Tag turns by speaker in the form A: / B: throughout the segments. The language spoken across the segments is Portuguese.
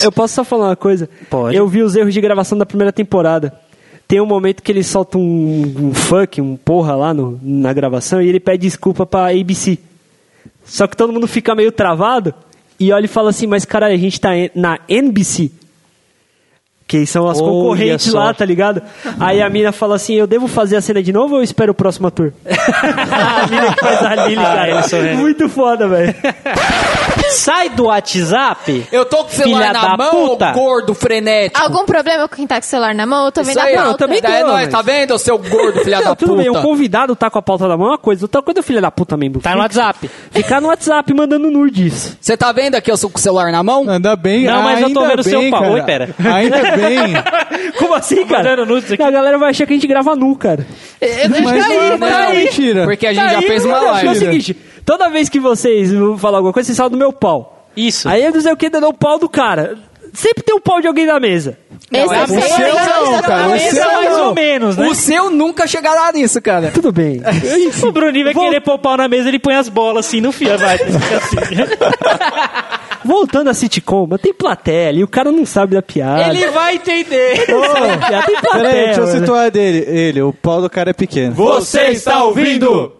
A: Eu posso só falar uma coisa?
B: Pode.
A: Eu vi os erros de gravação da primeira temporada. Tem um momento que ele solta um, um fuck, um porra lá no- na gravação e ele pede desculpa pra ABC. Só que todo mundo fica meio travado e olha e fala assim: Mas caralho, a gente tá en- na NBC. Que são as
B: Olha
A: concorrentes
B: só.
A: lá, tá ligado? Aí a mina fala assim: Eu devo fazer a cena de novo ou eu espero o próximo ator? a mina que faz a Lily,
B: Ah,
A: cara.
B: eu sou ele.
A: Muito foda, velho.
B: Sai do WhatsApp.
C: Eu tô com o celular
B: Filha
C: na
B: da
C: mão,
B: puta.
C: gordo frenético.
D: Algum problema com quem tá com o celular na mão? Eu tô vendo
C: Isso aí,
D: a pauta.
C: eu também é
A: tô,
C: nóis,
A: mas-
C: tá vendo, seu gordo filha da
A: Não, tudo
C: puta?
A: bem, o convidado tá com a pauta na mão é uma coisa, outra coisa é o filho da puta mesmo.
B: Tá no WhatsApp.
A: Ficar no WhatsApp mandando nudes.
C: Você tá vendo aqui eu sou com o celular na mão?
E: Ainda bem,
B: Não, mas eu tô
E: ainda
B: vendo o seu
E: bem,
B: pau.
E: cara.
B: Oi, pera.
E: Ainda bem.
A: Como assim, cara?
B: mandando nudes aqui.
A: A galera vai achar que a gente grava nu, cara.
E: Mas não,
C: Não,
E: mas não, mentira.
C: Porque a gente já
A: Aí,
C: fez uma
A: meu Deus, É o
C: live. né?
A: seguinte, toda vez que vocês vão falar alguma coisa, vocês falam do meu pau.
B: Isso.
A: Aí eu não sei o que, dando o pau do cara. Sempre tem o pau de alguém na mesa.
D: Esse é o
E: O
D: seu
E: seu não,
D: tá
E: cara. O
B: Esse é
E: seu
B: mais ou
E: não.
B: menos, né?
C: O seu nunca chegará nisso, cara.
A: Tudo bem.
B: O Bruninho vai querer pôr o pau na mesa, ele põe as bolas assim, não fia, vai. Fica assim.
A: Voltando a sitcom, mas tem plateia ali, o cara não sabe da piada.
B: Ele vai entender.
A: Já tem plateia.
E: Peraí, É, deixa eu
A: mano.
E: situar a dele. Ele, o pau do cara é pequeno.
F: Você está ouvindo?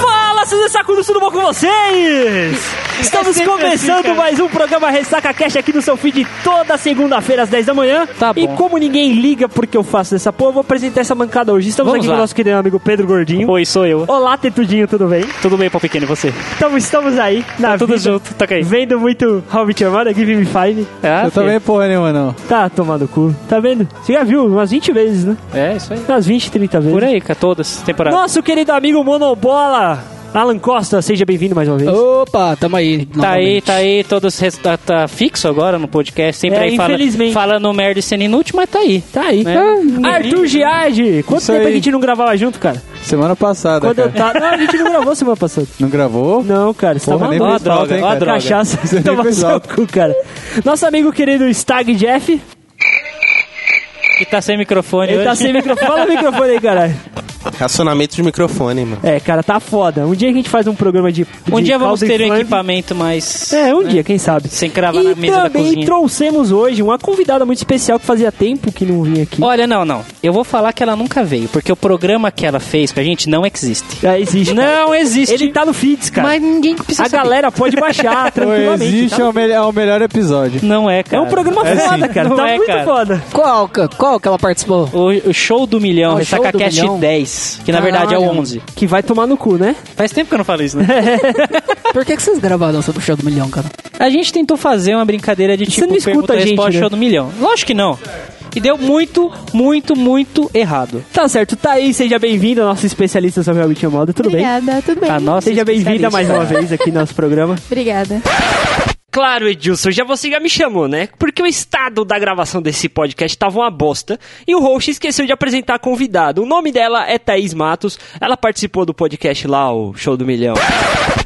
A: Fala, seus sacudos, tudo bom com vocês?
B: É
A: Estamos
B: assim,
A: começando mais um programa Ressaca Cash aqui no seu feed toda segunda-feira às 10 da manhã.
B: Tá bom.
A: E como ninguém liga porque eu faço dessa porra, eu vou apresentar essa mancada hoje. Estamos
B: Vamos
A: aqui
B: lá.
A: com o nosso querido amigo Pedro Gordinho.
B: Oi, sou eu.
A: Olá, Tetudinho, tudo bem?
B: Tudo bem, pau pequeno, e você?
A: Então estamos aí na
B: Tá tudo
A: vida,
B: junto, toca aí.
A: Vendo muito How I Met Your Mother, Give Me Five.
B: Ah,
E: Eu também, porra nenhuma, não.
A: Tá tomando cu. Tá vendo? Você já viu umas 20 vezes, né?
B: É, isso aí.
A: Umas 20, 30 vezes.
B: Por aí, cara, todas, temporadas.
A: Nosso querido amigo Monobola, Alan Costa, seja bem-vindo mais uma vez.
C: Opa, tamo aí.
B: Tá aí,
C: novamente.
B: tá aí, todos res- tá, tá fixo agora no podcast, sempre
A: É,
B: aí fala-
A: infelizmente.
B: falando merda e sendo inútil, mas tá aí.
A: Tá aí.
B: Né?
A: Ah, Arthur Giardi! Quanto
E: Isso
A: tempo a
E: aí.
A: gente não gravava junto, cara?
E: Semana passada,
A: Quando eu
E: cara.
A: tava. Não, a gente não gravou semana passada.
E: Não gravou?
A: Não, cara, você
E: Porra,
A: tava
E: nem
A: maluco. Tá
E: fez
B: droga,
E: falta, hein,
B: ó a
E: cara?
B: droga.
A: Cachaça,
E: Você nem
A: toma
E: fez
A: seu
E: alto.
A: cu, cara. Nosso amigo querido Stag Jeff,
B: Que tá sem microfone
A: ele
B: hoje.
A: tá sem microfone. Fala o microfone aí, caralho.
F: Racionamento de microfone, mano.
A: É, cara, tá foda. Um dia a gente faz um programa de.
B: Um
A: de
B: dia vamos
A: caldo e
B: ter um
A: flango.
B: equipamento mais...
A: É, um dia, quem sabe.
B: Sem cravar
A: e
B: né? na mesa da
A: também
B: cozinha.
A: trouxemos hoje uma convidada muito especial que fazia tempo que não vinha aqui.
B: Olha, não, não. Eu vou falar que ela nunca veio, porque o programa que ela fez pra gente não existe.
A: Já É, existe. cara.
B: Oh, Não existe.
A: Ele tá no feeds, cara.
B: Mas ninguém precisa
A: a
B: saber.
A: galera pode baixar
E: Não
A: tranquilamente.
E: existe,
A: tá?
E: é o, melhor- é o melhor episódio.
B: Não é,
A: É
B: cara.
A: um programa
E: É
A: foda,
E: sim.
A: cara.
B: Não
A: tá
B: é,
A: muito
B: cara.
A: foda.
C: Qual, que- qual que ela participou?
B: O, o show do milhão,
C: Ah, o show
B: Ressaca
C: do
B: Cast
C: milhão.
B: 10, que na verdade é o
C: Caralho.
B: 11.
A: Que vai tomar no cu, né?
B: Faz tempo que eu não falo isso, né?
C: Por que, que vocês gravaram sobre o show do milhão, cara?
B: A gente tentou fazer uma brincadeira de
A: Você
B: tipo
A: não escuta
B: pergunta
A: a gente,
B: resposta
A: né?
B: show do milhão. Lógico que não. E deu muito, muito, muito errado.
A: Tá certo. Thaís, seja bem-vinda, nossa especialista sobre Hobbit e Moda. Tudo bem?
D: Obrigada, tudo bem.
B: A nossa
A: Seja bem-vinda
B: especialista.
A: mais uma vez aqui no nosso programa.
D: Obrigada.
A: Claro, Edilson, já você já me chamou, né? Porque o estado da gravação desse podcast tava uma bosta e o host esqueceu de apresentar a convidada. O nome dela é Thaís Matos, ela participou do podcast lá, o Show do Milhão.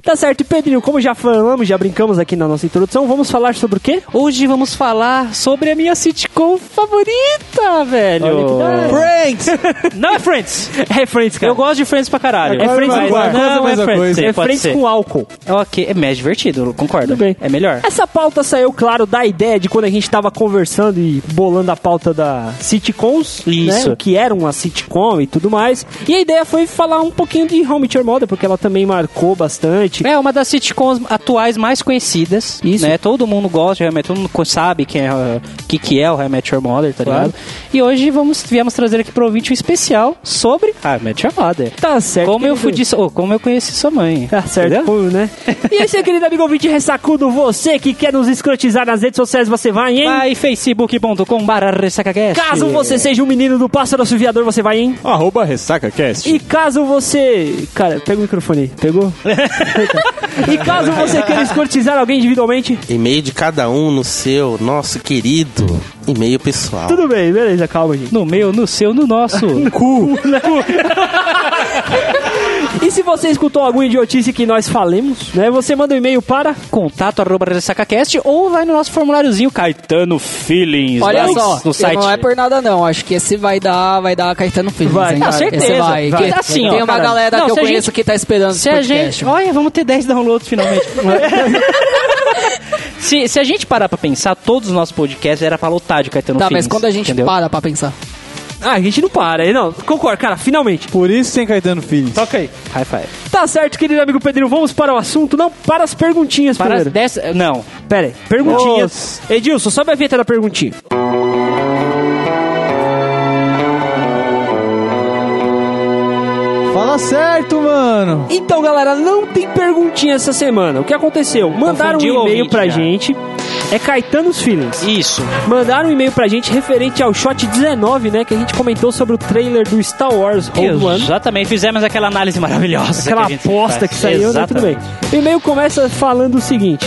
A: Tá certo, e Pedrinho, como já falamos, já brincamos aqui na nossa introdução, vamos falar sobre o quê?
B: Hoje vamos falar sobre a minha sitcom favorita, velho.
E: Pranks!
B: Não é Friends.
A: É Friends, cara.
B: Eu gosto de Friends pra caralho.
A: É
E: Agora
A: Friends
E: vai,
A: com
E: vai,
A: ar.
E: coisa
B: Não,
E: mais
B: é
E: uma
B: Friends.
E: coisa.
A: É
B: Pode
A: Friends
B: ser.
A: com álcool.
B: É ok, é mais divertido, concordo.
A: Tudo bem.
B: É melhor.
A: Essa pauta saiu, claro, da ideia de quando a gente tava conversando e bolando a pauta da sitcoms,
B: Isso.
A: né? O que era uma sitcom e tudo mais. E a ideia foi falar um pouquinho de Home Your Mother, porque ela também marcou bastante.
B: É uma das sitcoms atuais mais conhecidas.
A: Isso.
B: Né? Todo mundo gosta, realmente, todo mundo sabe quem é, uh, que, que é o Remet Your Mother, tá
A: Claro.
B: ligado? E hoje vamos, viemos trazer aqui pro ouvinte um especial sobre Remet Your Mother.
A: Tá certo.
B: Como eu,
A: querido.
B: fudi, so- oh, como eu conheci sua mãe.
A: Tá certo,
B: Entendeu?
A: pô, né? E esse é querido amigo ouvinte ressacudo, você que quer nos escrotizar nas redes sociais, você vai em...
B: Vai facebook.com barra ressacacast.
A: Caso você seja um menino do pássaro assoviador, você vai em...
E: Arroba RessacaCast.
A: E caso você. Cara, pega o microfone aí. Pegou? e caso você queira escortizar alguém individualmente,
F: E-mail de cada um no seu nosso querido e-mail pessoal.
A: tudo bem, beleza, calma, gente.
B: No meu, no seu, no nosso.
A: E se você escutou alguma idiotice que nós falemos, né? Você manda um e-mail para
B: Contato arroba SacaCast ou vai no nosso formuláriozinho Caetano Feelings.
C: Olha
B: lá
C: só,
B: no site.
C: não é por nada não. Acho que esse vai dar, vai dar Caetano Filho.
B: Vai, com certeza,
C: Esse vai.
B: vai.
C: Que-
B: Assim, ó,
C: tem uma
B: cara.
C: galera
B: Não,
C: que eu
B: se a
C: conheço
B: gente-
C: que tá esperando
B: Se
C: esse
B: a
C: podcast.
B: gente. Olha, vamos ter 10 downloads finalmente. se, se a gente parar pra pensar, todos os nossos podcasts era pra lotar de Caetano
C: Tá,
B: Feelings.
C: mas quando a gente
B: entendeu?
C: para pra pensar.
A: Ah, a gente não para. Não, concordo, cara, finalmente.
E: Por isso tem Caetano Filho.
B: Toca aí. High five.
A: Tá certo, querido amigo Pedrinho, vamos para o assunto. Não, para as perguntinhas
B: Para as
A: primeiro.
B: 10. Não.
A: Pera aí, perguntinhas. Edilson, sobe a vinheta da perguntinha.
E: Fala certo, mano.
A: Então, galera, não tem perguntinha essa semana. O que aconteceu? Mandaram
B: Confundiu
A: um
B: o
A: e-mail
B: ouvinte,
A: pra
B: já.
A: gente. É Caetano's Feelings.
B: Isso.
A: Mandaram um e-mail pra gente referente ao Shot 19, né? Que a gente comentou sobre o trailer do Star Wars Rogue One.
B: Exatamente. Fizemos aquela análise maravilhosa.
A: Aquela
B: que a gente
A: aposta
B: faz.
A: que saiu, né? Tudo bem.
B: Exatamente.
A: O e-mail começa falando o seguinte.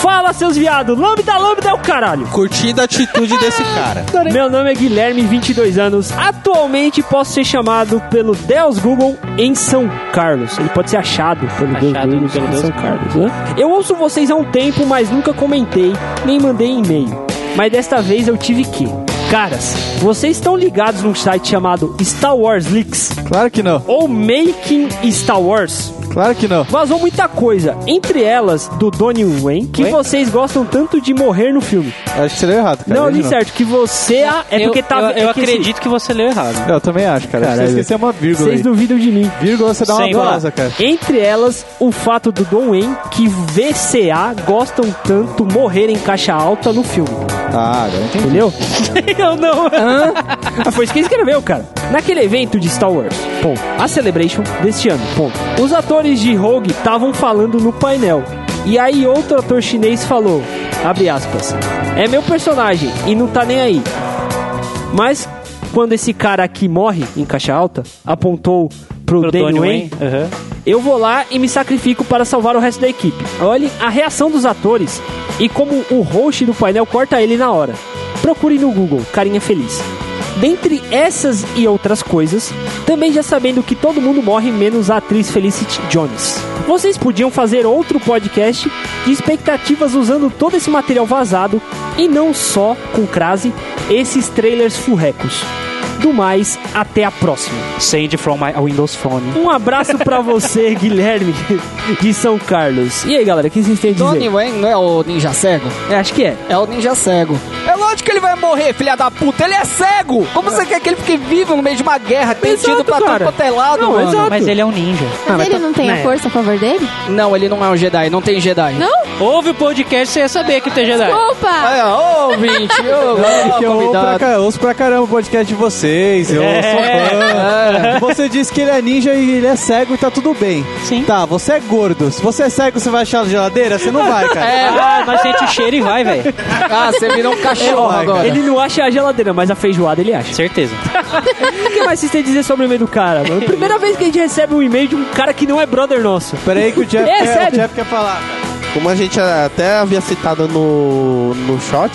A: Fala, seus viados! Lambda, lambda é o caralho!
F: Curti da atitude desse cara.
A: Meu nome é Guilherme, 22 anos. Atualmente posso ser chamado pelo Deus Google em São Carlos. Ele pode ser achado pelo Deus
B: Achado
A: Google
B: pelo
A: em
B: Deus
A: São Carlos, né? Eu ouço vocês há um tempo, mas nunca comentei, nem mandei e-mail. Mas desta vez eu tive que. Caras, vocês estão ligados num site chamado Star Wars Leaks
E: Claro que não.
A: ou Making Star Wars?
E: Claro que não.
A: Vazou muita coisa, entre elas do Donnie Wayne, que
B: Wayne?
A: vocês gostam tanto de morrer no filme.
E: Acho que você leu errado, cara.
A: Não, eu
E: de
A: li
E: novo.
A: certo, que você. ah, É
B: Tá Eu,
A: porque tá.
B: eu,
A: é
B: eu
A: que esse-
B: acredito que você leu errado.
E: Não, eu também acho, cara.
A: Caralho.
E: Você esqueceu uma vírgula
A: Vocês
E: aí.
A: duvidam de mim.
E: Vírgula você dá uma
B: Sem falar.
E: pausa, cara.
A: Entre elas, o fato do Don Wayne, que VCA gostam tanto morrer em caixa alta no filme.
E: Ah, agora eu entendi.
A: Entendeu? Eu não. Ah, foi isso que ele escreveu, cara. Naquele evento de Star Wars, ponto. A Celebration deste ano, ponto. Os atores de Rogue estavam falando no painel. E aí outro ator chinês falou, abre aspas, é meu personagem e não tá nem aí. Mas quando esse cara aqui morre em caixa alta, apontou pro,
B: Pro
A: Daniel
B: Donnie
A: Wayne,
B: Wayne. Aham.
A: eu vou lá e me sacrifico para salvar o resto da equipe. Olhe a reação dos atores e como o host do painel corta ele na hora. Procure no Google, carinha feliz. Dentre essas e outras coisas, também já sabendo que todo mundo morre menos a atriz Felicity Jones. Vocês podiam fazer outro podcast de expectativas usando todo esse material vazado e não só com crase esses trailers furrecos. Do mais, até a próxima.
B: eh, Send from my Windows Phone.
A: Um abraço pra você, Guilherme, de São Carlos. E aí, galera, o que vocês têm a dizer?
C: Donnie Wayne não é o ninja cego?
A: É, acho que é.
C: É o ninja cego. É lógico que ele vai morrer, filha da puta. Ele é cego. Como você quer que ele fique vivo no meio de uma guerra? Tem
A: Exato,
C: tido pra tudo
A: cara.
C: quanto é lado,
A: Não,
C: mano.
A: exato.
B: Mas ele é um ninja.
D: Mas ele não tem
A: né?
D: a força a favor dele?
C: Não, ele não é um Jedi. Não tem Jedi.
D: Não?
B: Ouve o podcast, você ia saber que tem Jedi.
D: Opa!
C: É, ô, ouvinte. Ô,
E: Que eu ouço pra, ca- ouço pra caramba o podcast de vocês, eu
A: É.
E: sou fã. Você disse que ele é ninja e ele é cego e tá tudo bem.
B: Sim.
E: Tá, você é gordo. Se você é cego, você vai achar na geladeira? Você não vai, cara.
C: É,
B: Ah, nós sente o cheiro e vai, velho.
C: ah, você virou um
B: Oh
C: cachorro
E: Ele-
C: agora.
A: Ele não acha a geladeira, mas a feijoada ele acha.
B: Certeza.
A: O que mais vocês têm a dizer sobre o e-mail do cara, mano? Primeira vez que a gente recebe um e-mail de um cara que não é brother nosso.
E: Pera aí que o Jeff,
A: É,
E: quer, o
A: sério.
E: Jeff quer falar.
F: Como a gente até havia citado no, no shot,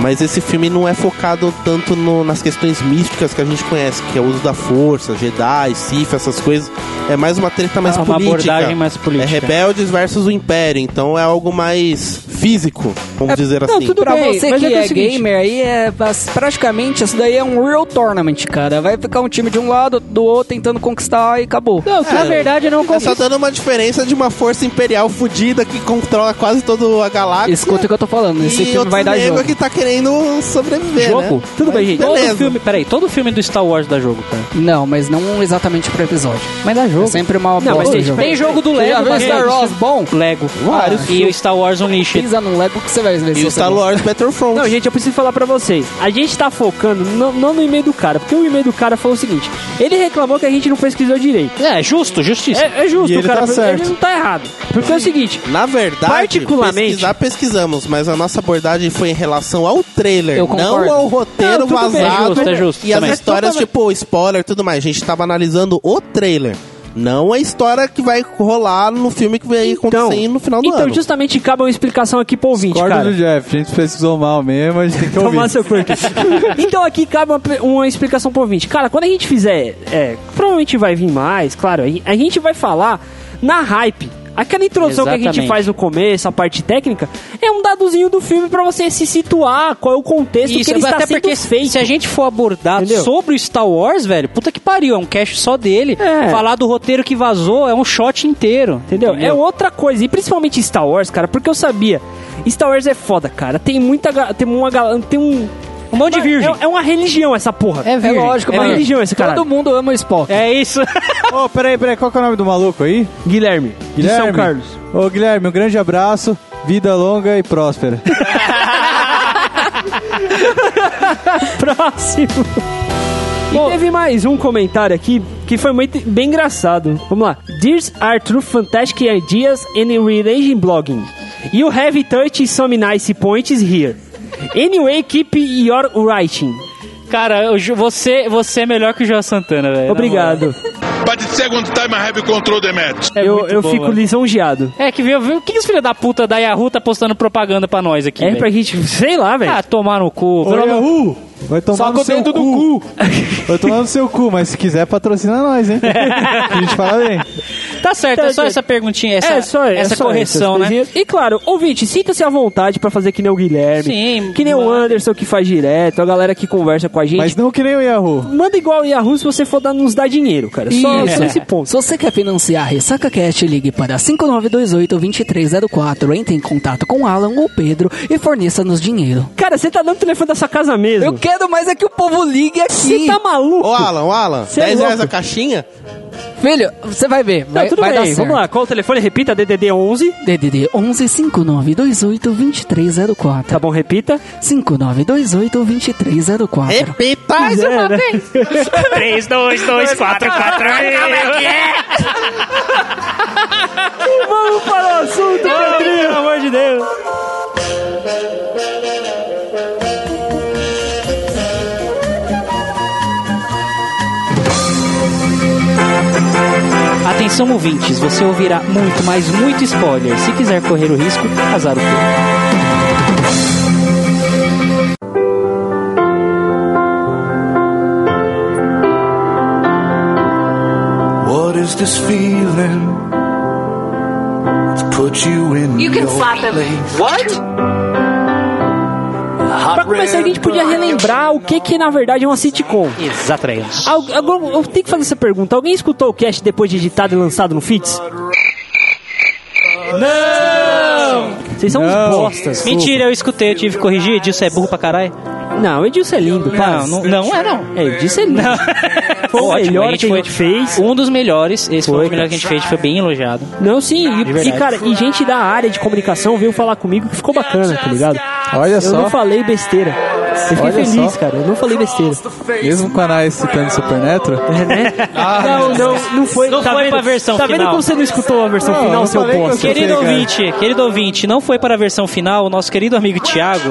F: mas esse filme não é focado tanto no- nas questões místicas que a gente conhece, que é o uso da força, Jedi, Sif, essas coisas. É mais uma treta mais
B: É uma
F: política.
B: abordagem mais política.
F: É rebeldes versus o império, então é algo mais físico, vamos dizer
A: É, não,
F: assim.
A: tudo
C: Pra
A: bem,
C: você
A: mas
C: que
A: é que é o
C: é,
A: seguinte-
C: gamer, aí é bas- praticamente isso daí é um real tournament, cara. Vai ficar um time de um lado, do outro, tentando conquistar e acabou.
B: Não, que na verdade eu não
F: É só dando uma diferença de uma força imperial fudida que controla quase toda a galáxia.
C: Escuta o que eu tô falando, esse
F: e
C: filme
F: outros
C: vai dar
F: nego
C: jogo.
F: que tá querendo sobreviver,
B: Jogo?
F: né?
A: Tudo bem,
F: Mas
A: gente.
B: Todo
F: Beleza.
B: filme, peraí, todo filme do Star Wars dá jogo, cara.
C: Não, mas não exatamente pro episódio.
B: Mas dá
C: É
B: jogo.
C: sempre uma
A: Não, mas
C: bosta
A: tem-
C: de jogo.
A: tem
B: jogo do
C: Você já
B: Lego,
C: viu
B: mas
C: Star
B: é
C: Wars
B: isso.
C: bom?
B: Lego.
E: Vários.
B: E o Star Wars Unleashed.
C: Pisa no Lego que você vai ver. se
F: E o
C: você
F: Star
C: gosta.
F: Wars Battlefront.
A: Não, gente, eu preciso falar pra vocês. A gente tá focando no- não no e-mail do cara, porque o e-mail do cara foi o seguinte. Ele reclamou que a gente não pesquisou direito.
B: É, justo, justiça.
A: É, é justo,
E: E ele
A: cara.
E: tá certo.
A: Ele não tá errado. Porque é o seguinte,
F: Na verdade,
A: Particularmente-
F: pesquisar pesquisamos, mas a nossa abordagem foi em relação ao trailer,
C: Eu concordo.
F: não ao roteiro
A: Não, tudo bem,
F: vazado
B: é justo, é justo
F: e as
B: também.
F: histórias tipo spoiler e tudo mais. A gente tava analisando o trailer, não a história que vai rolar no filme que vai acontecer no final do
A: então
F: ano.
A: justamente cabe uma explicação aqui pro ouvinte,
E: Discordo
A: cara. assim.
E: do Jeff, a gente precisou mal mesmo, a gente tem que
A: Tomar
E: ouvir.
A: seu curto. então aqui cabe uma, uma explicação pro ouvinte. Cara, quando a gente fizer. é, provavelmente vai vir mais, claro. A gente vai falar na hype. Aquela introdução que a gente
B: Exatamente.
A: faz no começo, a parte técnica, é um dadozinho do filme pra você se situar, qual é o contexto que ele está
B: até
A: sendo
B: porque
A: feito.
B: se a gente for abordar
A: Entendeu?
B: Ah, sobre o Star Wars, velho, puta que pariu, é um cast só dele.
A: É.
B: Falar do roteiro que vazou é um shot inteiro.
A: Entendeu? É outra coisa. E principalmente Star Wars, cara, porque eu sabia. Star Wars é foda, cara. Tem muita. ga- Tem uma. ga- Tem um.
B: Um monte de virgem.
A: É, é uma religião essa porra.
C: É lógico,
A: É
C: mano.
A: religião esse cara.
C: Todo mundo ama o Spock.
B: É isso.
E: Ô, peraí, peraí, qual que é o nome do maluco aí?
A: Guilherme.
E: Guilherme.
A: De São Carlos.
E: Ô, Guilherme, um grande abraço, vida longa e próspera.
A: Próximo. E teve mais um comentário aqui que foi muito bem engraçado. Vamos lá. These are true fantastic ideas and religion blogging. You have touched some nice points here. Anyway, keep your writing.
B: Cara, eu ju- você, você é melhor que o João Santana, velho.
A: É Obrigado.
G: But the second time I have control the match.
B: É
A: eu
B: muito
A: eu
B: bom,
A: fico
B: velho.
A: lisonjeado.
B: É que viu, viu- o que que os filhos da puta da Yahoo tá postando propaganda pra nós aqui?
A: É
B: velho?
A: pra gente, sei lá, velho.
B: Ah, tomar no cu.
E: Ô, Yahoo! Vai tomar
B: Só
E: no
B: com o
E: seu
B: dedo do
E: cu. Vai tomar no seu cu, mas se quiser, patrocina nós, hein? A gente fala bem.
B: Tá certo, é só essa perguntinha, essa,
A: é só
B: essa
A: é só
B: correção,
A: essas
B: né?
A: coisinhas. E claro, ouvinte, sinta-se à vontade pra fazer que nem o Guilherme,
B: Sim,
A: que nem o
B: manda.
A: Anderson que faz direto, a galera que conversa com a gente.
E: Mas não que nem o Yahoo.
A: Manda igual o Yahoo se você for dar, nos dar dinheiro, cara. Só,
C: Isso.
A: só esse ponto.
C: Se você quer financiar a Ressaca Cash, ligue para 5928-2304, entre em contato com Alan ou Pedro e forneça-nos dinheiro.
A: Cara, você tá dando o telefone da sua casa
C: Eu
A: mesmo.
C: quero mais é que o povo ligue
A: Você
C: aqui.
A: tá maluco?
F: Ô, Alan, ô, Alan,
A: Cê é
F: 10 reais a
A: louco.
F: caixinha?
C: Filho, você vai ver.
A: Tá,
C: Vai,
A: tudo
C: vai dar
A: bem.
C: certo.
A: Vamos lá, qual o telefone? Repita, DDD 11.
C: DDD 11 5928 2304.
A: Tá bom, repita.
C: 5928 2304.
F: Repita!
A: Mais uma vez. 3, 2, 2, 4, 4. Vamos para o assunto, Pedrinho, pelo amor de Deus.
B: Atenção, ouvintes, você ouvirá muito, mas muito spoiler. Se quiser correr o risco, azar o teu.
H: What is this feeling to put you in
I: You can
H: your
I: slap him.
H: place?
A: Pra começar, a gente podia relembrar o que que, na verdade, é uma sitcom.
B: Exatamente.
A: Al- Agora, eu tenho que fazer essa pergunta. Alguém escutou o cast depois de editado e lançado no Fits? Não! Vocês são uns bostas.
B: Mentira, eu escutei, eu tive que corrigir, Edilson é burro pra caralho.
A: Não, o Edilson é lindo, para.
B: não, não é não.
A: É, Edilson é lindo. Foi o
B: Ótimo,
A: melhor que a gente fez.
B: Um dos melhores, esse foi,
A: Foi,
B: o melhor que a gente fez, foi bem elogiado.
A: Não, sim. E,
B: De verdade.
A: e, cara, e gente da área de comunicação veio falar comigo que ficou bacana, tá ligado?
E: Olha
A: Eu
E: só,
A: não falei besteira. Eu fiquei
E: Olha
A: feliz,
E: só.
A: cara. Eu não falei besteira.
E: mesmo canais citando Super Neto.
A: É, né? não, não, não foi.
B: Não
A: tá
B: foi
A: vendo,
B: pra versão
A: Tá vendo
B: final.
A: como você não escutou a versão
E: Não,
A: final,
E: eu
A: seu
E: falei que eu
A: bosta?
E: sei.
B: Querido
E: cara.
B: ouvinte, querido ouvinte, não foi para a versão final, o nosso querido amigo Thiago,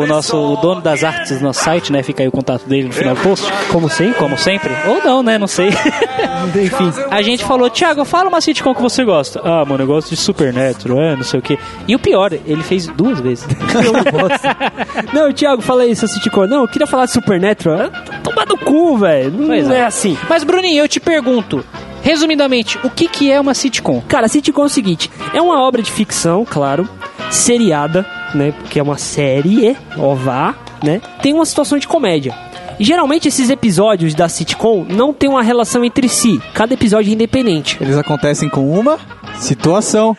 B: o nosso o dono das artes do nosso site, né? Fica aí o contato dele no final do post. Como sempre? Como sempre. Ou não, né? Não sei. Enfim. A gente falou, Thiago, fala uma sitcom que você gosta. Ah, mano, eu gosto de Supernatural, é, não sei o quê. E o pior, ele fez duas vezes.
A: um Não, Thiago, fala aí, seu sitcom. Não, eu queria falar de Supernatural. Ah, Toma do cu, velho. Não
B: Pois
A: é.
B: é.
A: assim.
B: Mas, Bruninho, eu te pergunto, resumidamente, o que, que é uma sitcom?
A: Cara, sitcom é o seguinte: é uma obra de ficção, claro, seriada, né? Porque é uma série, ová, né? Tem uma situação de comédia. E, Geralmente esses episódios da sitcom não têm uma relação entre si. Cada episódio é independente.
E: Eles acontecem com uma situação.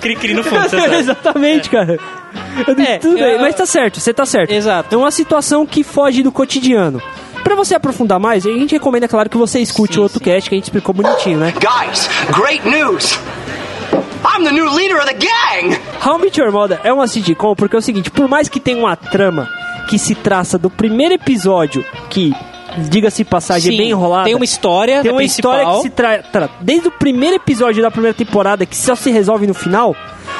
B: Cri-cri no
A: Exatamente, cara. Eu disse
B: tá- É,
A: tudo bem,
B: eu-
A: mas tá certo, você tá certo.
B: Exato.
A: É uma situação que foge do cotidiano. Pra você aprofundar mais, a gente recomenda, claro, que você escute
B: Sim,
A: o outro
B: sim.
A: cast que a gente explicou bonitinho, né?
J: Guys, great news! I'm the new leader of the gang!
A: How I Met Your Mother é uma sitcom porque é o seguinte, por mais que tenha uma trama que se traça do primeiro episódio, que, diga-se de passagem, é bem enrolada.
B: Tem uma história
A: tem
B: da
A: uma
B: principal.
A: história que se trata desde o primeiro episódio da primeira temporada que só se resolve no final.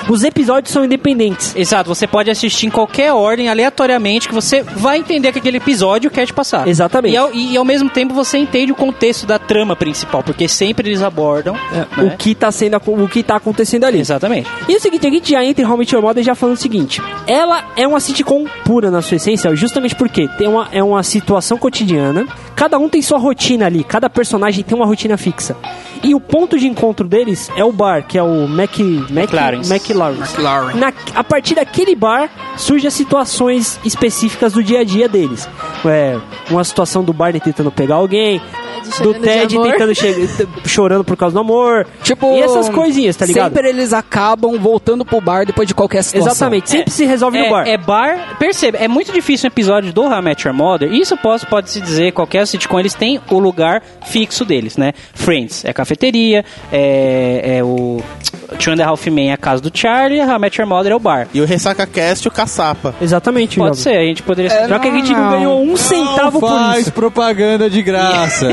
A: Os episódios são independentes.
B: Exato, você pode assistir em qualquer ordem, aleatoriamente, que você vai entender que aquele episódio quer te passar.
A: Exatamente.
B: E ao, e ao mesmo tempo você entende o contexto da trama principal, porque sempre eles abordam. né?
A: O que tá sendo aco- o que tá acontecendo ali.
B: Exatamente.
A: E o seguinte, a gente já entra em Home to Your Mother já falando o seguinte. Ela é uma sitcom pura na sua essência, justamente porque tem uma, é uma situação cotidiana. Cada um tem sua rotina ali, cada personagem tem uma rotina fixa. E o ponto de encontro deles é o bar, que é o Mac, Mac,
B: McLaren's.
A: McLaren's.
J: McLaren.
A: Na- a partir daquele bar surgem as situações específicas do dia a dia deles. É, uma situação do Barney tentando pegar alguém, do
D: chorando de
A: Ted
D: amor.
A: tentando che- chorando por causa do amor.
C: Tipo,
A: e essas coisinhas, tá ligado?
C: Sempre eles acabam voltando pro bar depois de qualquer situação.
A: Exatamente, sempre se resolve no bar.
B: É, é bar. Perceba, é muito difícil um episódio do How I Met Your Mother. Isso posso, pode se dizer, qualquer sitcom, eles têm o lugar fixo deles, né? Friends é a cafeteria, é, é o. Two and a Half Men é a casa do Charlie, How I Met Your Mother é o bar.
F: E o Ressaca Cast, o caçapa.
A: Exatamente,
B: Pode
A: Jovem.
B: ser, a gente poderia.
E: É,
A: Já que a gente não,
E: Não,
A: ganhou um centavo
E: não
A: por
E: faz
A: isso.
E: propaganda de graça.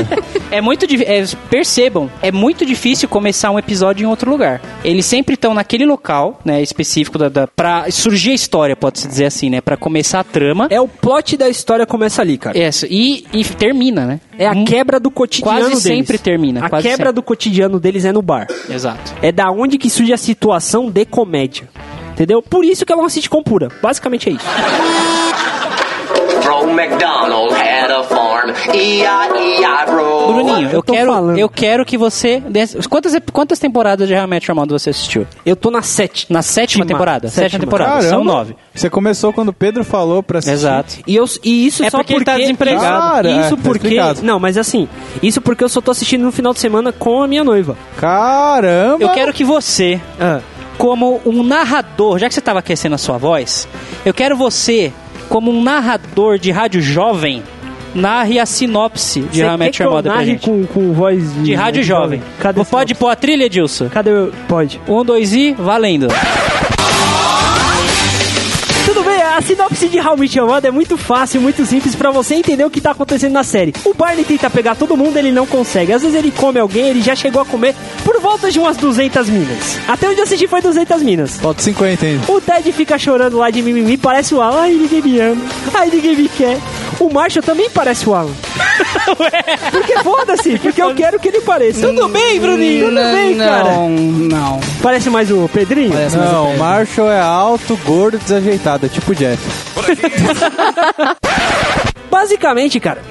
B: É muito difícil. percebam, é muito difícil começar um episódio em outro lugar. Eles sempre estão naquele local, né, específico da, da para surgir a história, pode se dizer assim, né, Pra começar a trama.
A: É o plot da história começa ali, cara.
B: Essa, e, e termina, né?
A: É a
B: Hum,
A: quebra do cotidiano
B: Quase
A: deles.
B: sempre termina,
A: A
B: quase
A: quebra
B: sempre.
A: do cotidiano deles é no bar.
B: Exato.
A: É da onde que surge a situação de comédia. Entendeu? Por isso que ela é uma sitcom pura. Basicamente é isso.
J: Bro McDonald had a farm. E E-I-E-I, bro.
B: Bruninho, eu,
A: eu tô
B: quero,
A: falando.
B: eu quero que você desse- quantas quantas temporadas de How I Met Your Mother você assistiu?
A: Eu tô na 7.
B: Na sétima temporada. Sétima, temporada. São nove.
E: Você começou quando o Pedro falou pra assistir.
B: Exato.
A: E, eu, e isso
B: É
A: só
B: porque ele tá desempregado.
E: Cara,
A: isso
E: é, tá
A: porque.
E: explicado.
A: não, mas assim. Isso porque eu só tô assistindo no final de semana com a minha noiva.
E: Caramba!
B: Eu quero que você,
A: Ah.
B: como um narrador, já que você estava aquecendo a sua voz, eu quero você, como um narrador de rádio jovem, narre a sinopse de How I Met Your Mother é pra
A: narre
B: gente.
A: com, com voz de,
B: De rádio jovem.
A: Cadê esse
B: Pode pôr a trilha, Edilson?
A: Cadê o. Pode.
B: Um, dois e valendo.
A: Tudo bem, a sinopse de How Meet Your Mother é muito fácil, muito simples pra você entender o que tá acontecendo na série. O Barney tenta pegar todo mundo, ele não consegue. Às vezes ele come alguém, ele já chegou a comer por volta de umas 200 minas. Até onde eu assisti foi 200 minas.
E: Falta 50 ainda.
A: O Ted fica chorando lá de mimimi, parece o Alan. Ai, ninguém me ama. Ai, ninguém me quer. O Marshall também parece o Alan. porque foda-se, porque eu quero que ele pareça. Tudo bem, Bruninho? Tudo bem,
C: não,
A: cara?
C: Não, não.
A: Parece mais o Pedrinho?
C: Parece mais
E: Não,
C: o
E: o
C: Pedro.
E: Marshall é alto, gordo, desajeitado. É tipo o Jeff.
A: Basicamente, cara,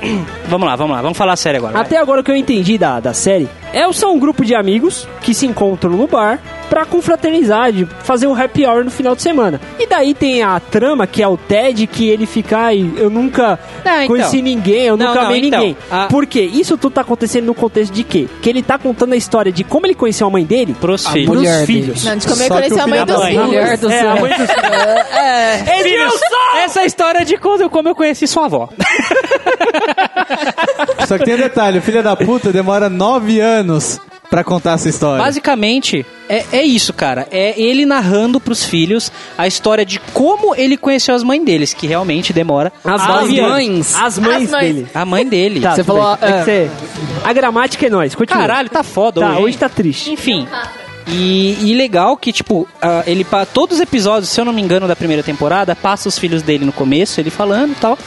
B: Vamos lá, vamos lá, vamos falar sério agora. vai.
A: Até agora o que eu entendi da, da série é são um grupo de amigos que se encontram no bar pra confraternizar, de fazer um happy hour no final de semana. E daí tem a trama que é o Ted que ele fica ai, eu nunca
B: Não, então.
A: conheci ninguém, eu
B: Não,
A: nunca
B: não,
A: amei
B: então,
A: ninguém.
B: a-
A: Por quê? Isso tudo tá acontecendo no contexto de quê? Que ele tá contando a história de como ele conheceu a mãe dele
B: Pros filhos.
A: pros
C: mulher
A: filhos.
D: Não, de como
E: Só
D: eu
E: que
D: conheci
E: o
D: a mãe
E: filho da
D: dos
E: mãe-
D: filhos.
C: Mulher do
A: É, a
C: céu. É,
A: mãe dos filhos.
B: Essa é história de quando, como eu conheci sua avó.
E: Só que tem um detalhe, o filho da puta demora nove anos pra contar essa história.
B: Basicamente, é, é isso, cara. É ele narrando pros filhos a história de como ele conheceu as mães deles, que realmente demora.
A: As,
B: nove
A: mães,
B: anos.
A: Ah, as mães.
D: As mães.
A: dele.
B: A mãe dele.
A: Tá,
C: Você
A: tudo
C: falou,
A: bem. É
C: é.
A: que você- A gramática é nós. Continua.
B: Caralho, tá foda
A: Tá,
B: hoje.
A: hoje
B: hein?
A: tá triste.
B: Enfim. E, e legal que, tipo, ah, ele pa- todos os episódios, se eu não me engano, da primeira temporada, passa os filhos dele no começo, ele falando e tal.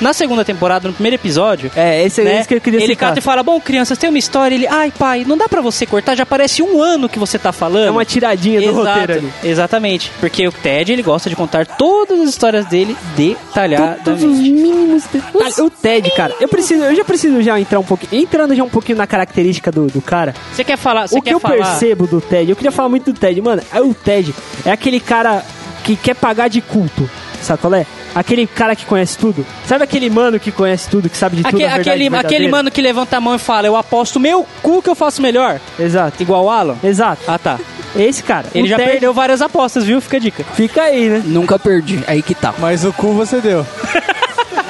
B: Na segunda temporada, no primeiro episódio,
A: É, esse é
B: né?
A: isso que eu queria
B: Ele
A: citar.
B: cata e fala: Bom, crianças, tem uma história. Ele, ai, pai, não dá pra você cortar, já parece um ano que você tá falando.
A: É uma tiradinha do roteiro ali.
B: Exatamente. Porque o Ted, ele gosta de contar todas as histórias dele
A: Todos os
B: detalhadamente.
A: mínimos detalhes. Tá, O Ted, cara, eu preciso, eu já preciso já entrar um pouquinho, entrando já um pouquinho na característica do, do cara.
B: Você quer falar? Você
A: o que
B: quer
A: eu
B: falar?
A: percebo do Ted, eu queria falar muito do Ted, mano. é O Ted é aquele cara que quer pagar de culto, sabe qual é? Aquele cara que conhece tudo. Sabe aquele mano que conhece tudo, que sabe de tudo?
B: Aque-
A: a verdade
B: aquele, aquele
A: verdadeira?
B: mano que levanta a mão e fala: Eu aposto meu cu que eu faço melhor.
A: Exato,
B: Igual o Alan?
A: exato.
B: Ah, tá.
A: Esse cara.
B: Ele
A: o
B: já
A: Ted
B: perdeu várias apostas, viu? Fica a dica.
A: Fica aí, né?
C: Nunca perdi. Aí que tá.
E: Mas o cu você deu.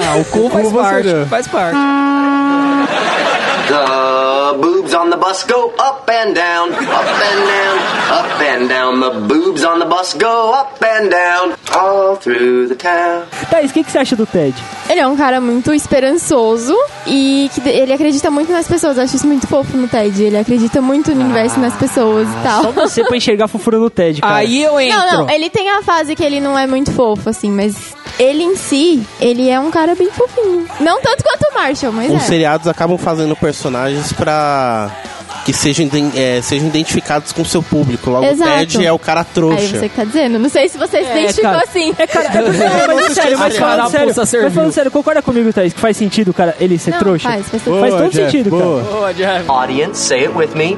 C: Ah, o cu
E: faz
C: faz
E: parte,
C: parte. Faz parte.
J: The boob boobs on the bus go up and down, up and down, up and down. The boobs on the bus go up and down, all through the town.
B: Thaís, o que, que você acha do Ted?
D: Ele é um cara muito esperançoso e que de- ele acredita muito nas pessoas. Eu acho isso muito fofo no Ted. Ele acredita muito no universo e nas pessoas e tal.
A: Só você pra enxergar a fofura no Ted, cara.
C: Aí eu entro.
D: Não, é- não, ele tem a fase que ele não é muito fofo, assim, mas ele em si, ele é um cara bem fofinho. Não tanto quanto o Marshall, mas
F: Os
D: é.
F: seriados acabam fazendo personagens pra que sejam, iden- eh, sejam identificados com o seu público. Logo, o
D: Exato.
F: Ted é o cara
D: Aí
F: trouxa.
D: você que tá dizendo. Não sei se você
B: É,
D: se identificou
B: cara.
D: assim.
A: É,
B: Não, mas, sério, mas, falando
C: Carapuça
B: sério,
C: serviu.
B: mas falando sério, concorda comigo, Thaís, que faz sentido, cara, ele ser
D: Não,
B: trouxa?
D: faz, faz
B: Faz todo
E: Jeff,
B: sentido,
E: boa.
B: cara.
J: Audience, say it with me.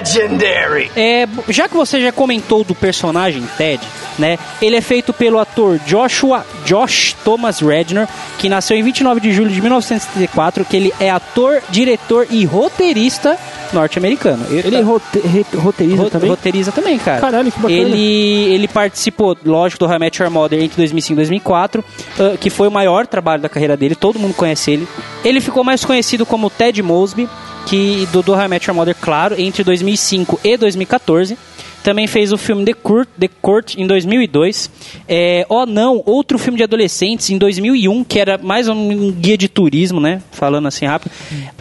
J: Legendary.
B: É, já que você já comentou do personagem Ted, né? Ele é feito pelo ator Joshua Josh Thomas Redner, que nasceu em 29 de julho de 1974, que ele é ator, diretor e roteirista norte-americano.
A: Ele é rote- re- roteiriza
B: Ro-
A: também?
B: Roteiriza também, cara.
A: Caralho, que bacana.
B: Ele, ele participou, lógico, do How I Met Your Mother entre 2005 e 2004, ah, que foi o maior trabalho da carreira dele, todo mundo conhece ele. Ele ficou mais conhecido como Ted Mosby, que do, do How I Met Your Mother, claro, entre 2005 e 2014. Também fez o filme The Court, The Court em 2002. É, oh não, outro filme de adolescentes em 2001, que era mais um guia de turismo, né? Falando assim rápido.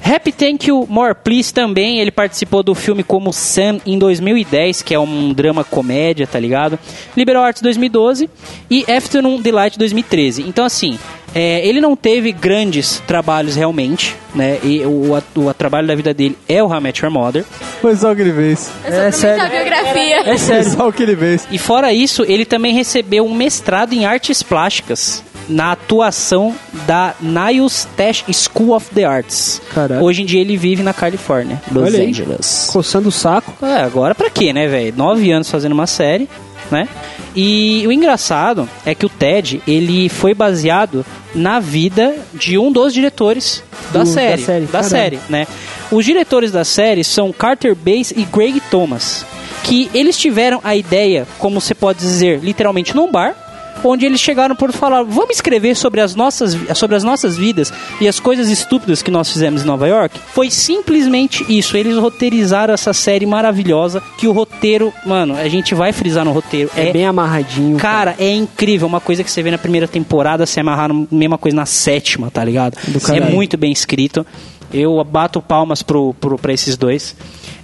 B: Happy Thank You, More Please também. Ele participou do filme como Sam em 2010, que é um drama comédia, tá ligado? Liberal Arts 2012 e Afternoon Delight 2013. Então, assim, é, ele não teve grandes trabalhos realmente, né? E o, o- o trabalho da vida dele é o How I Met Your Mother.
E: Foi só o que ele fez.
D: É sério. biografia.
B: É
E: Foi só o que ele fez.
B: E fora isso, ele também recebeu um mestrado em artes plásticas na atuação da Niles Tesh School of the Arts.
A: Caralho.
B: Hoje em dia ele vive na Califórnia, Los
A: Olha aí.
B: Angeles.
A: Coçando o saco.
B: É, agora pra quê, né, velho? Nove anos fazendo uma série, né? E o engraçado é que o Ted, ele foi baseado na vida de um dos diretores da
A: Do- da
B: série.
A: série, caralho.
B: série, né? Os diretores da série são Carter Bass e Greg Thomas, que eles tiveram a ideia, como você pode dizer, literalmente num bar, onde eles chegaram por falar, vamos escrever sobre as nossas vi- sobre as nossas vidas e as coisas estúpidas que nós fizemos em Nova York. Foi simplesmente isso. Eles roteirizaram essa série maravilhosa que o roteiro, mano, a gente vai frisar no roteiro,
A: É, bem amarradinho.
B: Cara, é incrível. Uma coisa que você vê na primeira temporada, se amarrar na mesma coisa na sétima, tá ligado? É
A: caralho.
B: muito bem escrito. Eu bato palmas pro, pro, pra esses dois.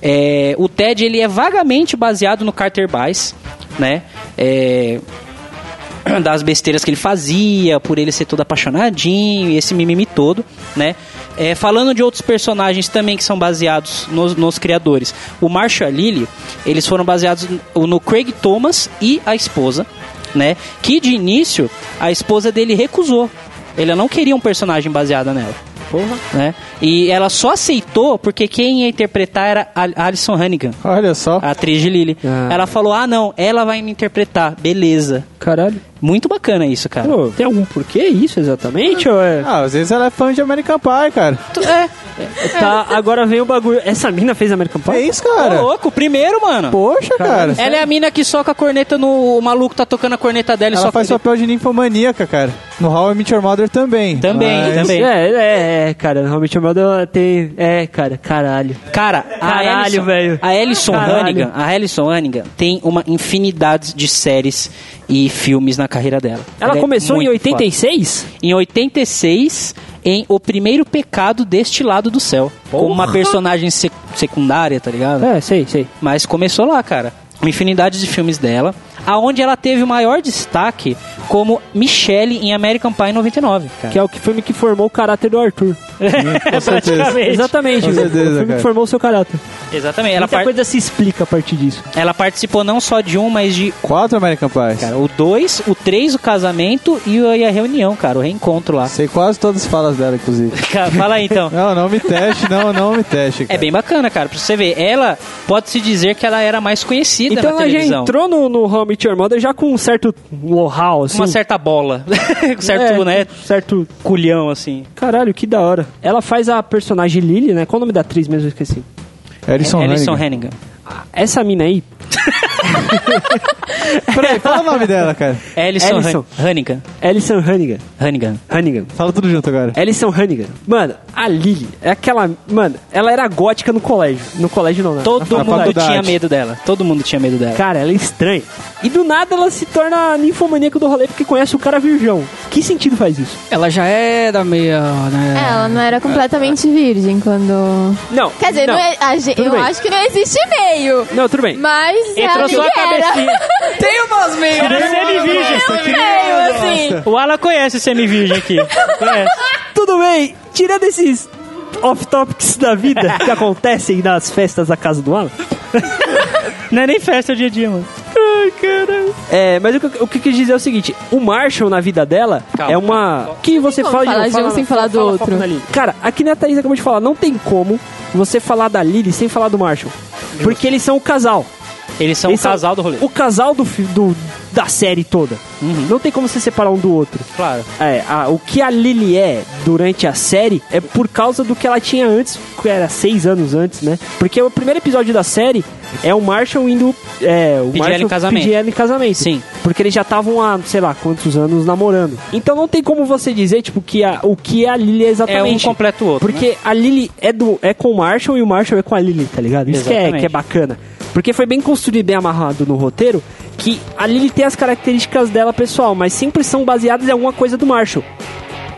B: É, o Ted, ele é vagamente baseado no Carter Bass, né? É, das besteiras que ele fazia, por ele ser todo apaixonadinho e esse mimimi todo, né? É, falando de outros personagens também que são baseados nos, nos criadores. O Marshall Lilly, eles foram baseados no, no Craig Thomas e a esposa, né? Que de início a esposa dele recusou. Ela não queria um personagem baseado nela. Né? E ela só aceitou porque quem ia interpretar era a Alison Hannigan,
E: Olha só.
B: a atriz de Lily.
A: Ah.
B: Ela falou: Ah, não, ela vai me interpretar, beleza.
A: Caralho.
B: Muito bacana isso, cara.
A: Pô, tem algum porquê isso exatamente? Ou é...
E: Ah, às vezes ela é fã de American Pie, cara.
B: é,
A: Tá, agora vem o bagulho. Essa mina fez American
E: É
A: Pie?
E: isso,
B: Ô,
E: cara.
B: louco, primeiro, mano.
E: Poxa, cara.
B: Ela é a mina que soca a corneta no. O maluco tá tocando a corneta dela e
E: Ela
B: soca
E: faz papel de ninfomaníaca, cara. No How I Met Your Mother também.
B: Também,
E: Mas-
B: também.
A: É, é, é, cara. Realmente o Mother tem. É, cara, caralho.
B: Cara,
A: Caralho,
B: a Alison,
A: velho.
B: A Alison
A: Caralho.
B: Hannigan, a Alison Hannigan tem uma infinidade de séries e filmes na carreira dela.
A: Ela
B: é
A: começou em
B: muito foda.
A: 86?
B: Em 86, em O Primeiro Pecado Deste Lado do Céu. Como uma personagem sec- secundária, tá ligado?
A: É, sei, sei.
B: Mas começou lá, cara. Uma infinidade de filmes dela. Aonde ela teve o maior destaque como Michelle em American Pie 99, cara.
A: Que é o que filme que formou o caráter do Arthur.
E: Ah, Com certeza.
B: Praticamente.
A: Exatamente.
E: Com certeza,
A: o filme
E: cara.
A: que formou o seu caráter.
B: Exatamente. Ela,
A: Muita
B: par-
A: coisa assim. se explica a partir disso.
B: ela participou não só de um, mas de.
E: Quatro American Pies.
B: Cara, o 2, o 3, o casamento e o- e a reunião, cara, o reencontro lá.
E: Sei quase todas as falas dela, inclusive.
B: Cara, fala aí então.
E: Não, não me teste, não, não me teste,
B: É
E: cara.
B: bem bacana, cara, pra você ver. Ela pode-se dizer que ela era mais conhecida
A: Então
B: na
A: ela já
B: televisão.
A: entrou no, no How I Met Your Mother já com um certo know-how, assim.
B: Com uma certa bola. Com certo,
A: É,
B: né?
A: Certo.
B: Culhão, assim.
A: Caralho, que da hora. Ela faz a personagem
B: É,
A: Lily, né? Qual o nome da atriz mesmo? Eu esqueci.
E: Alison
B: Alison
E: Hannigan.
B: Hannigan.
A: Essa mina aí.
E: Peraí, fala o nome dela, cara.
B: Ellison
A: Ellison.
B: Han- Hannigan.
A: Alison Hannigan.
B: Hannigan.
A: Hannigan.
E: Fala tudo junto agora.
A: Alison Hannigan. Mano, a Lily é aquela. Mano, ela era gótica no colégio. No colégio não, né?
B: Todo
E: Na
B: mundo
E: faculdade.
B: tinha medo dela. Todo mundo tinha medo dela.
A: Cara, ela é estranha. E do nada ela se torna a ninfomaníaca do rolê porque conhece o cara virgão. Que sentido faz isso?
C: Ela já era meio, né?
D: É, Ela não era completamente virgem quando.
A: Não.
D: Quer dizer, não. é- a gen-
A: tudo
D: eu
A: bem.
D: acho que não existe meio.
A: Não, tudo bem.
D: Mas
B: Entrou
D: ela
B: só a
D: nem era. É um
B: cabecinha.
C: Tem umas meias.
B: Era semi-virgem.
D: meio, assim.
B: O Ala conhece o semi-virgem aqui. Conhece.
A: Tudo bem. Tirando esses off-topics da vida que acontecem nas festas da casa do Alan.
B: Não é nem festa o dia a dia, mano.
A: Ai, caramba. É, mas o que, o que eu quis dizer é o seguinte: o Marshall na vida dela
B: Calma.
A: é uma. Que você
D: Não,
A: fala
D: falar
A: novo,
D: de um sem falar do
A: fala,
D: outro.
A: foca na Lily. Cara, aqui na Thaís acabou de falar, não tem como você falar da Lily sem falar do Marshall. Porque eles são o casal.
B: Eles são um
A: Eles
B: o casal do rolê.
A: O casal do, fi- do- da série toda. Não tem como você separar um do outro.
B: Claro.
A: É, a- o que a Lily é durante a série é por causa do que ela tinha antes, que era seis anos antes, né? Porque o primeiro episódio da série é o Marshall indo. É, o
B: Pedir
A: Marshall
B: ela em casamento.
A: pedir ela em casamento.
B: Sim.
A: Porque eles já estavam há, sei lá, quantos anos namorando. Então não tem como você dizer, tipo, que a- o que a Lily é
B: É um
A: exatamente.
B: completo o outro. né?
A: Porque a Lily é, do, é com o Marshall e o Marshall é com a Lily, tá ligado? Isso que é,
B: Exatamente.
A: que é bacana. Porque foi bem construído e bem amarrado no roteiro que a Lily tem as características dela pessoal, mas sempre são baseadas em alguma coisa do Marshall.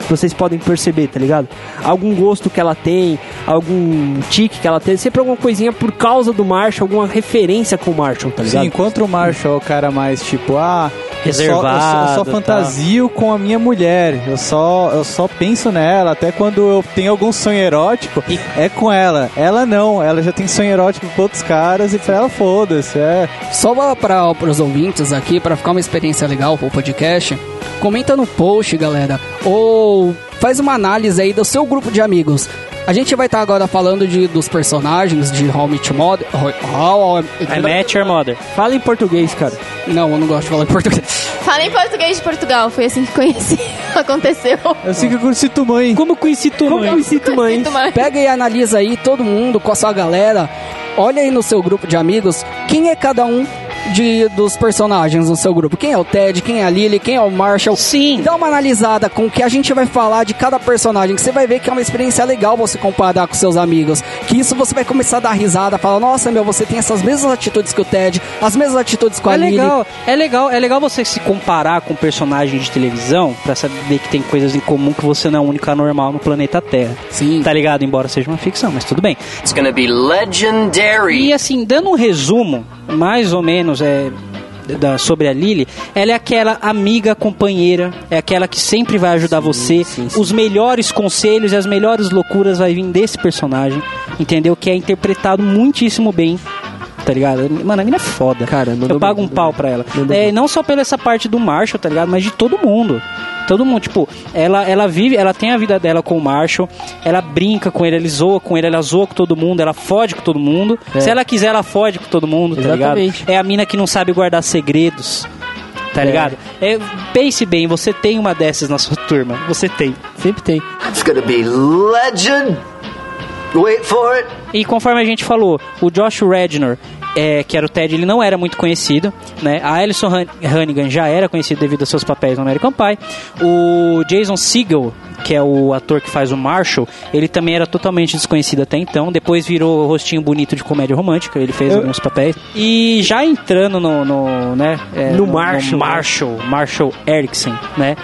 A: Vocês podem perceber, tá ligado? Algum gosto que ela tem, algum tique que ela tem, sempre alguma coisinha por causa do Marshall, alguma referência com o Marshall, tá ligado?
E: Sim, enquanto o Marshall é o cara mais tipo, ah, eu só- eu só, eu
B: Reservado,
E: só
B: tá.
E: fantasio com a minha mulher, eu só, eu só penso nela, até quando eu tenho algum sonho erótico,
B: E-
E: é com ela. Ela não, ela já tem sonho erótico com outros caras e pra ela foda-se, é.
C: Só para os ouvintes aqui, para ficar uma experiência legal pro podcast, comenta no post, galera, ou faz uma análise aí do seu grupo de amigos. A gente vai estar agora falando de, dos personagens de How I Met Your Mother. How, How,
B: né? I met your mother. É
A: Fala em português, cara.
C: não, eu não gosto de falar em português.
D: Fala em português de Portugal, foi assim que conheci. Aconteceu.
E: Eu sei que eu curti tu mãe.
B: Como conheci tu,
A: Como eu me sinto mãe?
D: Sinto mais.
C: Pega e analisa aí todo mundo com a sua galera. Olha aí no seu grupo de amigos quem é cada um de, dos personagens no seu grupo. Quem é o Ted, quem é a Lily, quem é o Marshall.
B: Sim.
C: Dá uma analisada com o que a gente vai falar de cada personagem, que você vai ver que é uma experiência legal você comparar com seus amigos. Que isso você vai começar a dar risada, falar, nossa, meu, você tem essas mesmas atitudes que o Ted, as mesmas atitudes com a
B: É
C: Lily.
B: legal, é legal, é legal você se comparar com personagem de televisão pra saber que tem coisas em comum que você não é o único anormal no planeta Terra.
C: Sim.
B: Tá ligado? Embora seja uma ficção, mas tudo bem.
J: It's gonna be legendary.
B: E assim, dando um resumo, mais ou menos, é. Da, sobre a Lily, ela é aquela amiga companheira, é aquela que sempre vai ajudar você. Os melhores conselhos e as melhores loucuras vai vir desse personagem, entendeu? Que é interpretado muitíssimo bem, tá ligado? Mano, a mina é foda.
A: Cara, né? mandou
B: eu pago
A: bem,
B: um pau pra ela. É, não só pela essa parte do Marshall, tá ligado? Mas de todo mundo. Todo mundo, tipo, ela, ela vive, ela tem a vida dela com o Marshall, ela brinca com ele, ela zoa com ele, ela zoa com todo mundo, ela fode com todo mundo. Se ela quiser, ela fode com todo mundo, tá
A: É. Exatamente.
B: ligado? É a mina que não sabe guardar segredos, tá ligado? É, pense bem, você tem uma dessas na sua turma, você tem.
A: Sempre tem.
J: It's gonna be legend. Wait for it.
B: E conforme a gente falou, o Josh Rednor, é, que era o Ted, ele não era muito conhecido, né? A Alison Han- Hannigan já era conhecida devido aos seus papéis no American Pie. O Jason Segel, que é o ator que faz o Marshall, ele também era totalmente desconhecido até então. Depois virou o rostinho bonito de comédia romântica, ele fez alguns papéis. E já entrando no, no, né? é,
A: No Marshall, né?
B: Marshall, Marshall Erickson, né?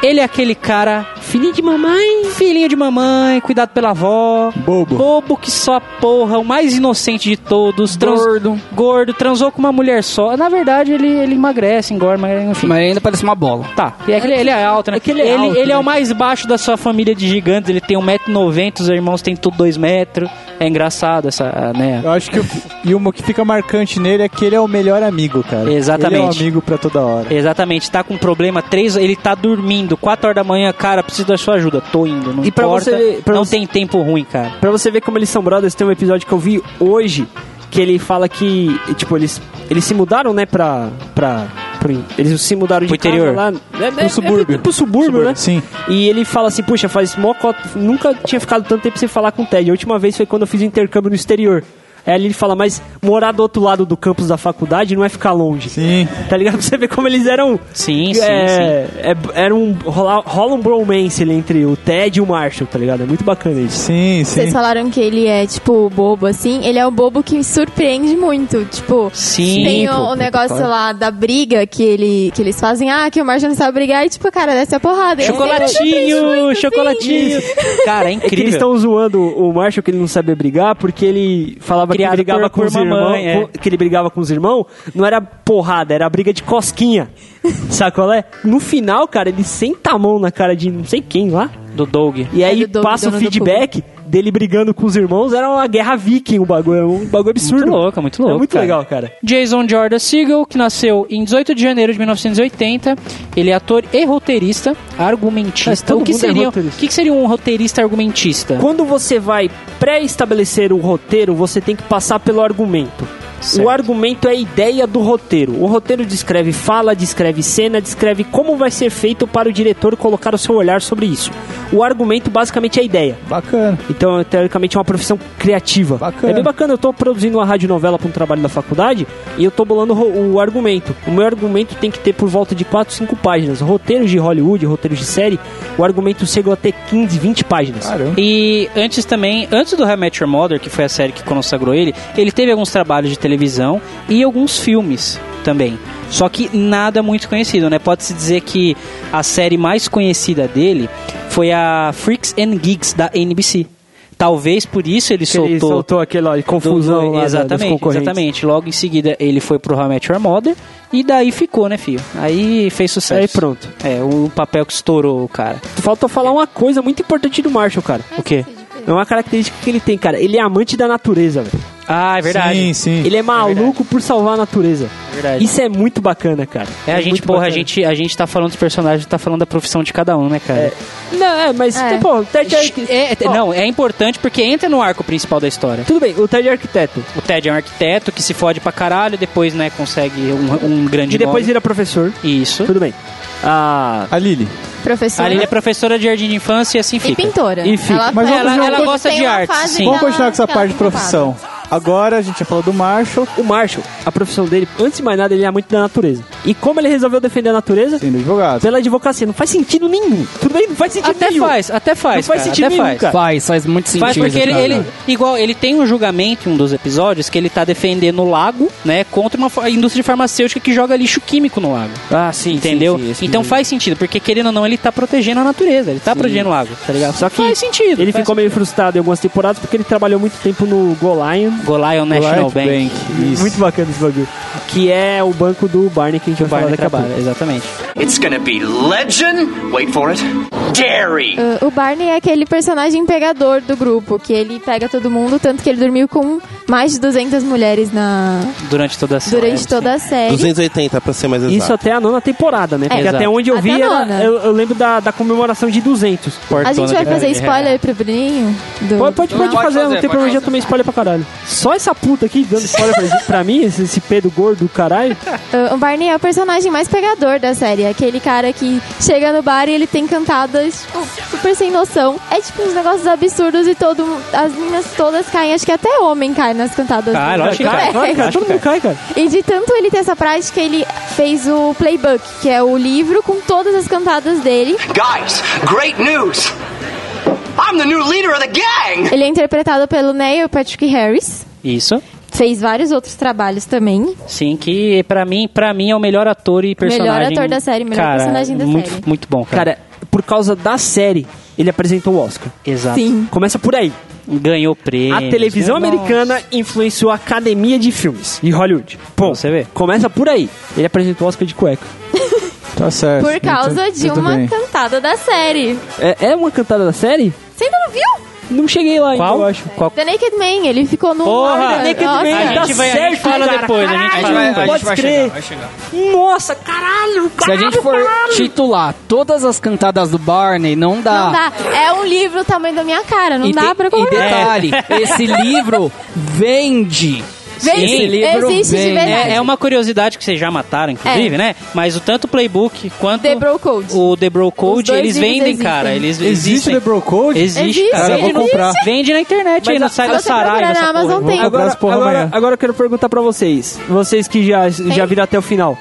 B: Ele é aquele cara filhinho de mamãe, filhinho de mamãe, cuidado pela avó,
E: Bobo.
B: bobo que só a porra, o mais inocente de todos, trans-
C: Gordo.
B: gordo, transou com uma mulher só. Na verdade, ele, ele emagrece, engorda, mas enfim.
C: Mas ainda parece uma bola.
B: Tá, e é que ele, ele é alto, né?
A: É que ele é alto,
B: ele
A: né?
B: é o mais baixo da sua família de gigantes, ele tem 1,90m, os irmãos têm tudo 2 metros. É engraçado essa, né?
E: Eu acho que o, e uma que fica marcante nele é que ele é o melhor amigo, cara. Ele é um
B: Exatamente.
E: amigo pra toda hora.
B: Exatamente, tá com problema, três, ele tá dormindo, 4 horas da manhã, cara, preciso da sua ajuda, tô indo, não
A: E pra
B: importa,
A: você- pra
B: não
A: você-
B: tem tempo ruim, cara.
A: Pra você ver como eles são brothers, tem um episódio que eu vi hoje que ele fala que, tipo, eles, eles se mudaram, né, pra. pra pro- eles se mudaram de
B: Pro interior.
A: casa lá. É, é, é,
E: subúrbio.
A: pro subúrbio, né?
E: Sim.
A: E ele fala assim, puxa, faz mó cota. Nunca tinha ficado tanto tempo sem falar com o Ted. A última vez foi quando eu fiz o intercâmbio no exterior. Aí ele fala, mas morar do outro lado do campus da faculdade não é ficar longe.
E: Sim.
A: Tá ligado? Pra você ver como eles eram. um.
B: Sim, sim,
A: é, é- era um. Rola, rola um bromance ali entre o Ted e o Marshall, tá ligado? É muito bacana isso.
E: Sim,
D: Vocês
E: sim.
D: falaram que ele é, tipo, bobo, assim. Ele é o bobo que surpreende muito. Tipo,
B: Sim,
D: tem o,
F: pô,
D: o negócio
F: claro.
D: lá da briga que, ele, que eles fazem. Ah, que o Marge não sabe brigar. E, tipo, cara, desce a porrada. Ele surpreende
A: Chocolatinho,
D: muito, assim.
A: chocolatinho.
B: Cara, é
A: É que
B: incrível.
A: eles estão zoando o Marshall que ele não sabia brigar porque ele falava que ele
B: Criado
A: brigava
B: por-
A: com
B: por
A: os irmãos,
B: mamãe, é.
A: que ele brigava com os irmãos, não era porrada, era briga de cosquinha. Sabe qual é? No final, cara, ele senta a mão na cara de não sei quem lá.
B: Do Doug.
A: E aí
D: É do Doug,
A: passa o
D: dono do
A: feedback dele brigando com os irmãos, era uma guerra viking o bagulho, era um bagulho absurdo.
B: Muito louco, muito louco,
A: É muito
B: cara.
A: legal, cara.
B: Jason Jordan Segel, que nasceu em 18 de janeiro de 1980. Ele é ator e roteirista,
A: Mas
B: argumentista.
A: todo
B: O que
A: mundo é
B: seria, o
A: roteirista.
B: que que seria um roteirista argumentista?
A: Quando você vai pré-estabelecer o roteiro, você tem que passar pelo argumento.
B: Certo.
A: O argumento é a ideia do roteiro. O roteiro descreve fala, descreve cena, descreve como vai ser feito para o diretor colocar o seu olhar sobre isso. O argumento basicamente é a ideia.
E: Bacana.
A: Então, teoricamente, é uma profissão criativa.
E: Bacana.
A: É bem bacana. Eu tô produzindo uma radionovela para um trabalho da faculdade e eu tô bolando o, o argumento. O meu argumento tem que ter por volta de 4, 5 páginas. Roteiros de Hollywood, roteiros de série, o argumento chegou até 15, 20 páginas.
E: Caramba.
B: E antes também, antes do How I Met Your Mother, que foi a série que consagrou ele, ele teve alguns trabalhos de televisão e alguns filmes também. Só que nada muito conhecido, né? Pode-se dizer que a série mais conhecida dele foi a Freaks and Geeks da NBC. Talvez por isso ele
A: Que ele
B: soltou
A: soltou aquele, ó, confusão
B: do-
A: lá da- dos
B: exatamente,
A: concorrentes.
B: exatamente. Logo em seguida ele foi pro How I Met Your Mother e daí ficou, né, filho? Aí fez sucesso.
A: Aí pronto.
B: É, o papel que estourou o cara.
A: Faltou falar uma coisa muito importante do Marshall, cara.
B: O quê?
A: É uma característica que ele tem, cara. Ele é amante da natureza, velho.
B: Ah, é verdade.
E: Sim, sim.
A: Ele é maluco por salvar a natureza.
B: É verdade.
A: Isso é muito bacana, cara.
B: É, a gente,
A: muito
B: porra, a
A: bacana.
B: gente, a gente tá falando dos personagens, tá falando da profissão de cada um, né, cara?
A: Não, é, mas,
D: É.
A: pô, o Ted Arquiteto...
B: É, é- não, é importante porque entra no arco principal da história.
A: Tudo bem, o Ted Arquiteto.
B: O Ted é um arquiteto que se fode pra caralho, depois, né, consegue um, um grande
A: E depois
B: nome.
A: vira professor.
B: Isso.
A: Tudo bem.
B: é
A: Ah,
E: A Lili.
D: Professora
B: Ali ele é professora de jardim de infância e assim
D: e
B: fica.
D: pintora.
A: E fica.
D: Ela,
E: Mas
B: ela-
A: um
B: ela gosta
D: tem
B: de
D: uma
B: arte,
D: fase
B: sim.
D: que
E: Vamos
D: ela-
E: continuar com essa
D: que ela
E: parte de
D: tá ocupada.
E: profissão. Agora a gente já falou do Marshall.
A: o Marshall, a profissão dele, antes de mais nada, ele é amante da natureza. E como ele resolveu defender a natureza?
E: Sendo advogado.
A: Pela advocacia. Não faz sentido nenhum. Tudo bem, não faz sentido
B: Até
A: nenhum.
B: faz, até faz.
A: Não faz
B: cara,
A: sentido
B: até
A: nenhum,
B: faz.
A: cara.
C: Faz, faz muito sentido.
B: Faz porque ele,
C: cara.
B: ele- igual, ele tem um julgamento em um dos episódios que ele tá defendendo o lago, né, contra uma fa- indústria farmacêutica que joga lixo químico no lago.
A: Ah, sim,
B: Entendeu?
A: sim, sim, esse
B: então
A: mesmo.
B: faz sentido, porque querendo ou não, ele tá protegendo a natureza, ele tá protegendo o lago, tá ligado?
A: Só que
B: faz sentido.
A: Ele
B: faz
A: ficou meio frustrado em algumas temporadas porque ele trabalhou muito tempo no Golion.
B: sentido. Golion National
E: Light
B: Bank.
E: Isso.
A: Muito bacana esse bagulho. Que é o banco do Barney que a gente vai falar
B: Barney
A: daqui a
B: trabalha,
A: pouco.
B: exatamente.
J: It's gonna be legend. Wait for it. Dairy.
D: Uh, o Barney é aquele personagem pegador do grupo, que ele pega todo mundo, tanto que ele dormiu com mais de 200 mulheres na
B: Durante toda a série.
D: durante toda a série.
F: 280, pra ser mais exato.
A: Isso até a nona temporada, né? Porque
B: Exato.
A: até onde eu
D: Até
A: vi,
D: a
A: era-
D: nona.
A: eu, eu lembro da, da comemoração de 200.
D: A gente vai fazer
B: é.
D: spoiler pro Bruninho? Do...
A: é. Pode, pode, pode,
D: Não.
I: pode
A: fazer, não
I: fazer, pode
A: tem problema, já
I: fazer.
A: tomei spoiler pra caralho. Só essa puta aqui dando spoiler pra, pra mim, esse, esse Pedro gordo do caralho.
D: Uh, o Barney é o personagem mais pegador da série. é Aquele cara que chega no bar e ele tem cantadas tipo, super sem noção. É tipo uns negócios absurdos e todo mu- as meninas todas caem. Acho que até homem cai nas cantadas.
B: Cai,
D: dele.
B: Ah,
D: É,
B: lógico que cai.
A: Cara, claro, cara, todo mundo cai, cara.
D: E de tanto ele ter essa prática, ele fez o playbook, que é o livro com todas as cantadas dele.
J: Guys, great news. I'm the new leader of the gang.
D: Ele é interpretado pelo Neil Patrick Harris.
B: Isso.
D: Fez vários outros trabalhos também.
B: Sim, que pra mim, pra mim é o melhor ator e personagem.
D: ator da série, melhor
B: Cara,
D: personagem da
B: muito,
D: série.
B: Muito bom, cara.
A: Cara, por causa da série, ele apresentou o Oscar.
B: Exato.
D: Sim.
A: Começa por aí.
B: Ganhou prêmio.
A: A televisão é americana influenciou a academia de filmes e Hollywood. Pô,
B: Você vê.
A: Começa por aí. Ele apresentou o Oscar de cueca.
E: Tá certo.
D: Por causa
E: Tudo-
D: de
E: tudo
D: uma
E: bem.
D: cantada da série.
A: É, é uma cantada da série?
D: Você ainda não viu?
A: Não cheguei lá
B: Qual?
A: ainda, eu acho.
B: Qual?
D: The Naked Man, ele ficou no.
B: Porra!
D: Oscar.
B: The Naked
D: Nossa.
A: Man, tá
B: A gente vai- a gente
A: certo,
B: fala
A: cara.
B: depois, a gente
I: A
A: Caralho,
I: gente vai, a
A: pode
I: gente vai
A: crer.
I: chegar, vai chegar.
A: Nossa, caralho,
C: Se a
A: caralho,
C: gente for
A: caralho.
C: titular todas as cantadas do Barney, não dá.
D: Não dá. É um livro do tamanho da minha cara, não
C: e
D: dá
B: É.
C: tem-
D: pra
C: E
D: comprar.
C: detalhe, esse livro vende.
D: Vem,
B: Esse
C: livro
D: existe de
C: vem.
D: verdade.
B: É, é uma curiosidade que vocês já mataram, inclusive, né? Mas o tanto o Playbook quanto
D: É. The Bro Code.
B: o The Bro
D: Os
B: Code,
D: dois
B: eles
D: livros
B: vendem,
D: existem.
B: cara. Eles
E: Existe
B: existem.
E: o The Bro Code?
B: Existe,
D: Existe,
B: cara.
E: Cara, eu vou
D: existe.
E: comprar.
B: Vende na internet, aí não
A: a-
B: sai da
D: você procura
B: Saraiva
D: na
B: essa porra.
D: Amazon,
B: Eu vou
D: tem.
E: comprar
A: Agora,
E: essa porra
A: agora,
E: amanhã.
A: agora eu quero perguntar pra vocês. Vocês que já, já viram até o final.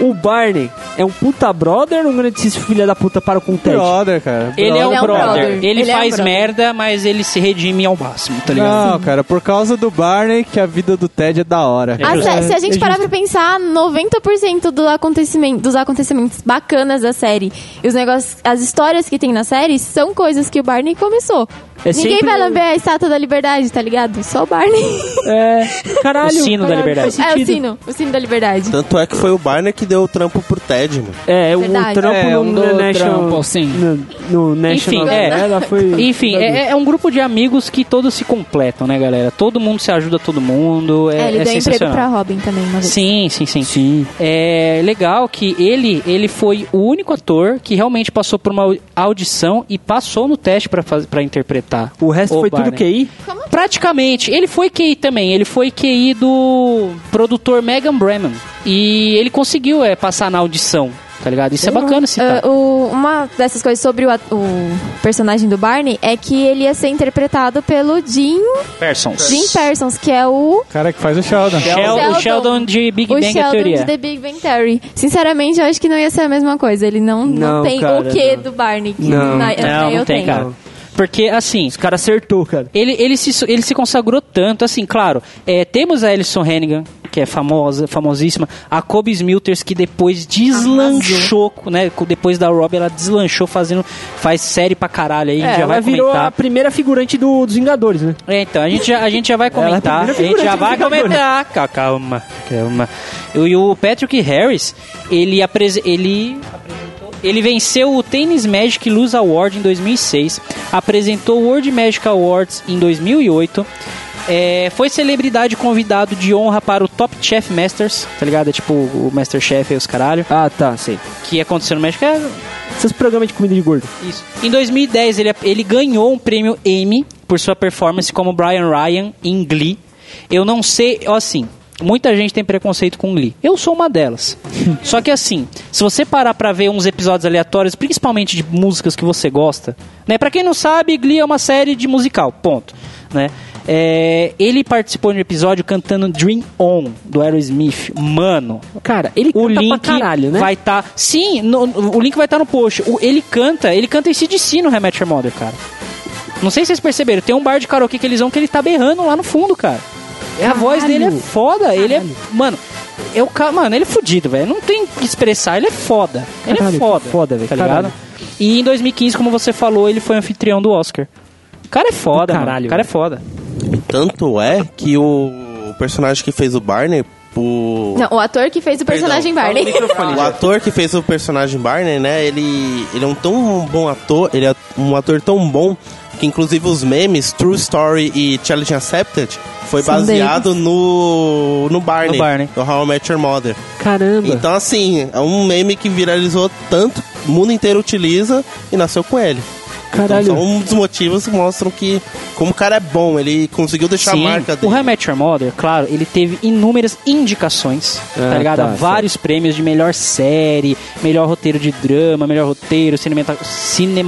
A: O Barney é um puta brother ou um grandíssimo filho da puta para com o Ted?
E: Brother, cara.
B: Ele é um
D: Ele é um
B: brother.
D: brother.
B: Ele,
D: Ele é um
B: faz
D: brother.
B: merda, mas ele se redime ao máximo, tá ligado?
E: Não, cara, por causa do Barney que a vida do Ted é da hora.
D: Ah, se, se a
C: É
D: gente parar pra pensar, 90% do acontecimento, dos acontecimentos bacanas da série e os negócios, as histórias que tem na série são coisas que o Barney começou.
A: É
D: Ninguém
A: sempre
B: um
D: vai
A: o-
D: lamber a estátua da liberdade, tá ligado? Só o Barney.
A: É, caralho.
B: O sino da
A: caralho,
B: liberdade.
A: faz
D: É o
A: sentido.
D: sino, o sino da liberdade.
F: Tanto é que foi o Barney que deu o trampo pro Ted, mano.
A: É, o
D: Verdade.
A: trampo
C: É,
A: no,
C: um
A: no
C: do
A: National...
C: trampo, sim.
A: No, no National...
B: Enfim, é.
A: Ela foi...
B: Enfim, é, é um grupo de amigos que todos se completam, né, galera? Todo mundo se ajuda todo mundo. É,
D: É, ele
B: é
D: deu emprego
B: sensacional.
D: pra Robin também uma vez.
B: Sim, sim, sim. É legal que ele, ele foi o único ator que realmente passou por uma audição e passou no teste pra faz- pra interpretar.
A: O resto foi tudo QI?
B: QI? Praticamente. Ele foi QI também. Ele foi QI do produtor Megan Bremen. E ele conseguiu é, passar na audição, tá ligado? Isso é bacana citar.
D: Ah, o- uma dessas coisas sobre o, at- o personagem do Barney é que ele ia ser interpretado pelo Jim,
B: Persons.
D: Jim Parsons, que é o,
E: O cara que faz o Sheldon.
B: Shel-
D: Sheldon.
B: O Sheldon de Big
D: o
B: Bang é
D: Sheldon
B: Theory.
D: de The Big Bang Theory. Sinceramente, eu acho que não ia ser a mesma coisa. Ele não, não,
A: Não,
D: tem
A: cara,
D: o quê
A: não.
D: do Barney. Que
A: Não.
D: na-
B: Não,
D: eu
B: não tem,
D: tenho.
B: cara. Porque, assim,
A: Os caras acertou, cara.
B: ele, ele, se, ele se consagrou tanto, assim, claro. é, temos a Alison Hennigan, que é famosa, famosíssima. A Kobe Smilters, que depois deslanchou, né? co- Depois da Rob, ela deslanchou fazendo... Faz série pra caralho aí, a gente
A: É,
B: já vai
A: ela virou
B: comentar.
A: a primeira figurante do, dos Vingadores, né?
B: É, então, a gente já, a gente já vai
A: Ela é a
B: comentar. a
A: primeira
B: gente já
A: figurante
B: vai
A: do Vingadores.
B: comentar. Ca- Calma, calma. E o Patrick Harris, ele, apres- ele ele venceu o Tennis Magic Luz Award em 2006, apresentou o World Magic Awards em 2008, é, foi celebridade convidado de honra para o Top Chef Masters, tá ligado? É tipo o Masterchef e os caralho,
A: Ah, tá, sei.
B: que aconteceu no Magic. É
A: Seus programas de comida de gordo.
B: isso. Em 2010, ele, ele ganhou um prêmio Emmy por sua performance como Brian Ryan em Glee. Eu não sei, ó, assim, muita gente tem preconceito com Glee. Eu sou uma delas. Só que assim, se você parar pra ver uns episódios aleatórios, principalmente de músicas que você gosta, né? Pra quem não sabe, Glee é uma série de musical, ponto, né? É, ele participou de um episódio cantando Dream On, do Aerosmith. Mano,
A: Cara, ele
B: o
A: canta pra
B: link
A: caralho, né?
B: vai estar. Sim, no- o link vai estar no post. O- ele canta, ele canta em CDC no Rematch Your Mother, cara. Não sei se vocês perceberam, tem um bar de karaokê que eles vão que ele tá berrando lá no fundo, cara. A voz dele é foda, ele é. Mano, eu, ca- mano, ele é fudido, velho. Não tem o que expressar, ele é foda. Ele
A: Caralho,
B: é foda.
A: foda, velho,
B: Tá
A: caralho.
B: ligado? E em 2015, como você falou, ele foi anfitrião do Oscar. O cara é foda,
A: Caralho,
B: mano. O cara é foda.
F: E tanto é que o, o personagem que fez o Barney, o.
D: Não, o ator que fez o personagem Barney.
F: O ator que fez o personagem Barney, né? Ele, ele é um tão bom ator, ele é um ator tão bom que inclusive os memes True Story e Challenge Accepted foi
D: São
F: baseado no no Barney,
B: No Barney.
F: do How I Met Your Mother.
A: Caramba.
F: Então assim, é um meme que viralizou tanto, o mundo inteiro utiliza e nasceu com ele.
A: Caralho.
F: Então, só um dos motivos que mostram que como o cara é bom, ele conseguiu deixar
B: Sim,
F: a marca
B: o
F: dele.
B: How I Met Your Mother, claro, ele teve inúmeras indicações, tá
A: Ah,
B: ligado?
A: tá,
B: A Vários prêmios de melhor série, melhor roteiro de drama, melhor roteiro, cinemata-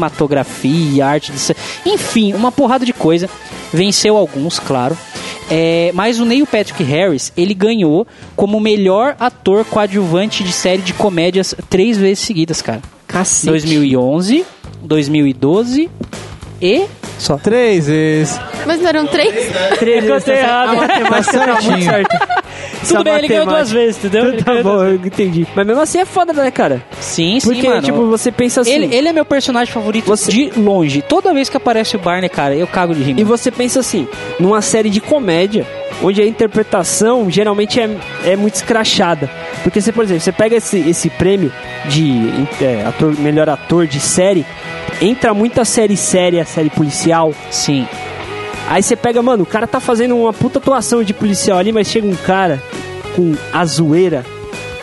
B: cinematografia, arte de... ce- Enfim, uma porrada de coisa. Venceu alguns, claro. É, mas o Neil Patrick Harris, ele ganhou como melhor ator coadjuvante de série de comédias três vezes seguidas, cara.
A: Cacete.
B: 2011, 2012 e... Só.
E: Três vezes.
D: Mas não eram três?
A: Eu cantei errado.
E: Tá certinho.
B: Tudo bem, ele ganhou duas vezes, entendeu? Ele
A: Tá
B: ganhou
A: bom, eu entendi. Mas mesmo assim é foda, né, cara?
B: Sim, sim,
A: Porque,
B: mano.
A: tipo, você pensa assim...
B: ele, ele é meu personagem favorito
A: Você-
B: de longe. Toda vez que aparece o Barney, cara, eu cago de rir.
A: E
B: mano.
A: você pensa assim, numa série de comédia, onde a interpretação geralmente é, é muito escrachada. Porque você, por exemplo, você pega esse, esse prêmio de é, ator, melhor ator de série, entra muita série séria, série policial.
B: Sim.
A: Aí você pega, mano, o cara tá fazendo uma puta atuação de policial ali, mas chega um cara com a zoeira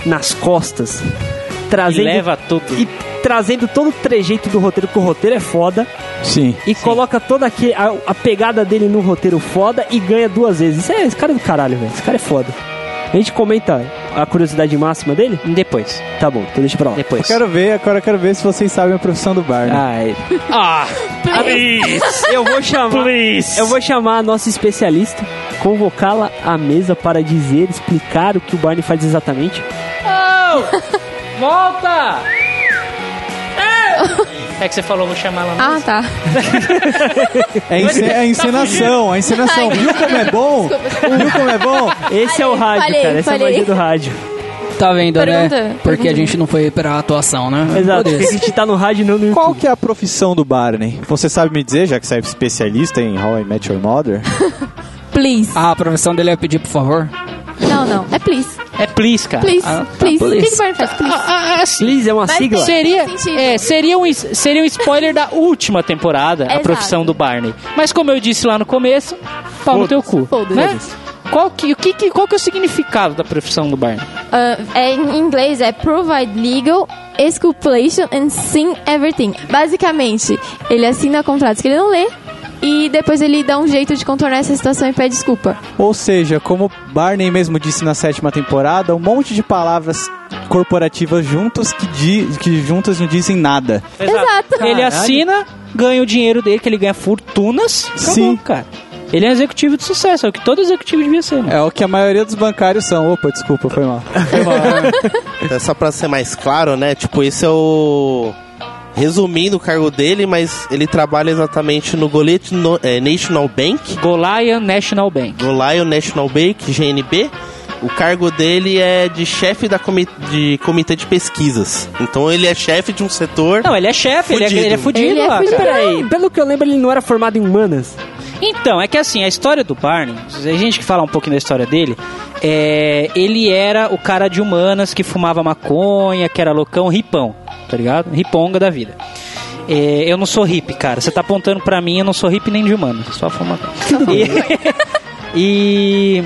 A: nas costas,
B: E
A: trazendo
B: leva tudo.
A: e trazendo todo o trejeito do roteiro, porque o roteiro é foda.
E: Sim.
A: e coloca toda aque- a, a pegada dele num roteiro foda e ganha duas vezes. Isso é, esse cara é do caralho, velho. Esse cara é foda. A gente comenta a curiosidade máxima dele?
B: Depois,
A: Tá bom, então deixa pra lá.
B: depois.
E: Quero ver, agora eu quero ver se vocês sabem a profissão do Barney.
B: Ai,
A: Ah, please! Eu vou chamar.
B: please.
A: Eu vou chamar a nossa especialista, convocá-la à mesa para dizer, explicar o que o Barney faz exatamente. Volta!
B: É que você falou, vou chamar ela.
D: Ah, tá.
E: É, ence-
B: tá
E: é a encenação, a encenação.
D: Ai,
E: Viu como é bom?
D: desculpa,
E: Viu como é bom?
A: Esse é o
D: Falei,
A: rádio,
D: falei,
A: cara. Essa é a
D: falei.
A: magia do rádio.
C: Tá vendo, né?
D: Pergunta,
C: Porque a
D: pergunta.
C: gente não foi pra atuação, né?
A: Exato. Porque a gente tá no rádio e não no YouTube.
E: Qual que é a profissão do Barney? Você sabe me dizer, já que você é especialista em How I Met Your Mother?
D: Please.
C: Ah, a profissão dele é pedir, por favor.
D: Não, não. É please.
B: É please, cara.
D: Please.
C: Ah,
D: please. O que
C: please.
D: que o Barney faz? Please.
B: Ah, ah, assim.
A: Please é uma
D: Vai
A: sigla?
D: ter.
B: Seria,
D: Faz sentido.
B: é, seria, um, es- seria um spoiler da última temporada, a
D: Exato.
B: profissão do Barney. Mas como eu disse lá no começo, pau no teu cu.
D: Foda-se.
B: Né? Qual, que, o que, que- qual que é o significado da profissão do Barney?
D: Ah, é, em inglês é provide legal exculpation and sign everything. Basicamente, ele assina contratos que ele não lê e depois ele dá um jeito de contornar essa situação e pede desculpa.
E: Ou seja, como Barney mesmo disse na sétima temporada, um monte de palavras corporativas juntas que, di- que juntas não dizem nada.
D: Exato.
B: Ele assina, ganha o dinheiro dele, que ele ganha fortunas. Acabou,
E: Sim.
B: cara. Ele é um executivo de sucesso, é o que todo executivo devia ser, né?
E: É o que a maioria dos bancários são. Opa, desculpa, foi mal.
F: É só pra ser mais claro, né? Tipo, esse é o. Resumindo o cargo dele, mas ele trabalha exatamente no Golete no- eh, National Bank,
B: Goliath National Bank.
F: Goliath National Bank, GNB. O cargo dele é de chefe da comi de comitê de pesquisas. Então ele é chefe de um setor.
B: Não, ele é chefe, ele é,
F: Fudido.
B: ele é fudido
D: Ele é
B: lá,
D: fudido.
B: cara.
A: Peraí, pelo que eu lembro, ele não era formado em humanas.
B: Então, é que assim, a história do Barney, se a gente que falar um pouquinho da história dele, é, ele era o cara de humanas que fumava maconha, que era loucão, ripão, tá ligado? Riponga da vida. É, eu não sou hippie, cara. Você tá apontando pra mim, eu não sou hippie nem de humanas. Só fuma. E.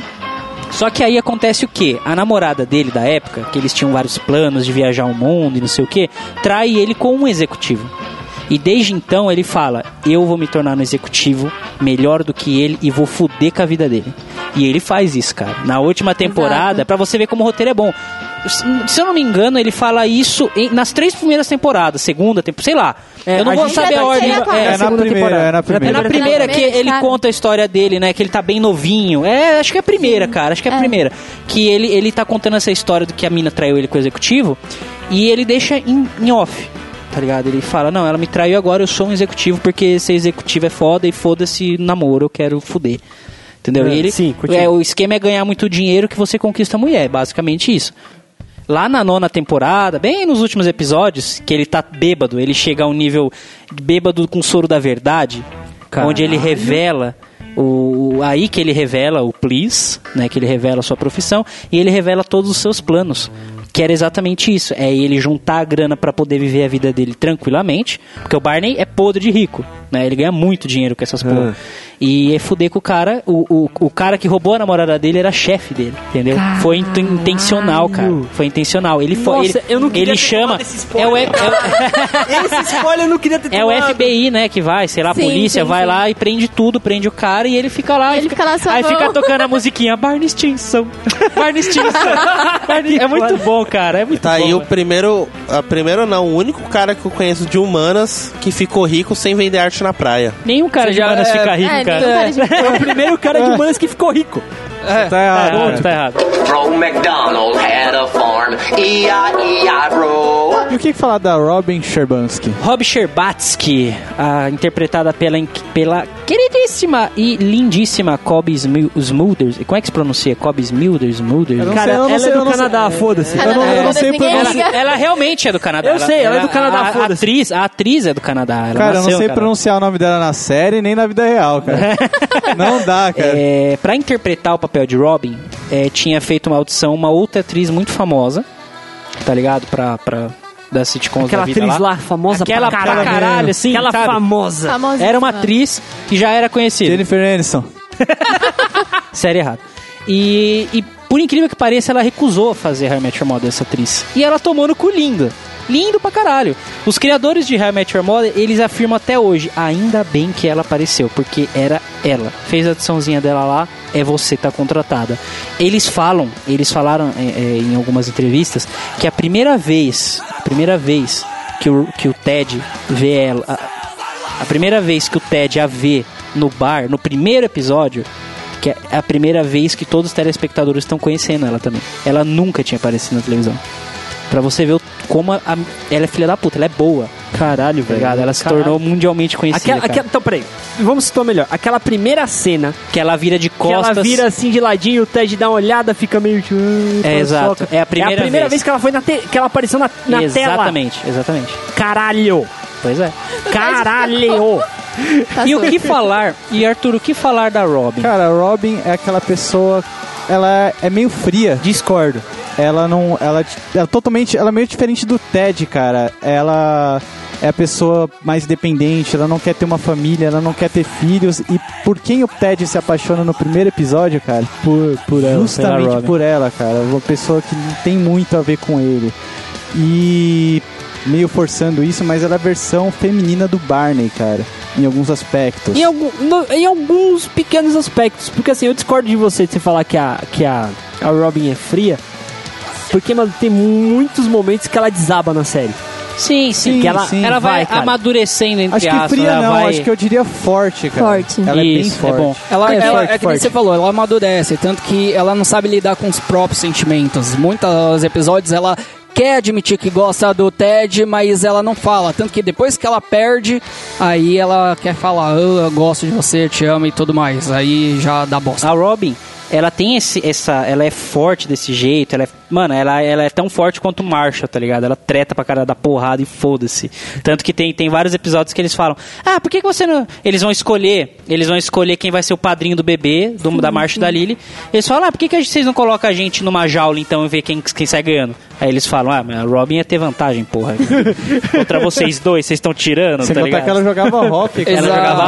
B: Só que aí acontece o quê? A namorada dele da época, que eles tinham vários planos de viajar o mundo e não sei o quê, trai ele com um executivo. E desde então ele fala: Eu vou me tornar um executivo melhor do que ele e vou fuder com a vida dele. E ele faz isso, cara. Na última temporada, pra você ver como o roteiro é bom. Se- Se eu não me engano, ele fala isso em- nas três primeiras temporadas, segunda temporada, sei lá. eu não
A: a
B: vou
A: gente
B: saber
D: já
B: a
D: tá
B: ordem. é,
D: chegando agora.
E: É na primeira, é na
B: é na
E: primeira.
B: primeira que
D: primeira,
B: ele
D: cara.
B: conta a história dele, né? Que ele tá bem novinho. É, acho que é a primeira, cara. Acho que é a primeira. Que ele, ele tá contando essa história do que a mina traiu ele com o executivo. E ele deixa em, em off, tá ligado? Ele fala, não, ela me traiu agora, eu sou um executivo, porque ser executivo é foda e foda-se namoro, eu quero fuder. Entendeu?
A: É,
B: E ele,
A: sim, continua.
B: é, o esquema é ganhar muito dinheiro que você conquista a mulher, é basicamente isso. Lá na nona temporada, bem nos últimos episódios, que ele tá bêbado, ele chega a um nível bêbado com soro da verdade, onde ele revela o, o- aí que ele revela o please, né, que ele revela a sua profissão e ele revela todos os seus planos. Que era exatamente isso, é ele juntar a grana pra poder viver a vida dele tranquilamente, porque o Barney é podre de rico, né? Ele ganha muito dinheiro com essas
A: É.
B: porra. E é fuder com o cara, o, o, o cara que roubou a namorada dele era chefe dele, entendeu? Foi inten- intencional, cara. Foi intencional. Ele foi
A: Nossa,
B: ele,
A: eu não queria
B: ele
A: ter
B: chama
A: tomado esse
B: é
A: spoiler.
B: o, é, é,
A: Esse spoiler eu não queria ter
B: é o FBI, né, que vai, sei lá, a
D: Sim,
B: polícia
D: sim,
B: vai
D: sim.
B: lá e prende tudo, prende o cara e ele fica lá.
D: Ele
B: e
D: fica lá só
B: Aí
D: no-
B: fica tocando a musiquinha Barney Stinson. Barney Stinson. Barney- é muito bom, cara. É muito
F: Tá aí
B: bom.
F: o primeiro. A primeiro não, o único cara que eu conheço de humanas que ficou rico sem vender arte na praia.
B: Nenhum cara de
A: já-
B: humanas
A: é-
B: fica rico,
D: é,
B: cara.
D: nenhum cara de-
A: É o primeiro cara de humanas que ficou rico.
E: Tá
B: Tá
E: errado.
B: errado, tá errado.
J: Bro McDonald had a farm. E E-I-E-I, bro.
E: E o que falar da Robin Sherbansky?
B: Rob Sherbatsky, a- interpretada pela, in- pela queridíssima e lindíssima Cobb Smu- Smulders. Como é que se pronuncia? Cobb Smulders? Smulders?
E: Eu não
A: Cara,
E: sei, eu não
A: ela
E: sei,
A: é
E: eu
A: do
E: não sei.
A: Canadá, foda-se.
E: Eu não, eu não
D: Ela-
E: sei
D: ninguém
E: pronunciar.
D: liga.
B: Ela, ela realmente é do Canadá.
A: Eu sei, ela é do
B: a-
A: Canadá,
B: A, a
A: foda-se.
B: atriz, a atriz é do Canadá. Ela
E: Cara,
B: nasceu
E: eu não sei
B: no Canadá.
E: pronunciar o nome dela na série nem na vida real, cara. não dá, cara.
B: É, pra interpretar o papel de Robin, é, tinha feito uma audição uma outra atriz muito famosa, tá ligado? Pra, pra, da sitcoms
A: Aquela
B: da vida
A: atriz lá, famosa
B: Aquela
A: pra
B: pra
A: caralho.
B: caralho, assim,
A: Aquela
B: sabe?
A: famosa.
D: Famosíssima.
B: Era uma atriz que já era conhecida.
E: Jennifer Aniston.
B: Série errada. E, e por incrível que pareça, ela recusou fazer How I Met Your Mother, essa atriz. E ela tomou no cu linda. Lindo pra caralho. Os criadores de High Met Your Mother, eles afirmam até hoje, ainda bem que ela apareceu, porque era ela. Fez a adiçãozinha dela lá, é você tá contratada. Eles falam, eles falaram é, é, em algumas entrevistas, que a primeira vez, a primeira vez que o, que o Ted vê ela, a- a primeira vez que o Ted a vê no bar, no primeiro episódio, que é a primeira vez que todos os telespectadores estão conhecendo ela também. Ela nunca tinha aparecido na televisão. Pra você ver o- como a- a- ela é filha da puta, ela é boa.
A: Caralho, velho.
B: Ligado? Ela se
A: Caralho.
B: tornou mundialmente conhecida.
A: Aquela,
B: cara.
A: aquela- então, peraí. Vamos situar melhor. Aquela primeira cena
B: Que ela vira de costas.
A: que ela vira assim de ladinho, o Ted dá uma olhada, fica meio... tipo, "Ah,
B: É, exato.
A: soca."
B: É a primeira
A: é a primeira vez.
B: vez.
A: que ela foi na te- que ela apareceu na, na tela.
B: exatamente, exatamente.
A: Caralho.
B: Pois é.
A: Caralho.
D: Tá
B: E o
D: certo.
B: que falar? E Arthur, o que falar da Robin?
E: Cara, a Robin é aquela pessoa. Ela é meio fria.
B: Discordo.
E: Ela não. Ela, ela é totalmente. Ela é meio diferente do Ted, cara. Ela é a pessoa mais dependente. Ela não quer ter uma família. Ela não quer ter filhos. E por quem o Ted se apaixona no primeiro episódio, cara?
B: Por, por
E: Justamente por ela, cara. Uma pessoa que não tem muito a ver com ele. E meio forçando isso, mas ela é a versão feminina do Barney, cara. Em alguns aspectos.
A: Em, algum- no- em alguns pequenos aspectos. Porque assim, eu discordo de você de você falar que a, que a, a Robin é fria. Porque, mano, tem muitos momentos que ela desaba na série.
B: Sim, sim.
E: Sim,
B: que ela,
E: sim.
B: ela vai,
A: Vai, cara.
B: amadurecendo entre
E: Acho que
B: aspas,
E: fria
B: ela
E: não,
B: né? vai-
E: acho que eu diria forte, cara.
D: Forte.
E: Ela é bem
B: Isso,
E: forte.
B: é bom.
C: Ela é,
E: Ela-
C: forte,
E: é que
C: que nem
E: forte.
C: você falou, ela amadurece, tanto que ela não sabe lidar com os próprios sentimentos. Muitos episódios ela quer admitir que gosta do Ted, mas ela não fala. Tanto que depois que ela perde, aí ela quer falar, "Ah, eu gosto de você, te amo e tudo mais. Aí já dá bosta.
B: A Robin, ela tem esse, essa. Ela é forte desse jeito. Ela é, mano, ela, ela é tão forte quanto o Marshall, tá ligado? Ela treta pra cara da porrada e foda-se. Tanto que tem, tem vários episódios que eles falam: Ah, por que, que você não. Eles vão escolher. Eles vão escolher quem vai ser o padrinho do bebê, do, da Marcha e da Lily. Eles falam: Ah, por que, que a gente- vocês não colocam a gente numa jaula então e vê quem, quem sai ganhando? Aí eles falam: Ah, mas a Robin ia ter vantagem, porra. Contra vocês dois, vocês estão tirando,
E: Sem
B: tá
E: contar
B: ligado?
E: que ela jogava rock, cara.
B: Ela
C: Exato.
B: jogava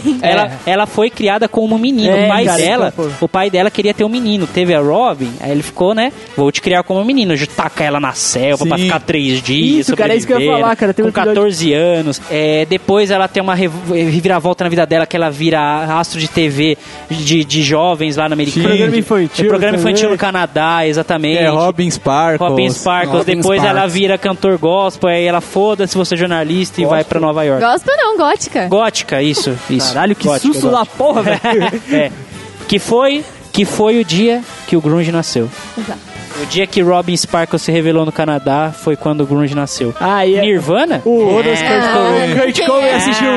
D: Sim.
B: Ela, ela foi criada com um menino.
A: É,
B: o pai
A: cara,
B: dela,
A: pô.
B: o pai dela queria ter um menino. Teve a Robin, aí ele ficou, né? Vou te criar como um menino. Já Taca ela na selva
E: Sim.
B: pra ficar três dias.
A: Isso, cara, é isso que eu ia
B: sobrevivendo,
A: falar, cara. Tem um
B: com
A: episódio-
B: 14 anos. É, depois ela tem uma revo- reviravolta na vida dela, que ela vira astro de TV de, de jovens lá na Americana.
A: Programa infantil
B: É, programa infantil
A: também.
B: no Canadá, exatamente.
E: É, Robin Sparkles.
B: Robin Sparkles,
C: Robin
B: depois ela
C: Sparks.
B: vira cantor gospel, aí ela foda-se, você é jornalista e vai pra Nova York.
D: Gospel não, gótica.
B: É. Gótica, isso, isso.
A: Caralho, que
B: Gótica,
A: susto
B: gótica.
A: da porra, velho.
B: É. Que foi, que foi o dia que o grunge nasceu.
D: Exato.
B: O dia que Robin Sparkle se revelou no Canadá foi quando o grunge nasceu.
A: Ah, e-
B: Nirvana?
A: O Odas
D: Ah,
A: Kurt Cobain.
D: porque-
A: Kurt Cobain assistiu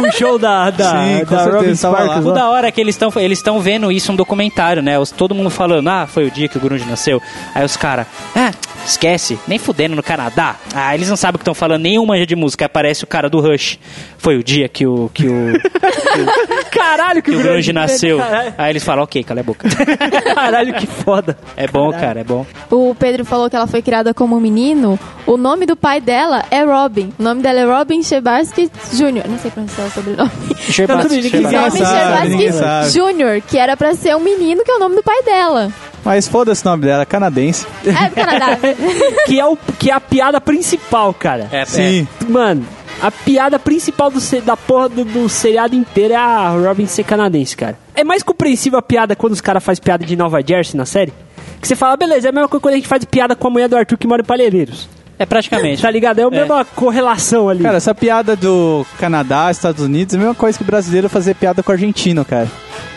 A: o, o show da,
B: Ah,
A: da,
E: Sim, com
A: da
E: certeza,
A: Robin
E: tava lá.
A: Sparks.
B: O da hora é que eles estão eles estão vendo isso um documentário, né? Os- todo mundo falando, ah, foi o dia que o grunge nasceu. Aí os caras, ah, esquece, nem fudendo no Canadá. Ah, eles não sabem o que estão falando, nenhum manja de música. Aí Aparece o cara do Rush. Foi o dia que o que o,
A: Caralho, que,
B: que o grunge nasceu.
A: Caralho,
B: Aí eles falam, ok, cala a boca.
A: Caralho, que foda.
B: É bom, cara, é bom.
D: O Pedro falou que ela foi criada como um menino. O nome do pai dela é Robin. O nome dela é Robin Shebarsky Jr. Não sei pronunciar o sobrenome.
A: Tanto
B: Sherbats,
A: ninguém
B: Sherbats.
A: sabe.
D: Robin
E: sabe, ninguém sabe.
D: Shebarsky Jr., que era pra ser um menino, que é o nome do pai dela.
E: Mas foda-se o nome dela, canadense.
D: É do Canadá.
A: que, é o, que é a piada principal, cara.
B: É,
E: Sim.
A: Mano, a piada principal do, se- da porra do, do seriado inteiro é a Robin ser canadense, cara. É mais compreensível a piada quando os caras fazem piada de Nova Jersey na série? Que você fala, beleza, é a mesma coisa quando a gente faz piada com a mulher do Arthur que mora em Palheireiros.
B: É, é praticamente.
A: Tá ligado? É a mesma correlação ali.
E: Cara, essa piada do Canadá, Estados Unidos, é a mesma coisa que o brasileiro fazer piada com o argentino, cara.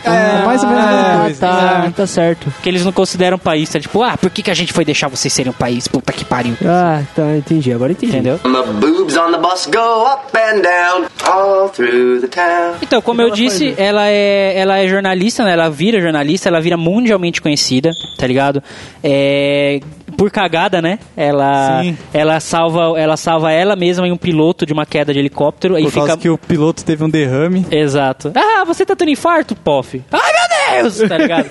E: É mais ou menos a mesma coisa.
B: Ah,
A: tá, tá certo.
B: Porque eles não consideram país, tá tipo, ah, por que, que a gente foi deixar vocês serem um país? Puta que pariu.
A: Ah, tá, entendi. Agora entendi.
B: Entendeu?
J: My boobs on the bus go up and down all through the town.
B: Então, como eu disse, ela é, ela é jornalista, né? Ela vira jornalista, ela vira mundialmente conhecida, tá ligado? É, por cagada, né? Ela,
E: Sim.
B: ela salva, ela salva ela mesma em um piloto de uma queda de helicóptero e
E: Por causa
B: fica
E: que o piloto teve um derrame.
B: Exato. Ah, você tá tendo infarto, Poff? Ai, meu Deus! Tá ligado?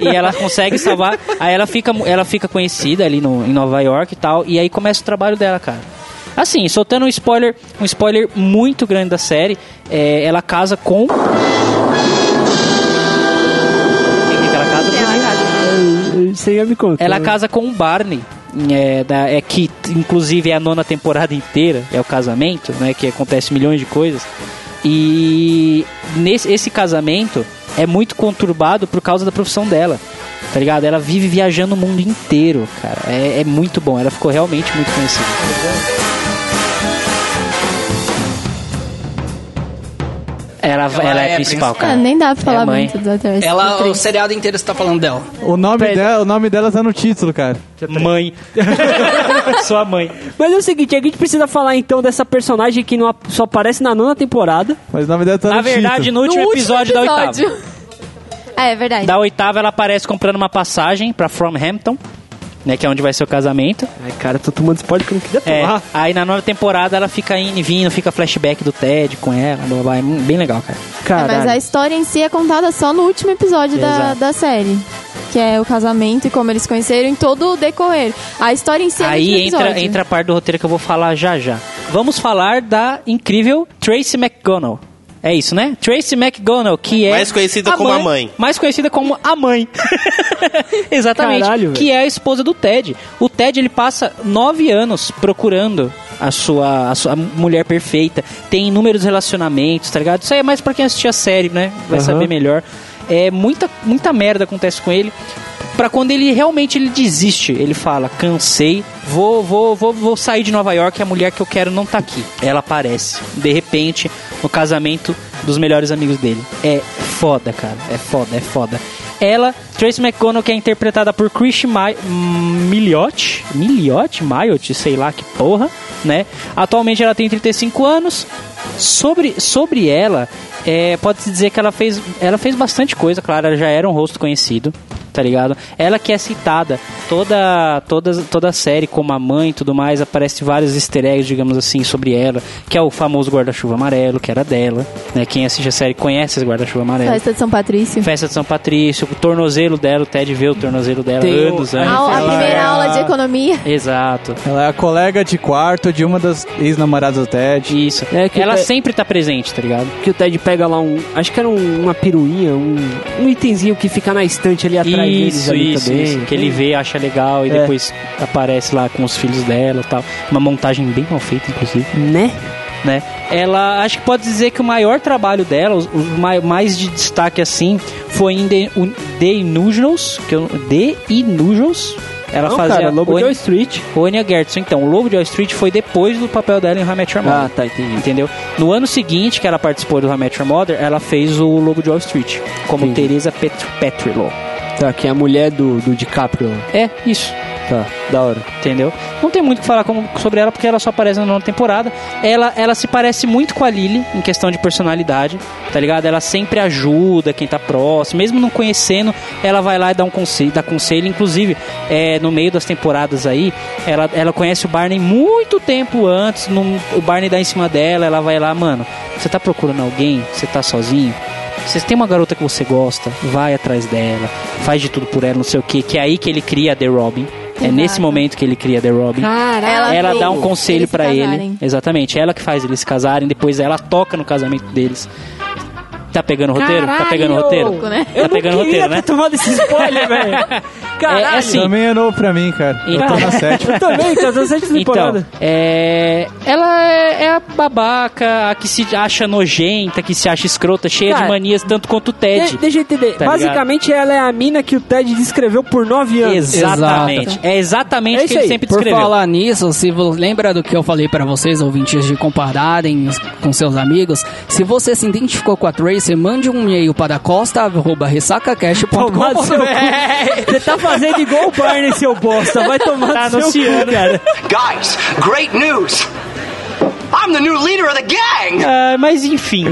B: e ela consegue salvar. Aí ela fica, ela fica conhecida ali no, em Nova York e tal. E aí começa o trabalho dela, cara. Assim, soltando um spoiler, um spoiler muito grande da série. é, ela casa com. Quem que ela casa?
D: é
A: Você já me contou. Hum. né?
B: Ela casa com o Barney. é, da- é que t- inclusive é a nona temporada inteira, é o casamento, né? Que acontece milhões de coisas. E nesse esse casamento é muito conturbado por causa da profissão dela. Tá ligado? Ela vive viajando o mundo inteiro, cara. É, é muito bom. Ela ficou realmente muito conhecida. Ela, ela,
C: Ela
B: é,
C: é
B: a principal,
D: Ah,
B: cara.
D: nem dá pra falar
B: É, mãe.
D: muito dos atores.
C: Ela, o seriado inteiro você tá falando dela.
E: O nome, dela, o nome dela tá no título, cara.
B: Mãe. Sua mãe.
A: Mas é o seguinte, a gente precisa falar então dessa personagem que não ap- só aparece na nona temporada.
E: Mas o nome dela tá
B: Na
E: no título.
B: verdade, no
D: No
B: último, episódio, da oitava.
D: Ah, é verdade.
B: Da oitava, ela aparece comprando uma passagem pra Hampton, né? Que é onde vai ser o casamento.
A: Ai, cara, tô tomando spoiler que eu não queria
B: É,
A: tomar.
B: aí na nova temporada ela fica indo e vindo, fica flashback do Ted com ela, blá, blá, blá. É bem legal, cara.
D: É, mas a história em si é contada só no último episódio da,
B: Exato.
D: da série. Que é o casamento e como eles se conheceram em todo o decorrer. A história em si é no
B: aí
D: último
B: entra,
D: episódio.
B: entra a parte do roteiro que eu vou falar já já. Vamos falar da incrível Tracy McGonnell. É isso, né? Tracy McGonnell, que é.
F: Mais conhecida como a mãe.
B: Mais conhecida como a mãe. Exatamente.
A: Caralho, velho.
B: que é a esposa do Ted. O Ted, ele passa nove anos procurando a sua, a sua mulher perfeita. Tem inúmeros relacionamentos, tá ligado? Isso aí é mais pra quem assistir a série, né? Vai
A: Aham.
B: saber melhor. É, muita, muita merda acontece com ele. Pra quando ele realmente ele desiste, ele fala: cansei, vou, vou, vou, vou sair de Nova York, a mulher que eu quero não tá aqui. Ela aparece, de repente, no casamento dos melhores amigos dele. É foda, cara. É foda, é foda. Ela, Tracy McConnell, que é interpretada por Chris Ma- Milioti, Milioti, Milioti, sei lá que porra, né? Atualmente ela tem 35 anos, Sobre, sobre ela, é, pode-se dizer que ela fez, ela fez bastante coisa, claro, ela já era um rosto conhecido, tá ligado? Ela que é citada toda, toda, toda a série como a mãe e tudo mais, aparece vários easter eggs, digamos assim, sobre ela, que é o famoso guarda-chuva amarelo, que era dela, né? Quem assiste a série conhece esse guarda-chuva amarelo.
D: Festa de São Patrício.
B: Festa de São Patrício, o tornozelo dela, o Ted vê o tornozelo dela
E: Tem o-
B: anos,
E: a
D: A,
B: anos.
D: a
E: Ela
D: primeira
E: é a-
D: aula de economia.
B: Exato.
E: Ela é a colega de quarto de uma das ex-namoradas do Ted.
B: Isso.
A: É que
B: ela
A: o Ted-
B: sempre tá presente, tá ligado?
A: Que o Ted pega lá um. Acho que era um- uma peruinha, um, um itemzinho que fica na estante ali atrás deles
B: Isso,
A: ali
B: isso,
A: também.
B: isso. Que ele vê, acha legal e
A: É.
B: depois aparece lá com os filhos dela e tal. Uma montagem bem mal feita, inclusive,
A: Né?
B: né? Ela, acho que pode dizer que o maior trabalho dela, o mais de destaque assim, foi em The, o- The Inusuals, que eu, The Inusuals. Ela
A: Não,
B: fazia
A: cara, Lobo de
B: Oni-
A: Wall Street.
B: Onia Gertson. Então, o Lobo de Wall Street foi depois do papel dela em How I Met Your Mother.
A: Ah, tá, entendi.
B: Entendeu? No ano seguinte que ela participou do How I Met Your Mother, ela fez o Lobo de Wall Street, como
A: Entendi.
B: Teresa Pet- Petrillo.
A: Tá, que é a mulher do, do DiCaprio.
B: É, isso.
A: Tá, da hora.
B: entendeu? Não tem muito o que falar como- sobre ela porque ela só aparece na nona temporada. Ela, ela se parece muito com a Lily em questão de personalidade, tá ligado? Ela sempre ajuda quem tá próximo, mesmo não conhecendo, ela vai lá e dá um conselho, dá conselho. Inclusive, é, no meio das temporadas aí, ela, ela conhece o Barney muito tempo antes. num- o Barney dá em cima dela, ela vai lá, mano, você tá procurando alguém? Você tá sozinho? Você tem uma garota que você gosta, vai atrás dela, faz de tudo por ela, não sei o que, que é aí que ele cria a The Robin. É nesse
D: Exato. Ah,
B: momento que ele cria The Robin.
D: Ela,
B: Ela
D: fez
B: dá um conselho
D: eles se
B: pra ele.
D: casarem.
B: Exatamente. Ela que faz eles se casarem, depois ela toca no casamento deles. Tá pegando o roteiro? Tá pegando o roteiro?
D: Pouco, né?
B: Tá pegando o roteiro, né?
A: tomado esse spoiler, velho. Caralho.
B: É- é assim,
E: Também é novo pra mim, cara. Eu tô
B: Então.
E: na sétima.
A: Eu também, tá, cara, são sete
B: Então,
A: temporadas.
B: é, ela é, é a babaca, a que se acha nojenta, que se acha escrota, cheia
A: Cara,
B: de manias, tanto quanto o Ted.
A: De- deixa eu entender.
B: Tá
A: Basicamente, ela é a mina que o Ted descreveu por nove anos.
B: Exatamente. É
A: É
B: exatamente o que
A: isso
B: ele
A: aí,
B: sempre
C: Por
B: descreveu.
C: falar nisso, se vo- lembra do que eu falei pra vocês, ouvintes, de compararem os- com seus amigos? Se você se identificou com a Tracy, mande um e-mail para
A: Tomar no
C: costa.ressacacast.com.
A: seu cu. Você tá fazendo igual o Barney, seu bosta. Vai tomar
B: Tá
A: no seu cu,
B: anunciando.
A: cara.
J: Guys, great news! I'm the new leader of the gang!
B: Ah, mas enfim,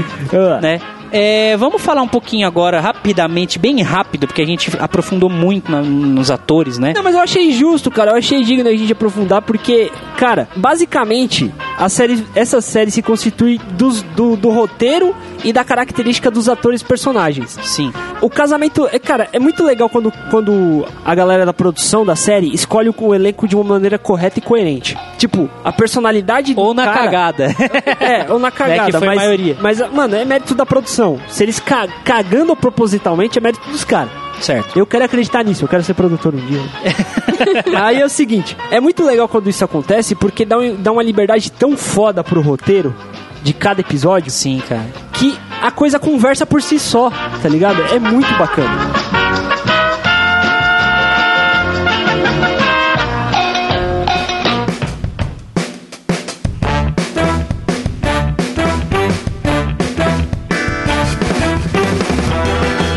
B: né? É, vamos falar um pouquinho agora, rapidamente, bem rápido, porque a gente aprofundou muito na- nos atores, né?
A: Não, mas eu achei justo, cara. Eu achei digno a gente aprofundar, porque, cara, basicamente, a série, essa série se constitui dos- do, do roteiro e da característica dos atores e personagens.
B: Sim.
A: O casamento, é, cara, é muito legal quando, quando a galera da produção da série escolhe o, o elenco de uma maneira correta e coerente. Tipo, a personalidade do
B: Ou na
A: cara-
B: cagada.
A: É, ou na cagada,
B: que foi a
A: mas,
B: maioria.
A: mas, mano, é mérito da produção. Se eles ca- cagando propositalmente, é mérito dos caras.
B: Certo.
A: Eu quero acreditar nisso, eu quero ser produtor um dia. Aí é o seguinte, é muito legal quando isso acontece porque dá, um- dá uma liberdade tão foda pro roteiro de cada episódio
B: Sim, cara.
A: que a coisa conversa por si só, tá ligado? É muito bacana.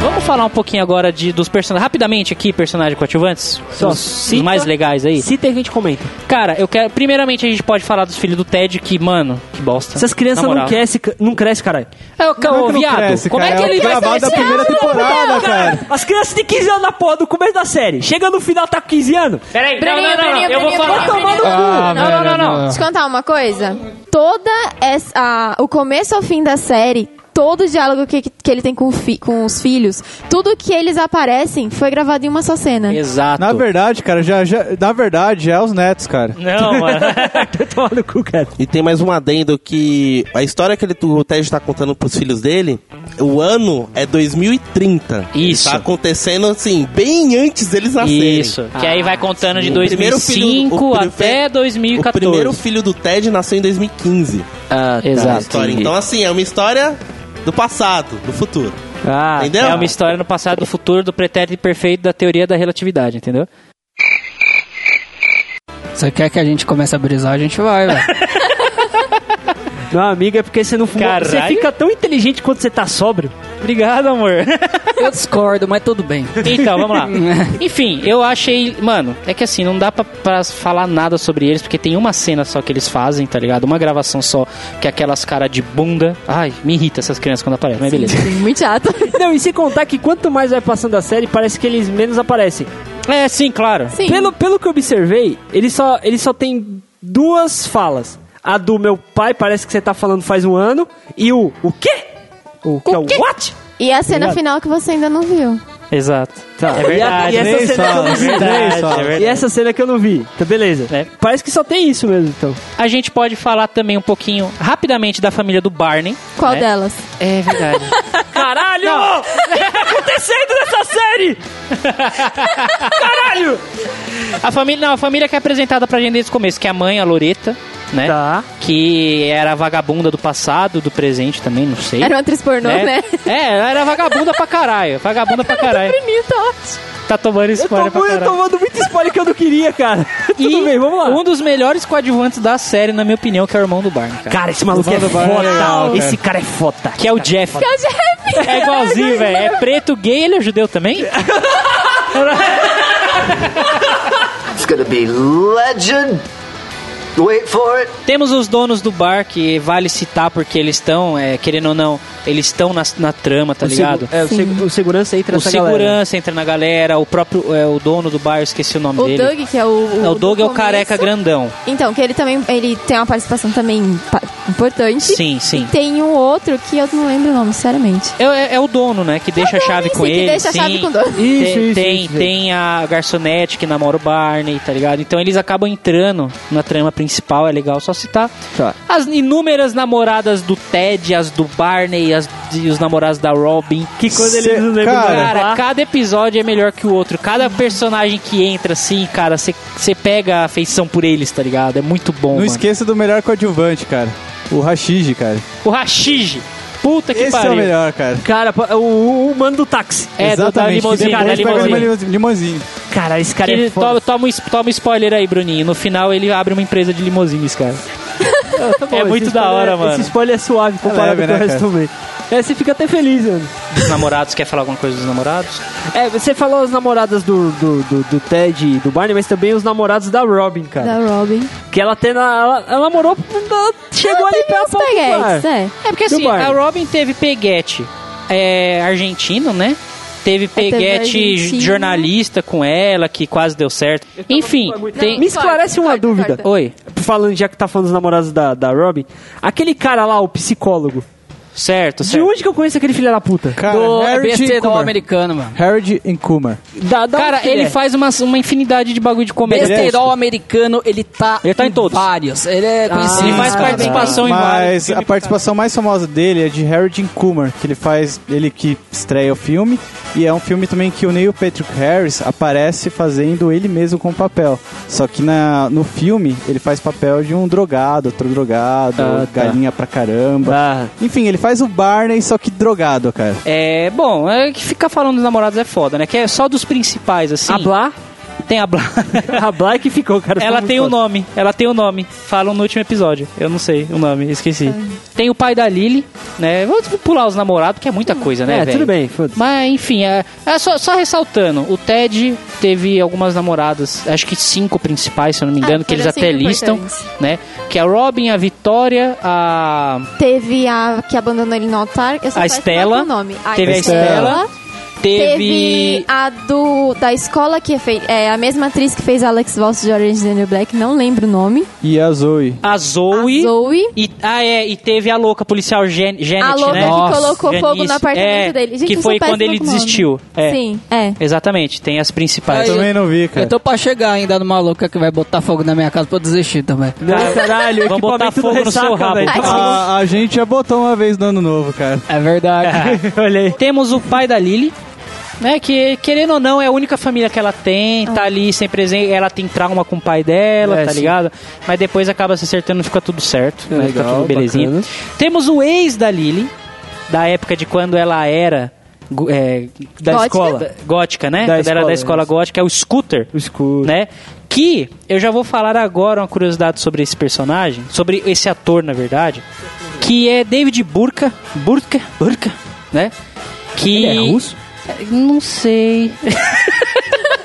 B: Vamos falar um pouquinho agora de, dos personagens. Rapidamente aqui, personagens coadjuvantes.
A: Só
B: Os, os
A: cita-
B: mais legais aí.
A: Cita e a gente comenta.
B: Cara, eu quero. Primeiramente, a gente pode falar dos filhos do Ted, que, mano, que bosta.
A: Essas crianças
B: Na
A: não
B: moral.
A: crescem, não cresce, caralho.
B: É o
E: Como é
B: cão,
E: que não
B: viado.
E: cresce,
B: Como
E: cara?
B: é que
E: É o
B: ele vai
E: gravado da
B: crescer?
E: primeira temporada,
B: É.
E: cara.
A: As crianças de 15 anos na porra do começo da série. Chega no final, tá com 15 anos.
B: Peraí, não,
D: Breninho,
B: não, não,
D: Breninho,
B: eu vou
D: Breninho,
B: falar.
D: Breninho,
A: tomar no
D: Breninho.
E: Ah,
B: Não, não, não, não.
D: Deixa eu contar uma coisa. Toda essa. a- o começo ao fim da série, todo o diálogo que, que ele tem com, o fi- com os filhos, tudo que eles aparecem foi gravado em uma só cena.
B: Exato.
E: Na verdade, cara, já, já, na verdade, já é os netos, cara.
B: Não, mano.
A: Toma no cu, cara.
F: E tem mais um adendo que a história que ele, o Ted tá contando pros filhos dele, o ano é 2030.
B: Isso.
F: Tá acontecendo assim, bem antes deles nascerem.
B: Isso. Que aí vai contando de
F: Tá O primeiro
B: 2005
F: filho- o primeiro-
B: até 2014.
F: O primeiro filho do Ted nasceu em 2015.
B: Ah, tá,
F: na história.
B: entendi.
F: Então, assim, é uma história do passado, do futuro.
B: Ah,
F: Entendeu?
B: É uma história no passado, do futuro, do pretérito perfeito da teoria da relatividade, entendeu?
C: Você quer que a gente comece a brisar? A gente vai, velho.
A: Não, amiga, é porque você não fuma.
B: Caralho.
A: Você fica tão inteligente quando você tá sóbrio.
B: Obrigado, amor.
C: Eu discordo, mas tudo bem.
B: Então, vamos lá. Enfim, eu achei. Mano, é que assim, não dá pra, pra falar nada sobre eles, porque tem uma cena só que eles fazem, tá ligado? Uma gravação só, que é aquelas caras de bunda. Ai, me irrita essas crianças quando aparecem, mas beleza.
D: Muito chato.
A: Não, e se contar que quanto mais vai passando a série, parece que eles menos aparecem.
B: É, sim, claro.
D: Sim.
A: Pelo, pelo que eu observei, ele só, ele só tem duas falas. A do meu pai, parece que você tá falando faz um ano, e o o quê? O que é o
D: quê?
A: what?
D: E a cena
A: Obrigado.
D: final que você ainda não viu.
B: Exato.
A: Tá.
B: É verdade.
A: E, a- e
E: Nem
A: essa cena que eu
E: fala,
A: não vi.
E: nem
B: verdade,
E: fala.
B: é verdade.
A: E essa cena que eu não vi. Tá, beleza.
B: É.
A: Parece que só tem isso mesmo, então.
B: A gente pode falar também um pouquinho rapidamente da família do Barney.
D: Qual
B: né?
D: delas?
B: É verdade.
A: Caralho! O que tá acontecendo nessa série? Caralho!
B: a família, não, a família que é apresentada pra gente desde o começo, que é a mãe, a Loreta, né?
A: Tá.
B: Que era a vagabunda do passado, do presente também, não sei.
D: Era uma atriz pornô, né?
B: É, ela era vagabunda pra caralho. Vagabunda pra caralho.
D: Menino, tá ótimo.
B: Tá tomando
A: Eu tô,
B: spoiler pra
A: muito- eu tô
B: caralho.
A: tomando muito spoiler que eu não queria, cara. Tudo bem, vamos lá.
B: um dos melhores coadjuvantes da série, na minha opinião, que é o irmão do Barney, cara.
A: Cara, esse maluco é foda. Esse cara é foda.
B: Que é o Jeff.
D: Eu já vi.
B: É igualzinho, velho. É preto, gay, ele é judeu também?
J: It's gonna be legend. Wait for it.
B: Temos os donos do bar, que vale citar porque eles estão, é, querendo ou não, eles estão na, na trama, tá
A: O
B: ligado?
A: segu- é, o, segu- o segurança entra
B: O
A: nessa galera.
B: segurança entra na galera, o próprio é, o dono do bar, eu esqueci o nome
D: O
B: dele.
D: Doug, que é o.
B: Não, o Doug
D: do
B: é o careca
D: começo.
B: grandão.
D: Então, que ele também. Ele tem uma participação também pa- importante.
B: Sim, sim.
D: Tem um outro que eu não lembro o nome, sinceramente.
B: É, é- é o dono, né? Que deixa a chave
D: Esse
B: com
D: que
B: ele.
D: Deixa
B: sim.
D: a chave com dois.
A: Isso,
B: tem,
A: isso,
B: tem,
A: isso,
B: tem a garçonete que namora o Barney, tá ligado? Então eles acabam entrando na trama principal, é legal só citar.
A: Tá.
B: As inúmeras namoradas do Ted, as do Barney, as e os namorados da Robin.
A: Que quando ele
E: Cê-
A: não lembra
E: cara.
A: do
B: Cara,
A: cara,
B: cada episódio é melhor que o outro. Cada personagem que entra, assim, cara, você pega a afeição por eles, tá ligado? É muito bom,
E: Não
B: mano.
E: esqueça do melhor coadjuvante, cara. O Rashid, cara.
B: O Rashid. Puta que
E: Esse
B: pariu.
E: é o melhor, cara.
A: cara, pa- o, o mano do táxi.
B: É, do- da
E: Exatamente. que
B: limousine,
E: depois
B: da
E: pega
B: limousine.
E: limo- limousine.
A: Cara, esse
B: Que
A: cara
B: ele
A: é foda.
B: toma, toma, um sp- toma um spoiler aí, Bruninho. No final ele abre uma empresa de limusines, cara.
A: Tá bom,
B: é
A: esse
B: muito da
A: spoiler-
B: hora, mano.
A: Esse spoiler é suave comparado
E: leve,
A: com o
E: né,
A: resto do meio. É, você fica até feliz, mano.
B: Os namorados, quer falar alguma coisa dos namorados?
A: É, você falou as namoradas do, do, do, do Ted e do Barney, mas também os namorados da Robin, cara.
D: Da Robin.
A: Que ela até. na- Ela, ela namorou. Ela chegou ali
D: Tem
A: pra
D: uns
A: pra ocupar.
D: peguetes, é.
B: É porque
A: Do
B: assim,
A: Barney.
B: a Robin teve peguete é, argentino, né?
A: É,
B: Teve peguete
D: argentino.
B: jornalista com ela, que quase deu certo.
A: um
B: Enfim, tem...
A: Me esclarece uma dúvida.
B: Oi.
A: Falando, já que tá falando dos namorados da, da Robin, aquele cara lá, o psicólogo.
B: Certo,
A: De
B: certo.
A: onde que eu conheço aquele filho da puta?
E: Cara,
C: do
E: Harold
C: BT
E: e
C: do
E: Kumar.
C: americano, mano.
E: Harold e Kumar.
A: Da, da
B: Cara,
A: onde que
B: ele
A: é?
B: faz uma, uma infinidade de bagulho de comédia.
C: Besterol americano, ele tá,
B: Ele tá em todos.
C: vários. Ele é conhecido.
B: ele faz
C: cara.
B: participação em vários
E: Mas a
B: filmes,
E: participação mais famosa dele é de Harold e Kumar, que ele faz, ele que estreia o filme, e é um filme também que o Neil Patrick Harris aparece fazendo ele mesmo com o papel. Só que na, no filme ele faz papel de um drogado, outro drogado,
B: Ah, tá.
E: galinha pra caramba.
B: Ah,
E: Enfim, ele faz o Barney, só que drogado, cara.
B: é, bom, é que ficar falando dos namorados é foda, né? Que é só dos principais, assim.
A: A Blá?
B: Tem a Bla.
A: A Blá é que ficou, cara.
B: ela tem um o
A: nome.
B: nome, ela tem o nome. Falam no último episódio. Eu não sei o nome, esqueci.
A: Tá.
B: Tem o pai da Lily, né? Vou pular os namorados, que é muita coisa, né,
A: É,
B: velho?
A: tudo bem, foda-se.
B: Mas, enfim, é, é só, só ressaltando, o Ted teve algumas namoradas, acho que cinco principais, se eu não me engano,
D: Ah,
B: que eles
D: foram
B: até
D: cinco
B: listam,
D: importantes.
B: né? Que é a Robin, a Vitória, a...
D: Teve a que abandonou ele no altar. Eu só
B: A
D: sei
B: Estela.
D: falar o nome.
B: Teve a Estela.
D: Teve a do da escola que é, fei- é a mesma atriz que fez Alex Voss de Orange is the New Black, não lembro o nome.
E: E a Zoe.
B: a Zoe.
D: A Zoe.
B: E, ah, é, e teve a louca policial Jan Janet,
D: a louca
B: né?
D: que
B: Nossa,
D: colocou fogo
B: Janice.
D: no apartamento
B: É,
D: dele. Gente,
B: que
D: eu
B: foi
D: sou péssima
B: quando ele
D: com nome.
B: desistiu. É,
D: Sim, é.
B: Exatamente, tem as principais.
C: Aí,
E: Também não vi,
C: Eu
E: cara.
C: tô pra chegar ainda no maluco que vai botar fogo na minha casa pra eu desistir também.
A: Caralho,
B: Vamos botar
A: equipamento do
B: fogo no
A: ressaca,
B: seu rabo. Tá
A: velho.
E: A, a gente já botou uma vez no ano novo, cara.
C: É verdade.
B: Olha aí. Temos o pai da Lily, né? Que, querendo ou não, é a única família que ela tem, tá ali sem presente. Ela tem trauma com o pai dela,
A: É,
B: tá
A: sim.
B: ligado? Mas depois acaba se acertando e fica tudo certo. né, fica
A: Legal,
B: tudo belezinha.
A: bacana.
B: Temos o ex da Lily, da época de quando ela era. gu- é, da
D: Gótica?
B: escola gótica,
A: Da
B: né? Quando era
A: escola,
B: da escola
A: isso.
B: gótica, é o Scooter
A: O escuro.
B: né? Que eu já vou falar agora uma curiosidade sobre esse personagem, sobre esse ator, na verdade, que é David Burka, Burka, Burka, né? Que
A: Ele é russo?
B: Não sei.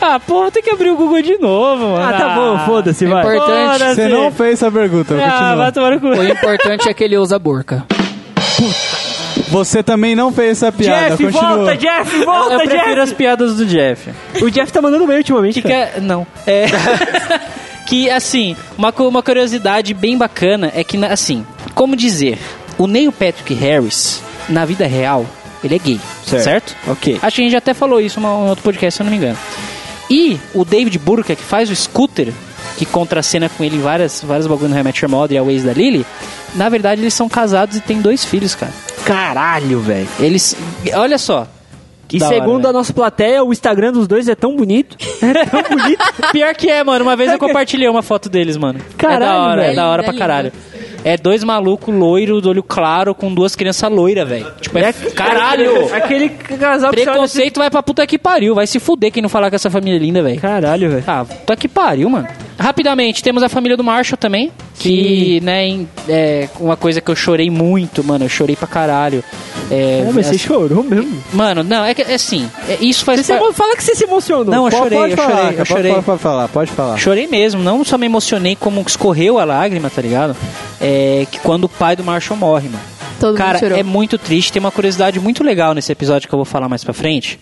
B: ah, porra, tem que abrir o Google de novo, mano.
A: Ah, tá bom, foda-se, vai.
C: Importante.
B: Foda-se.
E: Você não fez essa pergunta,
B: Assim. Ah, vai
E: continua.
B: tomar no cu.
C: o importante é que ele usa burca.
E: Você também não fez essa piada,
A: Jeff,
E: continua.
A: volta, Jeff,
B: Eu,
A: volta,
B: prefiro
A: Jeff.
B: as piadas do Jeff.
A: O Jeff tá mandando bem ultimamente, cara.
B: Fica- Não. É. que, assim, uma, cu- uma curiosidade bem bacana é que, na- assim, como dizer, o Neil Patrick Harris, na vida real, ele é gay, certo?
E: Certo. Ok.
B: Acho que a gente até falou isso em um outro podcast, se eu não me engano. E o David Burka, que faz o Scooter, que contracena com ele em várias, vários bagulho no Real Match Mother e a Ways da Lily, na verdade eles são casados e têm dois filhos, cara.
A: Caralho, velho.
B: Eles... Olha só.
A: E
B: Da hora,
A: segundo
B: né?
A: a nossa plateia, o Instagram dos dois é tão bonito. É tão bonito.
B: Pior que é, mano. Uma vez eu compartilhei uma foto deles, mano. é da
A: Caralho,
B: hora, é
A: velho.
B: da hora
D: É
B: pra
D: lindo.
B: caralho. É dois malucos loiro, do olho claro, com duas crianças loiras, velho. Tipo, é. Caralho!
A: Aquele casal que chora desse-
B: Preconceito vai pra puta que pariu. Vai se fuder quem não falar com essa família linda, velho.
A: assim. Caralho, velho.
B: Ah, puta que pariu, mano. Rapidamente, temos a família do Marshall também. Que, né, em- é uma coisa que eu chorei muito, mano. Eu chorei pra caralho. É,
A: Ah, mas você
B: assim-
A: chorou mesmo.
B: Mano, não, é que é assim. é- isso faz
A: Você se
B: par-
A: emo- Fala que você se emocionou.
B: Não, eu
E: Pode-
B: chorei,
E: pode
B: eu
E: falar, cara,
B: chorei, eu
E: pode-
B: chorei.
E: Pode, pode falar, pode falar.
B: Chorei mesmo, não só me emocionei como escorreu a lágrima, tá ligado? É que quando o pai do Marshall morre, mano.
D: Todo mundo
B: Cara,
D: chorou.
B: é muito triste. Tem uma curiosidade muito legal nesse episódio que eu vou falar mais pra frente.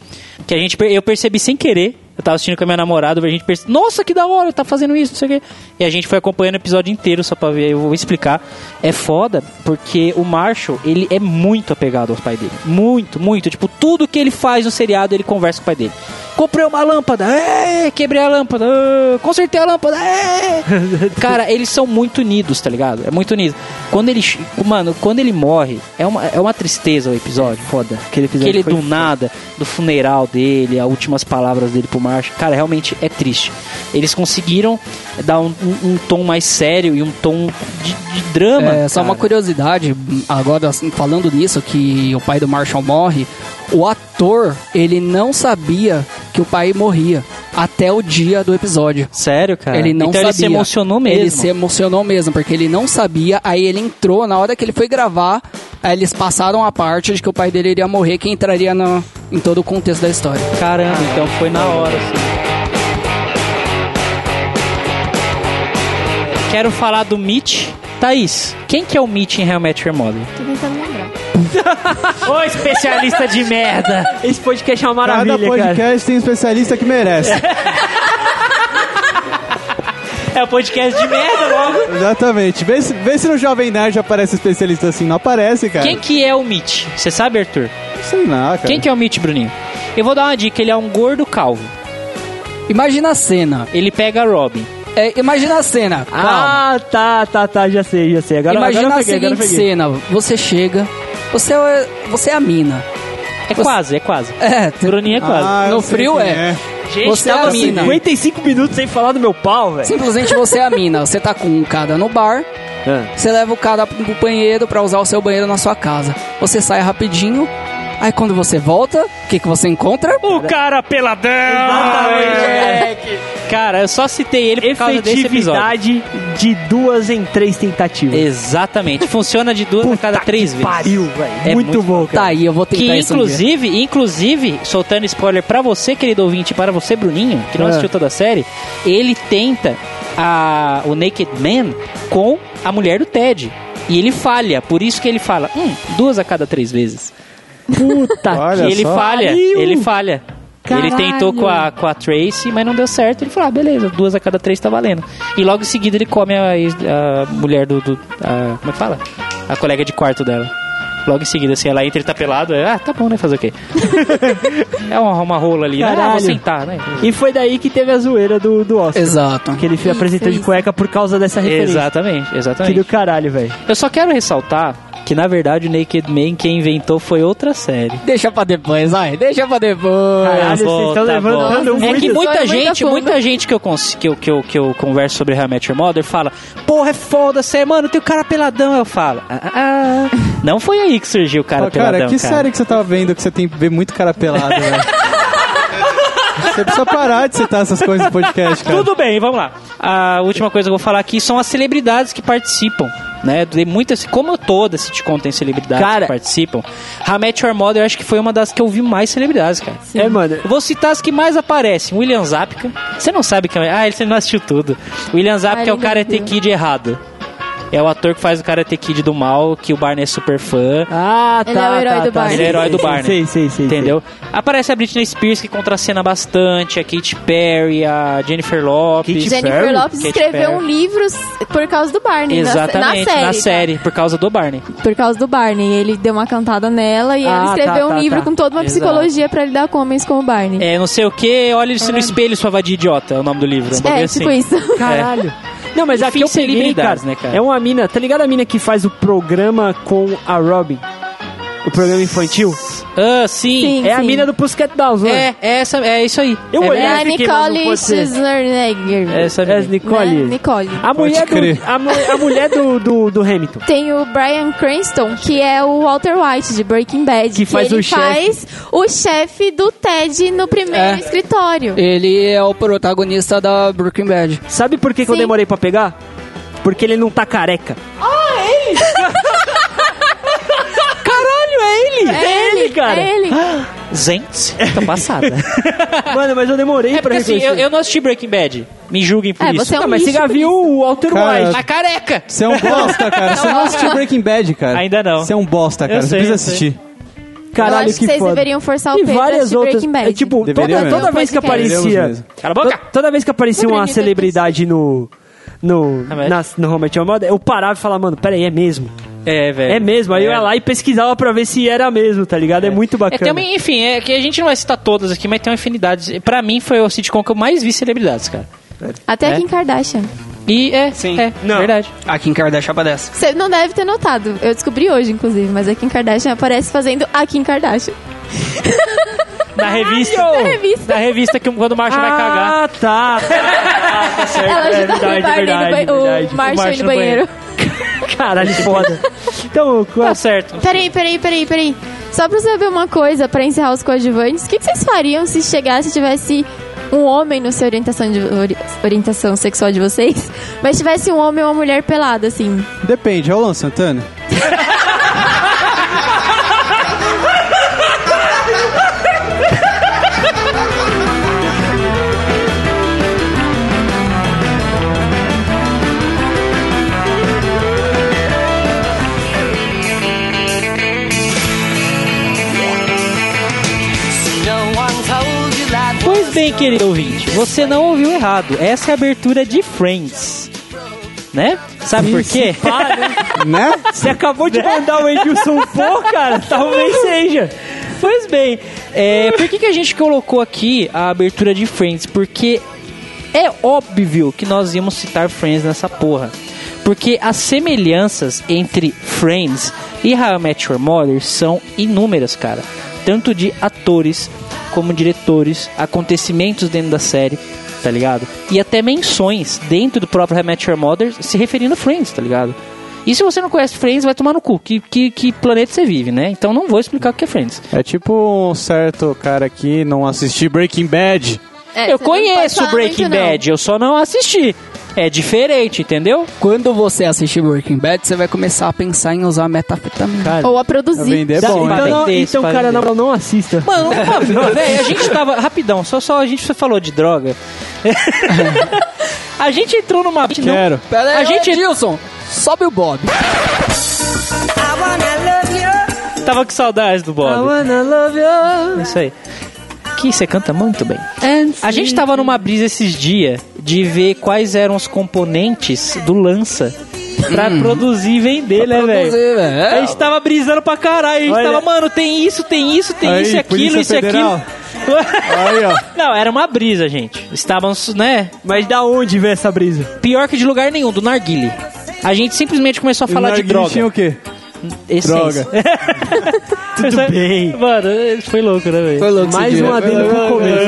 B: Que a gente, per- eu percebi sem querer. Eu tava assistindo com a minha namorada, a gente percebeu, nossa, que da hora, tá fazendo isso, não sei o quê. E a gente foi acompanhando o episódio inteiro só pra ver, eu vou explicar. É foda, porque o Marshall, ele é muito apegado ao pai dele. Muito, muito. Tipo, tudo que ele faz no seriado, ele conversa com o pai dele. Comprei uma lâmpada, é, quebrei a lâmpada, é, consertei a lâmpada, é. Cara, eles são muito unidos, tá ligado? É muito unido. Quando ele. che- Mano, quando ele morre, é uma, é uma tristeza o episódio. Foda.
A: Aquele episódio
B: Que ele
A: foi
B: do nada, do funeral dele, as últimas palavras dele pro Marsh. Cara, realmente é triste. Eles conseguiram dar um, um- um tom mais sério e um tom de, de drama.
C: É, só uma
B: cara.
C: curiosidade, agora assim, falando nisso, que o pai do Marshall morre, o ator, ele não sabia que o pai morria até o dia do episódio.
B: Sério,
A: É.
B: cara.
C: Ele não
B: então
C: sabia.
B: ele se emocionou mesmo.
C: Ele se emocionou mesmo, porque ele não sabia, aí ele entrou, na hora que ele foi gravar, aí eles passaram a parte de que o pai dele iria morrer, que entraria no- em todo o contexto da história.
B: Caramba, então foi na hora, assim. Quero falar do Mitch. Thaís, quem que é o Mitch em Real Match Your Mother?
D: Tô tentando lembrar.
B: Ô, especialista de merda!
A: Esse podcast é uma
E: Cada
A: maravilha, cara.
E: podcast tem um especialista que merece.
B: É o podcast de merda logo.
E: Exatamente. Vê se, vê se no Jovem Nerd aparece especialista assim. Não aparece, cara.
B: Quem que é o Mitch? Você sabe, Arthur?
E: Sei lá, cara.
B: Quem que é o Mitch, Bruninho? Eu vou dar uma dica, ele é um gordo calvo.
C: Imagina a cena.
B: Ele pega a Robin.
C: É, imagina a cena. Calma.
A: Ah, tá, tá, tá, já sei, já sei. Agora,
C: imagina
A: agora
C: a
A: eu peguei, agora eu
C: seguinte
A: peguei.
C: cena. Você chega. Você é, você é a mina.
B: É quase, é quase.
C: É, t-
B: Bruninho é quase. tá
E: Ah, eu
C: No
E: sei
C: frio
E: quem
C: é.
A: Gente,
C: Você
A: tava
C: é a mina.
A: 55 minutos sem falar do meu pau, velho.
C: simplesmente você é a mina. Você tá com um cara no bar.
A: Ah.
C: Você leva o cara pro banheiro pra usar o seu banheiro na sua casa. Você sai rapidinho. Aí quando você volta, o que, que você encontra? É.
B: O cara peladão!
A: É.
B: Cara, eu só citei ele por causa desse episódio.
A: Efetividade de duas em três tentativas.
B: Exatamente. Funciona de duas a cada
A: Né? Puta
B: três
A: que
B: vezes.
A: Pariu, velho.
B: É
A: muito,
B: muito
A: bom,
C: Tá
A: cara.
C: aí, eu vou tentar
B: Que
C: isso um dia.
B: inclusive, inclusive, soltando spoiler pra você, querido ouvinte, e para você, Bruninho, que não
A: É.
B: assistiu toda a série, ele tenta a, o Naked Man com a mulher do Ted. E ele falha, por isso que ele fala, hum, duas a cada três vezes.
A: Puta
E: Olha
B: e Tá, ele
E: só.
B: falha,
A: Pariu!
B: ele falha.
A: Caralho!
B: Ele tentou com a, com a Tracy, mas não deu certo. Ele falou, ah, beleza, duas a cada três tá valendo. E logo em seguida ele come a, ex- a mulher do... do- a- como é que fala? A colega de quarto dela. Logo em seguida, assim, ela entra e tá pelado. é, Ah, tá bom, né? Fazer o quê? é uma, uma rola ali, né? Ah, vou
A: Caralho.
B: sentar, né?
A: E foi daí que teve a zoeira do, do Oscar.
C: Exato.
A: Que ele foi
D: Isso,
A: apresentou de
D: isso.
A: cueca por causa dessa referência.
B: Exatamente,
A: Que do
B: exatamente.
A: caralho, velho.
B: Eu só quero ressaltar que, na verdade, o Naked Man, quem inventou foi outra série.
C: Deixa pra depois, vai. Deixa pra depois.
A: Caralho,
B: bom,
A: vocês
B: tá
A: estão levantando
D: bom.
B: É
A: muito.
B: que
D: História
B: muita
D: muito
B: gente,
D: a fundo.
B: muita gente que eu, cons- que eu, que eu, que eu converso sobre How I Met Your Mother fala, porra, é foda, sério, mano, tem o cara peladão. Eu falo, ah, ah, ah. não foi aí que surgiu o cara
E: Ó,
B: peladão.
E: cara, que série que você tá vendo que você tem que ver muito cara pelado, velho? Você precisa parar de citar essas coisas no podcast, cara.
B: Tudo bem, vamos lá. A última coisa que eu vou falar aqui são as celebridades que participam. Né, Tem muitas, como toda sitcom tem celebridades
A: Cara-
B: que participam. How I Met Your Mother, eu acho que foi uma das que eu vi mais celebridades, cara.
A: É, mano.
B: Eu vou citar as que mais aparecem. William Zapka. Você não sabe quem é. Ah, ele não assistiu tudo. William Zapka
D: Ah,
B: é o
D: ele não
B: Karate
D: viu.
B: Kid errado. É o ator que faz o Karate Kid do mal, que o Barney é super fã.
A: Ah, tá.
D: Ele é o herói
A: tá,
D: do
A: tá.
D: Barney.
B: Ele é o herói do
A: Sim,
B: Barney.
A: Sim, sim, sim.
B: Entendeu? Aparece a Britney Spears, que contracena bastante. A Katy Perry, a Jennifer Lopes.
A: Katy
D: Jennifer
A: Perry?
D: Lopes
B: Katy
D: escreveu
B: Perry.
D: um livro s- por causa do Barney. na-
B: Exatamente,
D: na, série. tá?
B: por causa do Barney.
D: Por causa do Barney. Ele deu uma cantada nela e
A: Ah,
D: ela escreveu
A: tá, tá,
D: um livro
A: tá.
D: com toda uma
B: Exato.
D: psicologia pra lidar com homens como o Barney.
B: É, não sei o que, olha-se no espelho, sua vadia idiota, é o nome do livro. um bagulho
D: É,
B: assim.
D: tipo isso.
A: Caralho. Não, mas aqui
B: Enfim,
A: eu peguei, cara,
B: celebridades, é né, cara?
A: É uma mina, tá ligado a mina que faz o programa com a Robin? O programa infantil?
B: Ah, sim.
D: Sim,
A: é a
D: sim.
A: mina do Pussycat Dolls, não é?
B: É, é, essa, é isso aí.
A: Eu
B: é
A: olhei-
D: É a
A: Esse que não
D: Nicole
A: pode ser.
D: Scherzinger.
B: Essa
A: É
B: menina.
A: Nicole.
D: Né? Nicole.
A: A
E: Pode
A: mulher, do,
E: crer.
A: a, mu- a mulher do, do, do Hamilton.
D: Tem o Brian Cranston, que é o Walter White de Breaking Bad.
A: Que faz
D: ele
A: o chefe.
D: faz o chefe do Ted no primeiro
C: É.
D: escritório.
C: Ele é o protagonista da Breaking Bad.
A: Sabe por que, que eu
D: Sim.
A: demorei pra pegar? Porque ele não tá careca.
B: Ah,
D: É
A: ele, cara.
D: É ele.
B: Gente, tô passada.
A: Mano, mas eu demorei
B: é
A: pra
B: porque assim,
A: reconhecer.
B: eu, eu não assisti Breaking Bad. Me julguem por
D: É,
B: isso.
D: você é um
A: Não, mas você
D: lixo
A: já
D: por
A: viu o Walter
E: Cara,
A: White.
B: A careca!
E: Você é um bosta, cara. Você não assistiu Breaking Bad, cara.
B: Ainda não.
E: Você é um bosta, cara.
B: Eu
E: Você
B: sei,
E: precisa
B: eu sei.
E: assistir.
D: eu
A: Caralho,
D: acho que,
A: que
D: vocês
A: foda.
D: deveriam forçar o
A: E
D: Pedro a
A: várias
D: assistir
A: outras.
D: Breaking Bad.
A: É, tipo,
E: Deveria
A: toda,
E: mesmo.
A: toda vez que
D: Podcast.
E: Deveríamos
A: aparecia.
E: mesmo.
B: Cala a boca!
A: to- Toda vez que aparecia
D: Lembrei
A: uma
D: de
A: celebridade no. No.
B: Ah, mas-
A: Na, no Home Your Mother, eu parava e falava, mano, peraí, é mesmo.
B: É, velho.
A: É mesmo. Aí eu ia lá e pesquisava pra ver se era mesmo, tá ligado? É, muito
B: É,
A: bacana.
B: tem uma, enfim, é que a gente não vai citar todas aqui, mas tem uma infinidade. Pra mim, foi o sitcom que eu mais vi celebridades, cara.
D: Até
A: né?
B: É.
D: Kim Kardashian.
B: E é,
C: Sim.
B: é,
A: Não.
B: verdade.
C: A Kim Kardashian dessa.
D: Você não deve ter notado. Eu descobri hoje, inclusive. Mas a Kim Kardashian aparece fazendo a Kim Kardashian.
B: Na revista. É
D: Na revista.
B: Na revista que quando o macho vai cagar.
A: Ah, tá. tá certo.
D: Ela
A: é
D: ajuda o
A: verdade,
D: Barney no
A: verdade,
D: ba- o
A: verdade.
D: Marshall
B: Marshall
D: ir no
B: no banheiro.
D: banheiro.
A: Caralho, foda. Então,
B: Tá
A: qual...
B: certo.
D: Peraí, peraí, peraí, peraí. Só pra saber uma coisa, pra encerrar os coadjuvantes, o que, que vocês fariam se chegasse e tivesse um homem no seu orientação, de- ori- orientação sexual de vocês, mas tivesse um homem ou uma mulher pelada, assim?
E: Depende, é o Lan Santana?
B: Pois bem, querido ouvinte, você não ouviu errado. Essa é a abertura de Friends. Né? Sabe por quê?
E: né?
A: Você acabou de mandar o Edilson pô, cara.
B: Talvez seja. Pois bem, é, por que, que a gente colocou aqui a abertura de Friends? Porque é óbvio que nós íamos citar Friends nessa porra. Porque as semelhanças entre Friends e How I Met Your Mother são inúmeras, cara. Tanto de atores, como diretores, acontecimentos dentro da série, tá ligado? E até menções dentro do próprio How I Met Your Mother se referindo a Friends, tá ligado? E se você não conhece Friends, vai tomar no cu. Que, que, que planeta você vive, né? Então não vou explicar o que é Friends.
E: É tipo um certo cara que não assistiu Breaking Bad.
B: eu
D: É, você não pode
B: conheço
D: falar
B: Breaking
D: muito, não.
B: Bad, eu só não assisti. É diferente, entendeu?
C: Quando você assistir Breaking Bad, você vai começar a pensar em usar metafetamina.
D: Ou a produzir.
E: Vender é
B: Dá-
E: bom,
B: dá-
E: né?
A: Então, não,
B: Parabéns,
A: então cara,
B: parabéns.
A: na moral, não assista.
B: Mano, velho, a gente tava. Rapidão, só, só a gente falou de droga. a gente entrou numa. Não,
E: Quero.
C: Pera aí,
B: A gente-
C: ô, Edilson, sobe o Bob.
B: tava com saudades do Bob. É Isso aí. Que você canta muito bem. A gente tava numa brisa esses dias de ver quais eram os componentes do lança pra
D: Hum.
B: produzir e vender, né, velho?
C: Produzir, velho.
B: A
C: É,
B: gente tava brisando pra caralho. A gente
E: Olha.
B: tava, mano, tem isso, tem isso, tem
E: Aí,
B: isso e aquilo,
E: Polícia
B: isso e aquilo.
E: Federal. Aí, ó.
B: Não, era uma brisa, gente. Estávamos, né?
A: Mas da onde vem essa brisa?
B: Pior que de lugar nenhum, do narguile. A gente simplesmente começou a falar de
E: Narguilé
B: droga.
E: tinha o quê?
B: Essência.
E: É,
B: É.
A: Tudo bem.
B: Mano, foi louco, né, velho?
C: Foi louco esse
A: Mais
C: dia.
A: um adendo pro começo.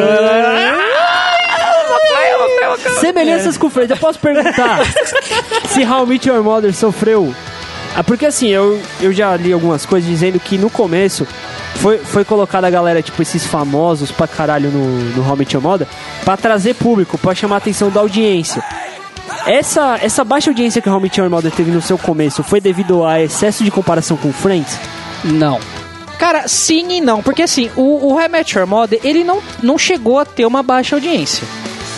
A: Semelhanças com Friends. Eu posso perguntar se How I Met Your Mother sofreu? Ah, porque assim, eu, eu já li algumas coisas dizendo que no começo foi, foi colocada a galera, tipo, esses famosos pra caralho no, no How I Met Your Mother pra trazer público, pra chamar a atenção da audiência. Essa, essa baixa audiência que How I Met Your Mother teve no seu começo foi devido a excesso de comparação com Friends?
C: Não.
B: Cara, sim e não. Porque assim, o, o How I Met Your Mother, ele não, não chegou a ter uma baixa audiência.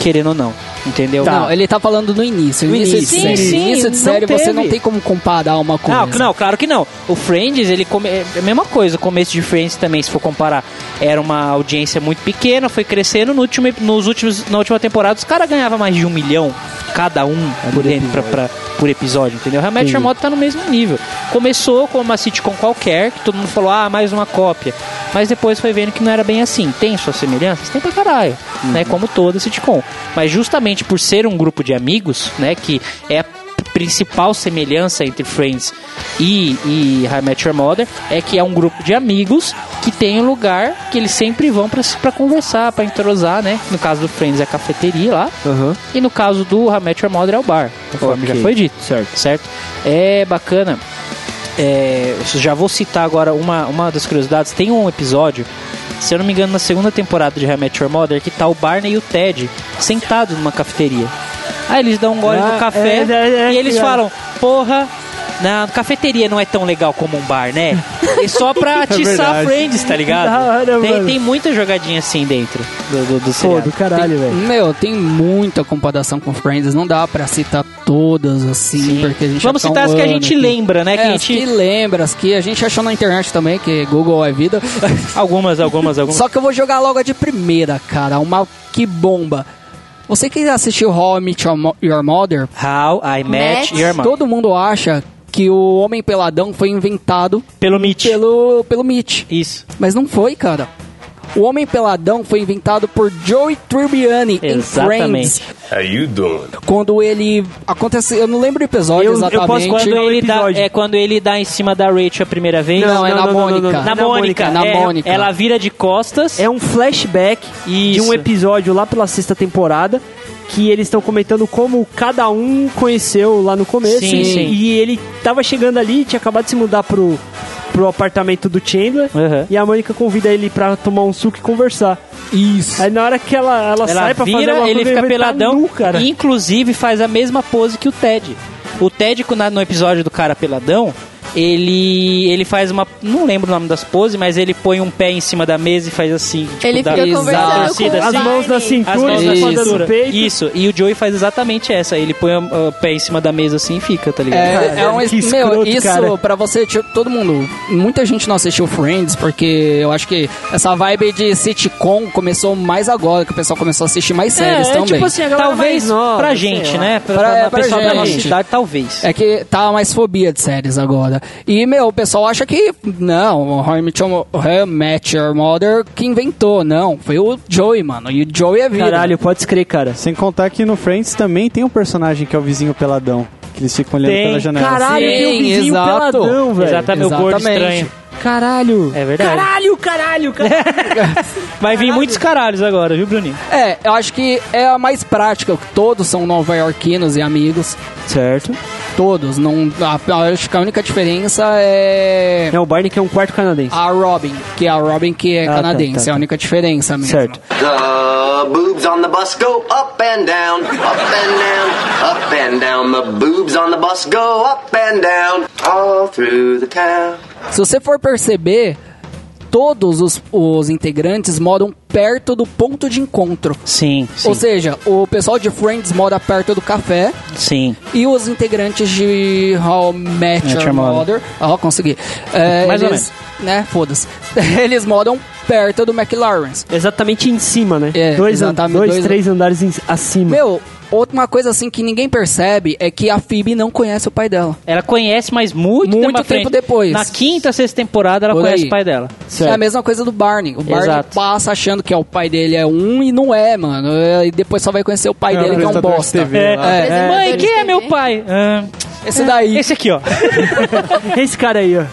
B: Querendo ou não. Entendeu?
C: Não, ele tá falando no início. No
B: No
C: início,
B: início.
C: de série.
B: Sim, sim,
C: início de
B: não
C: série você
B: teve. Ah,
C: não tem como comparar uma coisa.
B: Não, não, claro que não. O Friends, ele come... é a mesma coisa. O começo de Friends também, se for comparar, era uma audiência muito pequena, foi crescendo. No último, nos últimos, na última temporada, os caras ganhavam mais de um milhão cada um por, dentro, pra- pra- por episódio, entendeu? Realmente, o Moto tá no mesmo nível. Começou com uma sitcom qualquer, que todo mundo falou, ah, mais uma cópia. Mas depois foi vendo que não era bem assim. Tem suas semelhanças? Tem pra caralho. Né? Como toda sitcom. Mas justamente por ser um grupo de amigos, né, que é a principal semelhança entre Friends e, e How I Met Your Mother é que é um grupo de amigos que tem um lugar que eles sempre vão pra, se- pra conversar, pra entrosar, né? No caso do Friends é a cafeteria lá. E no caso do How I Met Your Mother é o bar, conforme
A: Ok.
B: já foi dito.
A: Certo.
B: Certo? É bacana. É, eu já vou citar agora uma, uma das curiosidades. Tem um episódio, se eu não me engano, na segunda temporada de How I Met Your Mother, que tá o Barney e o Ted sentados numa cafeteria. Aí eles dão um gole
A: Ah,
B: do café
A: é, é, é,
B: e eles
A: é.
B: falam, porra. Na cafeteria não é tão legal como um bar, né? É só pra atiçar
E: verdade.
B: friends, tá
A: Da
B: ligado?
A: hora,
B: tem,
A: mano.
B: tem muita jogadinha assim dentro do, do, do
A: Pô,
B: seriado.
A: do caralho, velho.
C: Meu, tem muita comparação com Friends, não dá pra citar todas assim,
B: Sim.
C: porque a gente
B: Vamos
C: ia ficar
B: citar
C: um
B: as que a
C: ano
B: gente
C: aqui.
B: lembra, né?
C: É,
B: que a
C: as
B: gente...
C: que lembra, as que a gente achou na internet também, que Google é vida.
B: Algumas, algumas, algumas.
C: Só que eu vou jogar logo a de primeira, cara, uma que bomba. Você que assistiu How I Met Your Mo- Your Mother,
B: How I Met
D: Met.
B: Your Mother.
C: todo mundo acha que o Homem Peladão foi inventado
B: Pelo Mitch.
C: pelo, pelo Mitch.
B: Isso.
C: Mas não foi, cara. O Homem Peladão foi inventado por Joey Tribbiani em
B: Exatamente.
C: Friends. Quando ele acontece, eu não lembro o episódio
A: Eu- eu
C: exatamente.
A: posso-
B: Quando
A: Tinha um
B: ele dá,
A: episódio.
B: é quando ele dá em cima da Rachel a primeira vez.
C: Não, é na Mônica.
B: Na Mônica.
C: Na
B: é,
C: Mônica.
B: Ela vira de costas.
A: É um flashback de
B: Isso.
A: um episódio lá pela sexta temporada que eles estão comentando como cada um conheceu lá no começo.
B: Sim,
A: e,
B: sim.
A: e ele tava chegando ali, tinha acabado de se mudar pro, pro apartamento do Chandler.
B: Aham.
A: E a Mônica convida ele pra tomar um suco e conversar.
C: Isso.
A: Aí na hora que ela, ela,
B: Ela
A: sai pra fazer
B: vira,
A: uma
B: ele
A: coisa,
B: fica
A: vai tá
B: peladão.
A: nu, cara.
B: e inclusive faz a mesma pose que o Ted. O Ted, quando- no episódio do cara peladão, Ele ele faz uma, não lembro o nome das poses, mas ele põe um pé em cima da mesa e faz assim, tipo,
D: Ele
B: dá-
D: fica
C: Exato.
D: conversando com
B: Torcida,
D: o
B: assim.
D: Barney.
B: As
A: mãos da cintura.
B: as mãos na
C: Isso.
B: cintura.
A: Do peito.
B: Isso. E o Joey faz exatamente essa. Ele põe o o pé em cima da mesa assim e fica, tá ligado?
C: É, é um
A: Que
C: es- meu,
A: escroto,
C: isso
A: cara.
C: pra você, tipo, todo mundo, muita gente não assistiu Friends porque eu acho que essa vibe de sitcom começou mais agora, que o pessoal começou a assistir mais séries também.
A: assim, a galera
B: Talvez
A: mais nova,
B: pra
A: sei
B: gente,
A: lá.
B: né? Pra,
C: Pra-
B: pra,
C: pra
B: pessoal da nossa
C: gente.
B: idade, talvez.
C: É que tá mais fobia de séries agora. E, meu, o pessoal acha que. Não, o How I Met Your- How I Met Your Mother que inventou. Não, foi o Joey, mano. E o Joey é vida.
A: Caralho, pode escrever, cara.
E: Sem contar que no Friends também tem um personagem que é o vizinho peladão. Que eles ficam olhando
B: Tem.
E: pela janela.
A: Caralho,
C: Sim,
A: tem um vizinho
C: exato.
A: peladão, velho.
B: Exatamente, o gordo estranho.
A: Caralho.
B: É verdade.
A: Caralho, caralho, caralho.
B: Vai vir muitos caralhos agora, viu, Bruninho?
C: É, eu acho que é a mais prática. Todos são nova-iorquinos e amigos.
A: certo.
C: Todos. Não, a- a- acho que a única diferença é.
A: É o Barney que é um quarto canadense.
C: A Robin, que é a Robin que é
A: Ah, tá,
C: canadense,
A: tá, tá.
C: é a única diferença mesmo.
A: certo.
J: The boobs on the bus go up and down, up and down, up and down. The boobs on the bus go up and down, all through the town.
C: Se você for perceber, todos os, os integrantes moram perto do ponto de encontro.
B: Sim,
C: Ou seja, o pessoal de Friends mora perto do café
B: sim.
C: e os integrantes de How I Met Your
B: Your Mother.
C: Mother... Ó, consegui. É,
B: Mais ou
C: eles- Né, foda-se. Eles moram perto do McLaren's.
A: Exatamente em cima, né?
C: É,
A: dois, an-
C: exatamente,
A: dois,
C: dois-
A: três andares em- acima.
C: Meu, outra uma coisa assim que ninguém percebe é que a Phoebe não conhece o pai dela.
B: Ela conhece, mas muito,
C: Muito
B: tempo, à
C: tempo
B: frente.
C: depois.
B: Na quinta, sexta temporada, ela
C: Por
B: conhece
C: aí.
B: o pai dela.
C: É a mesma coisa do Barney. O Barney
B: Exato.
C: passa achando que é o pai dele é um e não é, mano. É, E depois só vai conhecer o pai
E: É,
C: dele que é um
E: apresentador de
C: bosta.
E: TV,
C: É,
E: né?
C: é.
B: Mãe, quem é meu pai? Ah,
C: Esse daí.
B: esse aqui, ó.
A: Esse cara aí, ó.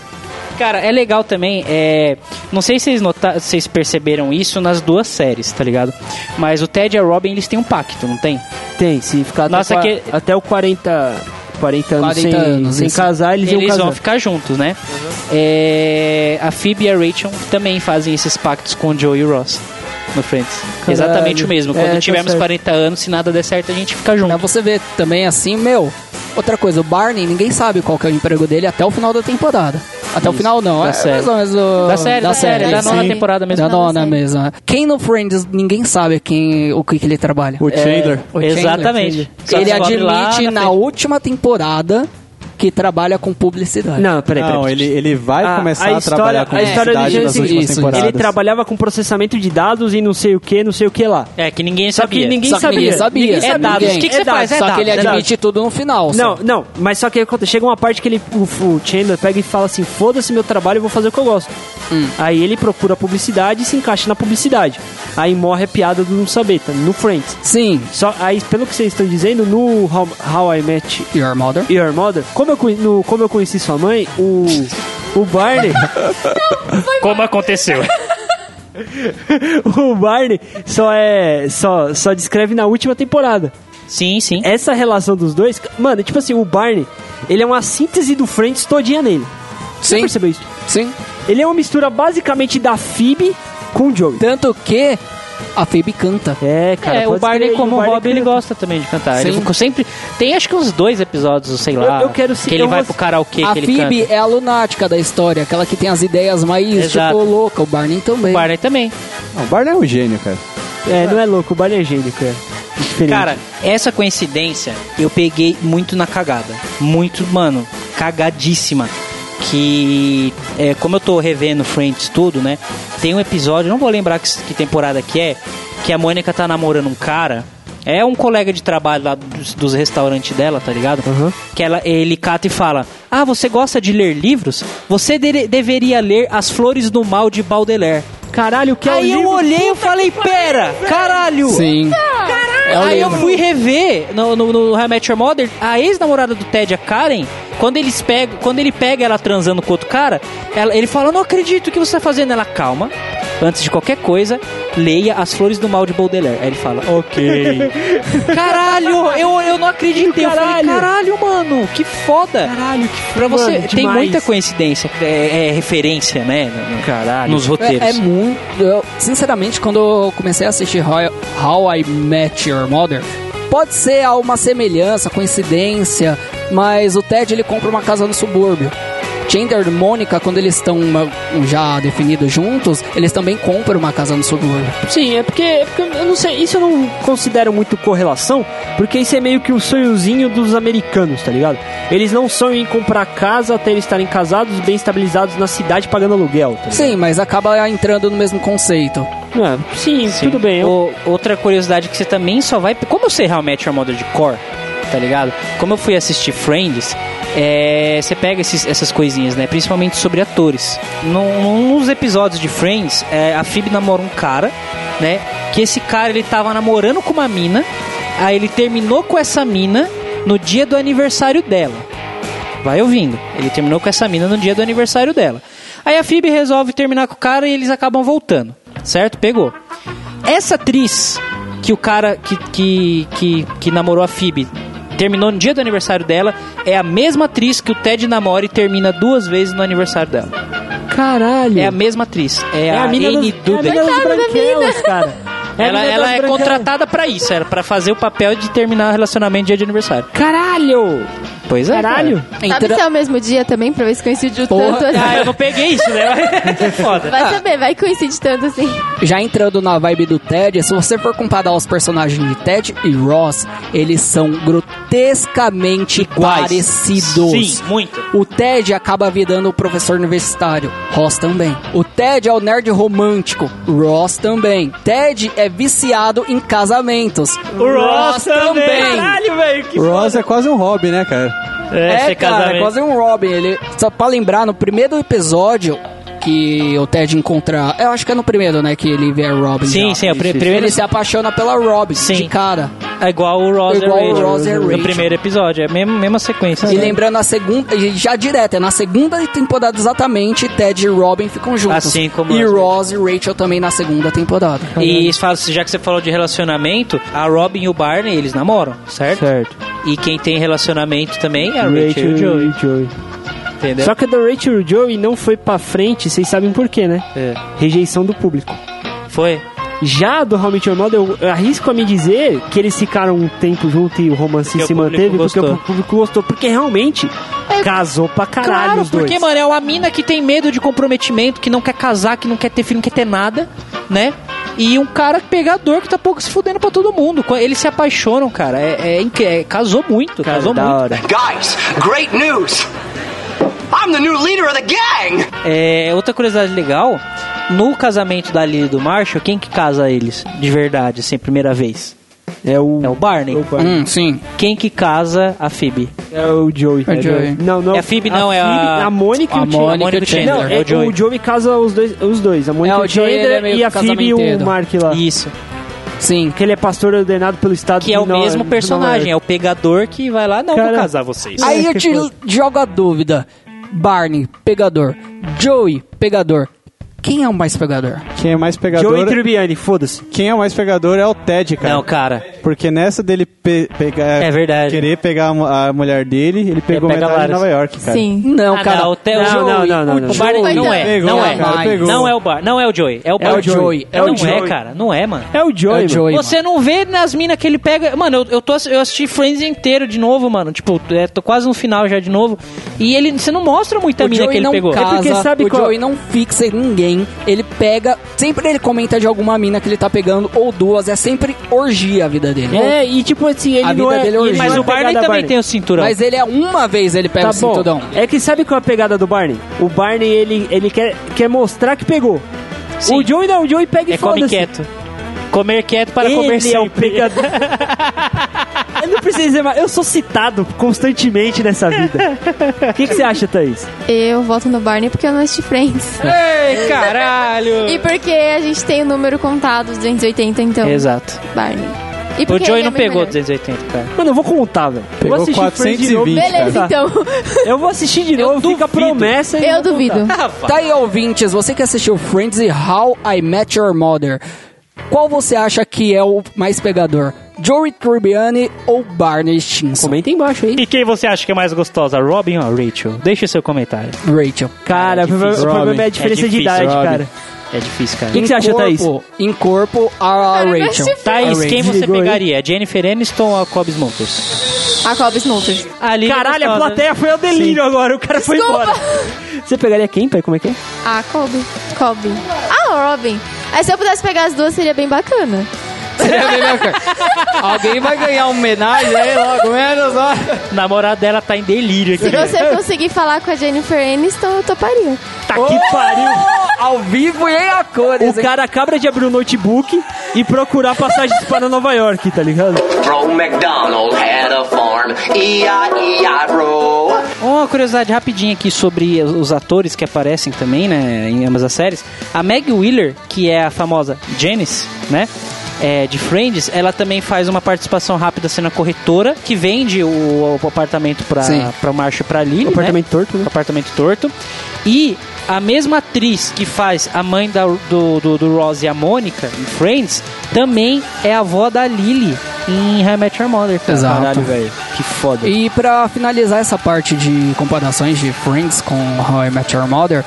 B: Cara, é legal também, é... Não sei se vocês, nota... vocês perceberam isso nas duas séries, tá ligado? Mas o Ted e a Robin, eles têm um pacto, não tem?
A: Tem, se ficar até,
B: Nossa,
A: qua-
B: que-
A: até o 40, 40 é anos
C: 40
A: sem,
C: anos,
A: sem
C: isso.
A: casar, eles,
B: Eles
A: vão
B: vão
A: casar. Uhum.
B: ficar juntos, né? É... A Phoebe e a Rachel também fazem esses pactos com o Joe e o Ross no Friends.
A: Caralho.
B: Exatamente o mesmo.
A: É,
B: Quando
A: tá
B: tivermos
A: certo.
B: 40 anos, se nada der certo, a gente fica
C: Pra
B: junto.
C: você ver também assim, meu. Outra coisa, o Barney, ninguém sabe qual que é o emprego dele até o final da temporada. Até o final não,
B: da
C: é
B: série.
C: mais ou menos o-
B: Da série, da série,
D: série,
B: Tá é da nona
D: sim.
B: temporada mesmo.
C: É, Da
D: Nova
C: nona
D: série.
C: mesmo. é. Quem no Friends, ninguém sabe quem, o que, que ele trabalha. É,
E: O Chandler.
C: O Chandler,
B: Exatamente. Só
C: Ele
B: descobre lá
C: admite na,
B: na frente.
C: última temporada que trabalha com publicidade.
A: Não, peraí, peraí.
E: Não, ele, ele vai
A: A-
E: começar
A: a história-
E: a,
A: é,
E: trabalhar com
A: a história
E: publicidade
A: do
E: nas
A: Jason-
E: últimas
C: isso, isso.
E: temporadas.
A: Ele trabalhava com processamento de dados e não sei o que, não sei o que lá.
B: É, que ninguém
A: Só
B: sabia.
A: que ninguém
C: Só que
A: sabia.
C: ninguém sabia.
A: Ninguém
C: É
A: sabia.
C: dados. O que
B: que você faz? É
C: Só que ele
B: dados, é
C: admite tudo no final. só.
A: Não, não, mas só que acontece- chega uma parte que ele, o, o Chandler pega e fala assim: foda-se meu trabalho, eu vou fazer o que eu gosto. Aí ele procura a publicidade e se encaixa na publicidade. Aí morre a piada do não saber, tá? no Friends.
C: Sim.
A: Só, aí, pelo que vocês estão dizendo, no How, How I Met
C: Your mother.
A: Your Mother, como eu, conhe- no, como eu conheci sua mãe, o, o Barney.
B: Como aconteceu?
A: o Barney só é. Só, só descreve na última temporada.
B: sim, sim.
A: Essa relação dos dois. Mano, tipo assim, o Barney, ele é uma síntese do Friends todinha nele. Você
C: Sim.
A: percebeu isso?
C: Sim.
A: Ele é uma mistura basicamente da Phoebe com o Joey.
C: Tanto que a Phoebe canta.
A: É, cara.
B: é, o
A: pode
B: Barney,
A: escrever,
B: como
A: o
B: o
A: Barney
B: Bob, ele
A: canta.
B: gosta também de cantar.
C: Sim.
B: Ele ficou sempre. Tem acho que uns dois episódios, sei lá.
A: Eu- eu quero sim,
B: Que ele
A: eu
B: vai
A: vou-
B: pro karaokê
C: a
B: que ele
C: Phoebe
B: canta.
C: é a lunática da história, aquela que tem as ideias mais,
B: Exato.
C: tipo, louca. O Barney também.
B: O Barney também.
E: Ah, O Barney é um gênio, cara.
A: É, não é louco, o Barney é gênio, cara. Diferente.
B: Cara, essa coincidência eu peguei muito na cagada. Muito, mano, cagadíssima. Que, é, como eu tô revendo Friends tudo, né? Tem um episódio, não vou lembrar que, que temporada que é, que a Mônica tá namorando um cara. É um colega de trabalho lá dos, dos restaurantes dela, tá ligado?
A: Uhum.
B: Que ela, ele cata e fala: Ah, você gosta de ler livros? Você dere- deveria ler As Flores do Mal de Baudelaire.
A: caralho, o que é o
B: Aí eu
A: livro?
B: olhei e falei: Pera, caralho!
C: Sim. É o
B: Aí eu
C: livro.
B: fui rever no, no, no How I Met Your Mother, a ex-namorada do Ted, a Karen, quando, eles pegam, quando ele pega ela transando com outro cara, ela- ele fala, não acredito o que você tá fazendo. Ela, calma, antes de qualquer coisa, leia As Flores do Mal de Baudelaire. Aí ele fala, ok. caralho, eu, eu não acreditei. Eu falei,
A: Caralho.
B: caralho, mano, que foda.
A: Caralho, que
B: Pra você,
A: mano,
B: tem
A: demais.
B: muita coincidência, é, é referência, né? no- no-
A: Caralho.
B: Nos roteiros.
C: É, é muito. eu- sinceramente, quando eu comecei a assistir How, How I Met Your Mother, pode ser alguma semelhança, coincidência, mas o Ted ele compra uma casa no subúrbio. Chandler e Mônica, quando eles estão uma- já definidos juntos, eles também compram uma casa no subúrbio.
A: Sim, é porque, é porque eu não sei, isso eu não considero muito correlação, porque isso é meio que o sonhozinho dos americanos, tá ligado? Eles não sonham em comprar casa até eles estarem casados, bem estabilizados na cidade, pagando aluguel. Tá ligado?
C: Sim, mas acaba entrando no mesmo conceito.
A: Ah, sim, tudo bem. eu-
B: O- outra curiosidade que você também só vai. Como eu sei realmente Your Mother de cor, tá ligado? Como eu fui assistir Friends, é, você pega esses- essas coisinhas, né? Principalmente sobre atores. Num, nos episódios de Friends, é, a Phoebe namora um cara, né? Que esse cara ele tava namorando com uma mina, aí ele terminou com essa mina no dia do aniversário dela. Vai ouvindo. Ele terminou com essa mina no dia do aniversário dela. Aí a Phoebe resolve terminar com o cara e eles acabam voltando. Certo? Pegou. Essa atriz que o cara que, que, que, que namorou a Phoebe terminou no dia do aniversário dela é a mesma atriz que o Ted namora e termina duas vezes no aniversário dela.
A: Caralho.
B: É a mesma atriz. É, a,
A: mina
B: Anne
A: das-
B: Duda.
A: É a mina das branquelas, cara. É a
B: ela
A: mina
B: ela
A: das
B: é
A: branquelas.
B: contratada pra isso, era pra fazer o papel de terminar o relacionamento dia de aniversário.
A: Caralho!
B: Pois é. cara.
A: Caralho!
D: Sabe se é o mesmo dia também, pra ver se coincidiu
C: Porra.
D: tanto assim.
B: Ah, eu não peguei isso, né? É foda.
D: Vai saber, vai que coincide tanto assim.
C: Já entrando na vibe do Ted, se você for comparar os personagens de Ted e Ross, eles são grotescamente
B: Iguais.
C: parecidos.
B: Sim, muito.
C: O Ted acaba virando o professor universitário. Ross também. O Ted é o nerd romântico. Ross também. Ted é viciado em casamentos.
A: Caralho, velho! que
I: Ross é quase um hobby, né, cara?
B: É,
C: É,
B: ser
C: cara, é
B: casamento.
C: quase um Robin. Ele, só pra lembrar, no primeiro episódio que o Ted encontra. Eu acho que é no primeiro, né? Que ele vê a Robin.
B: Sim,
C: já.
B: sim, é o pri-
C: Ele
B: primeiro-
C: se apaixona pela Robin,
B: Sim.
C: de cara.
B: É igual o Ross
C: Igual
B: e
C: o Ross e
B: Rachel,
C: Rachel.
B: no primeiro episódio, é a mesma, mesma
A: Tá
B: sequência. né?
C: E lembrando a segunda. e Já direto, é na segunda temporada exatamente, Ted e Robin ficam juntos.
B: Assim como
C: e
B: as-
C: Ross e Rachel também na segunda temporada.
B: E fala- já que você falou de relacionamento, a Robin e o Barney, eles namoram, certo?
E: Certo.
B: E quem tem relacionamento também é a Rachel, e o
E: Rachel
B: Joey,
E: e Joey.
B: entendeu?
A: Só que a da Rachel Joey não foi pra frente, vocês sabem por quê, né?
B: É.
A: Rejeição do público.
B: Foi.
A: Já do How I Met Your Mother, eu eu arrisco a me dizer que eles ficaram um tempo junto e o romance
B: Porque
A: se
B: o público
A: manteve
B: gostou.
A: porque o público gostou. Porque realmente casou pra caralho
B: Claro,
A: os dois.
B: porque, mano, é uma mina que tem medo de comprometimento, que não quer casar, que não quer ter filho, não quer ter nada, né? E um cara pegador que tá pouco se fudendo pra todo mundo. Qu- Eles se apaixonam, cara. É, é inque- é- casou muito,
A: Cara,
B: casou
A: da
B: muito.
A: hora.
J: Guys, great news! I'm the new leader of the gang!
B: É, outra curiosidade legal, no casamento da Lily e do Marshall, quem que casa eles de verdade, assim, primeira vez?
A: É o...
B: É o Barney.
A: Opa.
C: Hum, sim.
B: Quem que casa a Phoebe?
A: É o Joey.
C: É o Joey.
A: Não, não.
B: É a Phoebe, não, é a-
A: Phoebe, A Mônica e
C: a
A: o Chandler.
C: Mônica
B: Mônica
C: e o
B: do Chandler.
A: Não,
C: Chandler.
A: é,
B: o Joey.
A: o Joey casa os dois, os dois. A Mônica
C: É,
A: e
C: o
A: o
C: Joey, ele é
A: Chandler
C: meio
A: e a
C: que
A: Phoebe e o
C: casamenteiro.
A: Mark lá.
B: Isso.
C: Sim.
A: Que ele é pastor ordenado pelo estado
B: Que é
A: de
B: o
A: Nova-
B: mesmo
A: de
B: personagem, é
A: Nova
B: o pegador que vai lá, não,
A: Cara,
B: vou casar vocês.
C: Aí eu
A: né, que
C: te
A: foi.
C: jogo a dúvida. Barney, pegador. Joey, pegador. Quem é o mais pegador?
E: Quem é mais
A: York.
E: pegador?
A: Joey Tribbiani, foda-se.
E: Quem é mais pegador é o Ted, cara.
B: Não, cara.
E: Porque nessa dele pe- pegar.
B: É verdade.
E: Querer pegar a mu- a mulher dele, ele pegou
B: pega
E: metade de
B: várias.
E: Nova York, cara.
D: Sim.
C: Não,
B: Ah,
C: cara.
B: não, o Te- o
A: Não,
B: Joey.
A: não, não, não, tá- não.
B: O Barney
D: Joey.
B: não é,
E: Pegou,
B: não é.
E: cara,
C: Mas-
E: pegou.
B: Não é o Bar, não é o Joey, é o Barney.
C: Joey, é o
B: não
A: Joey.
B: é, cara, não é, mano.
A: É o Joey,
C: É o Joey.
A: mano.
B: Você não vê nas minas que ele pega. Mano, eu, eu, tô, ass- eu assisti Friends inteiro de novo, mano. Tipo, é, tô quase no final já de novo. E ele, você não mostra muita
C: O
B: mina
C: Joey
B: que ele
C: não
B: pegou.
C: casa,
A: É porque sabe
C: o
A: qual-
C: Joey não fixa em ninguém. Ele pega... Sempre ele comenta de alguma mina que ele tá pegando, ou duas. É sempre orgia a vida dele.
A: É, e tipo assim, ele
C: A
A: não
C: vida
A: é...
C: dele é
A: ele
C: horrível.
A: não
B: Mas
A: é
B: o Barney
A: pegada
B: também
A: Barney.
B: tem o cinturão.
C: Mas ele é uma vez ele pega
A: Tá
C: o
A: bom.
C: cinturão.
A: É que sabe qual é a pegada do Barney? O Barney, ele, ele quer, quer mostrar que pegou.
B: Sim.
A: O Joey não, o Joey pega
B: é
A: e
B: come
A: foda-se.
B: quieto. Comer quieto para
A: Ele
B: comer
A: é o
B: sempre.
A: pegador. Eu não preciso dizer mais, eu sou citado constantemente nessa vida. O que, que você acha, Thaís?
D: Eu voto no Barney porque eu não assisti Friends.
B: Ei, caralho!
D: E porque a gente tem o número contado, os 280, então.
B: Exato.
D: Barney. E
B: O
D: porque
B: Joey
D: ele
B: não
D: é muito
B: pegou
D: melhor.
B: 280, cara.
A: Mano, eu vou contar, velho. Eu
E: Pegou
A: vou assistir Friends de novo.
E: 420, cara.
D: Beleza,
A: tá?
D: então.
A: Eu vou assistir de
B: Eu
A: novo, fica a
B: duvido.
A: promessa. e
D: Eu
A: vou contar.
D: duvido.
C: Tá aí, ouvintes, você que assistiu Friends e How I Met Your Mother, qual você acha que é o mais pegador? Joey Tribbiani ou Barney Stinson?
A: Comenta embaixo aí.
B: E quem você acha que é mais gostosa, Robin ou Rachel? Deixa o seu comentário.
C: Rachel.
A: Cara, o problema é a diferença de
B: difícil,
A: idade,
E: Robin.
A: cara.
B: É difícil, cara.
A: Que que você acha, Thaís?
C: corpo- Em corpo, a
D: Cara, mas
C: Rachel.
D: se-
B: Thaís,
A: é
C: Alright.
B: quem você
E: Desligou aí.
B: pegaria? Jennifer Aniston ou a Cobb Smulders?
D: A Cobb Smulders.
B: A Lily
A: Caralho, a é
B: gostosa.
A: plateia foi ao delírio agora, o cara foi
D: Desculpa.
A: embora. Você pegaria quem, pai? Como é que é?
D: A Cobb. Cobb. Ah, Robin. Aí se eu pudesse pegar as duas, seria bem bacana.
C: Seria bem bacana. É Alguém vai ganhar uma homenagem aí logo menos, ó.
B: A namorada dela tá em delírio
D: Se
B: aqui.
D: você conseguir falar com a Jennifer Aniston, eu toparia.
A: Tá que pariu!
C: Ao vivo e em a
A: O
C: cores, hein?
A: cara acaba de abrir o notebook e procurar passagens para Nova York, tá ligado?
J: Bro McDonald had a farm. E E-I-E-I, bro.
B: Uma curiosidade rapidinha aqui sobre os atores que aparecem também, né, em ambas as séries. A Meg Wheeler, que é a famosa Janice, né, é, de Friends, ela também faz uma participação rápida sendo a corretora que vende o, o apartamento pra,
C: Sim.
B: pra Marcia e pra Lily, né?
A: Apartamento torto, né?
B: Apartamento Torto. E a mesma atriz que faz a mãe da- do, do, do Ross e a Mônica em Friends também é a avó da Lily em How I Met Your Mother. cara.
C: Exato.
B: Caralho,
A: velho. Que foda.
C: E pra finalizar essa parte de comparações de Friends com How I Met Your Mother,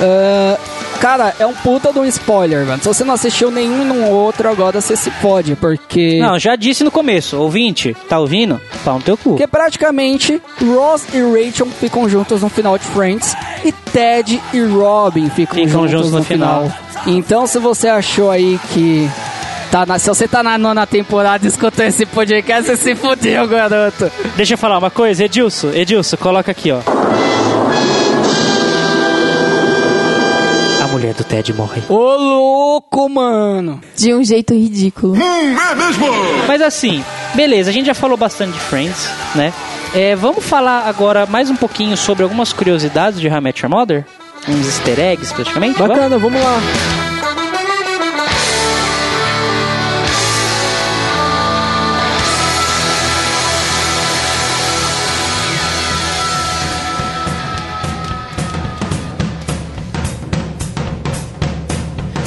C: ah, cara, é um puta de um spoiler, mano. Se você não assistiu nenhum no outro, agora você se pode, porque...
B: Não, já disse no começo, ouvinte, tá ouvindo? Pau no teu cu.
C: Porque é praticamente Ross e Rachel ficam juntos no final de Friends e Ted e Robin ficam,
B: Ficam
C: juntos,
B: juntos
C: no,
B: no
C: final. Então, se você achou aí que. Tá na- se você tá na nona temporada e escutou esse podcast, você se fudeu, garoto.
B: Deixa eu falar uma coisa, Edilson, Edilson, coloca aqui, ó. A mulher do Ted morre.
C: Ô louco, mano.
D: De um jeito ridículo.
B: Mas assim, beleza, a gente já falou bastante de Friends, né? É, vamos falar agora mais um pouquinho sobre algumas curiosidades de How I Met Your Mother? Uns easter eggs, praticamente. Vamos?
E: Bacana, vamos lá.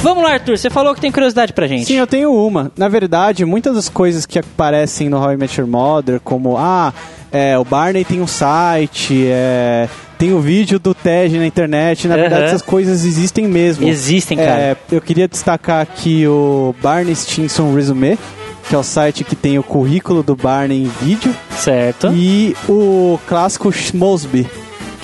B: Vamos lá, Arthur, você falou que tem curiosidade pra gente.
E: Sim, eu tenho uma. Na verdade, muitas das coisas que aparecem no How I Met Your Mother, como, ah, é, o Barney tem um site, é, tem o vídeo do Ted na internet, na
B: Aham.
E: verdade essas coisas existem mesmo.
B: Existem, cara.
E: É, eu queria destacar aqui o Barney Stinson Resume, que é o site que tem o currículo do Barney em vídeo,
B: Certo.
E: e o clássico Mosby.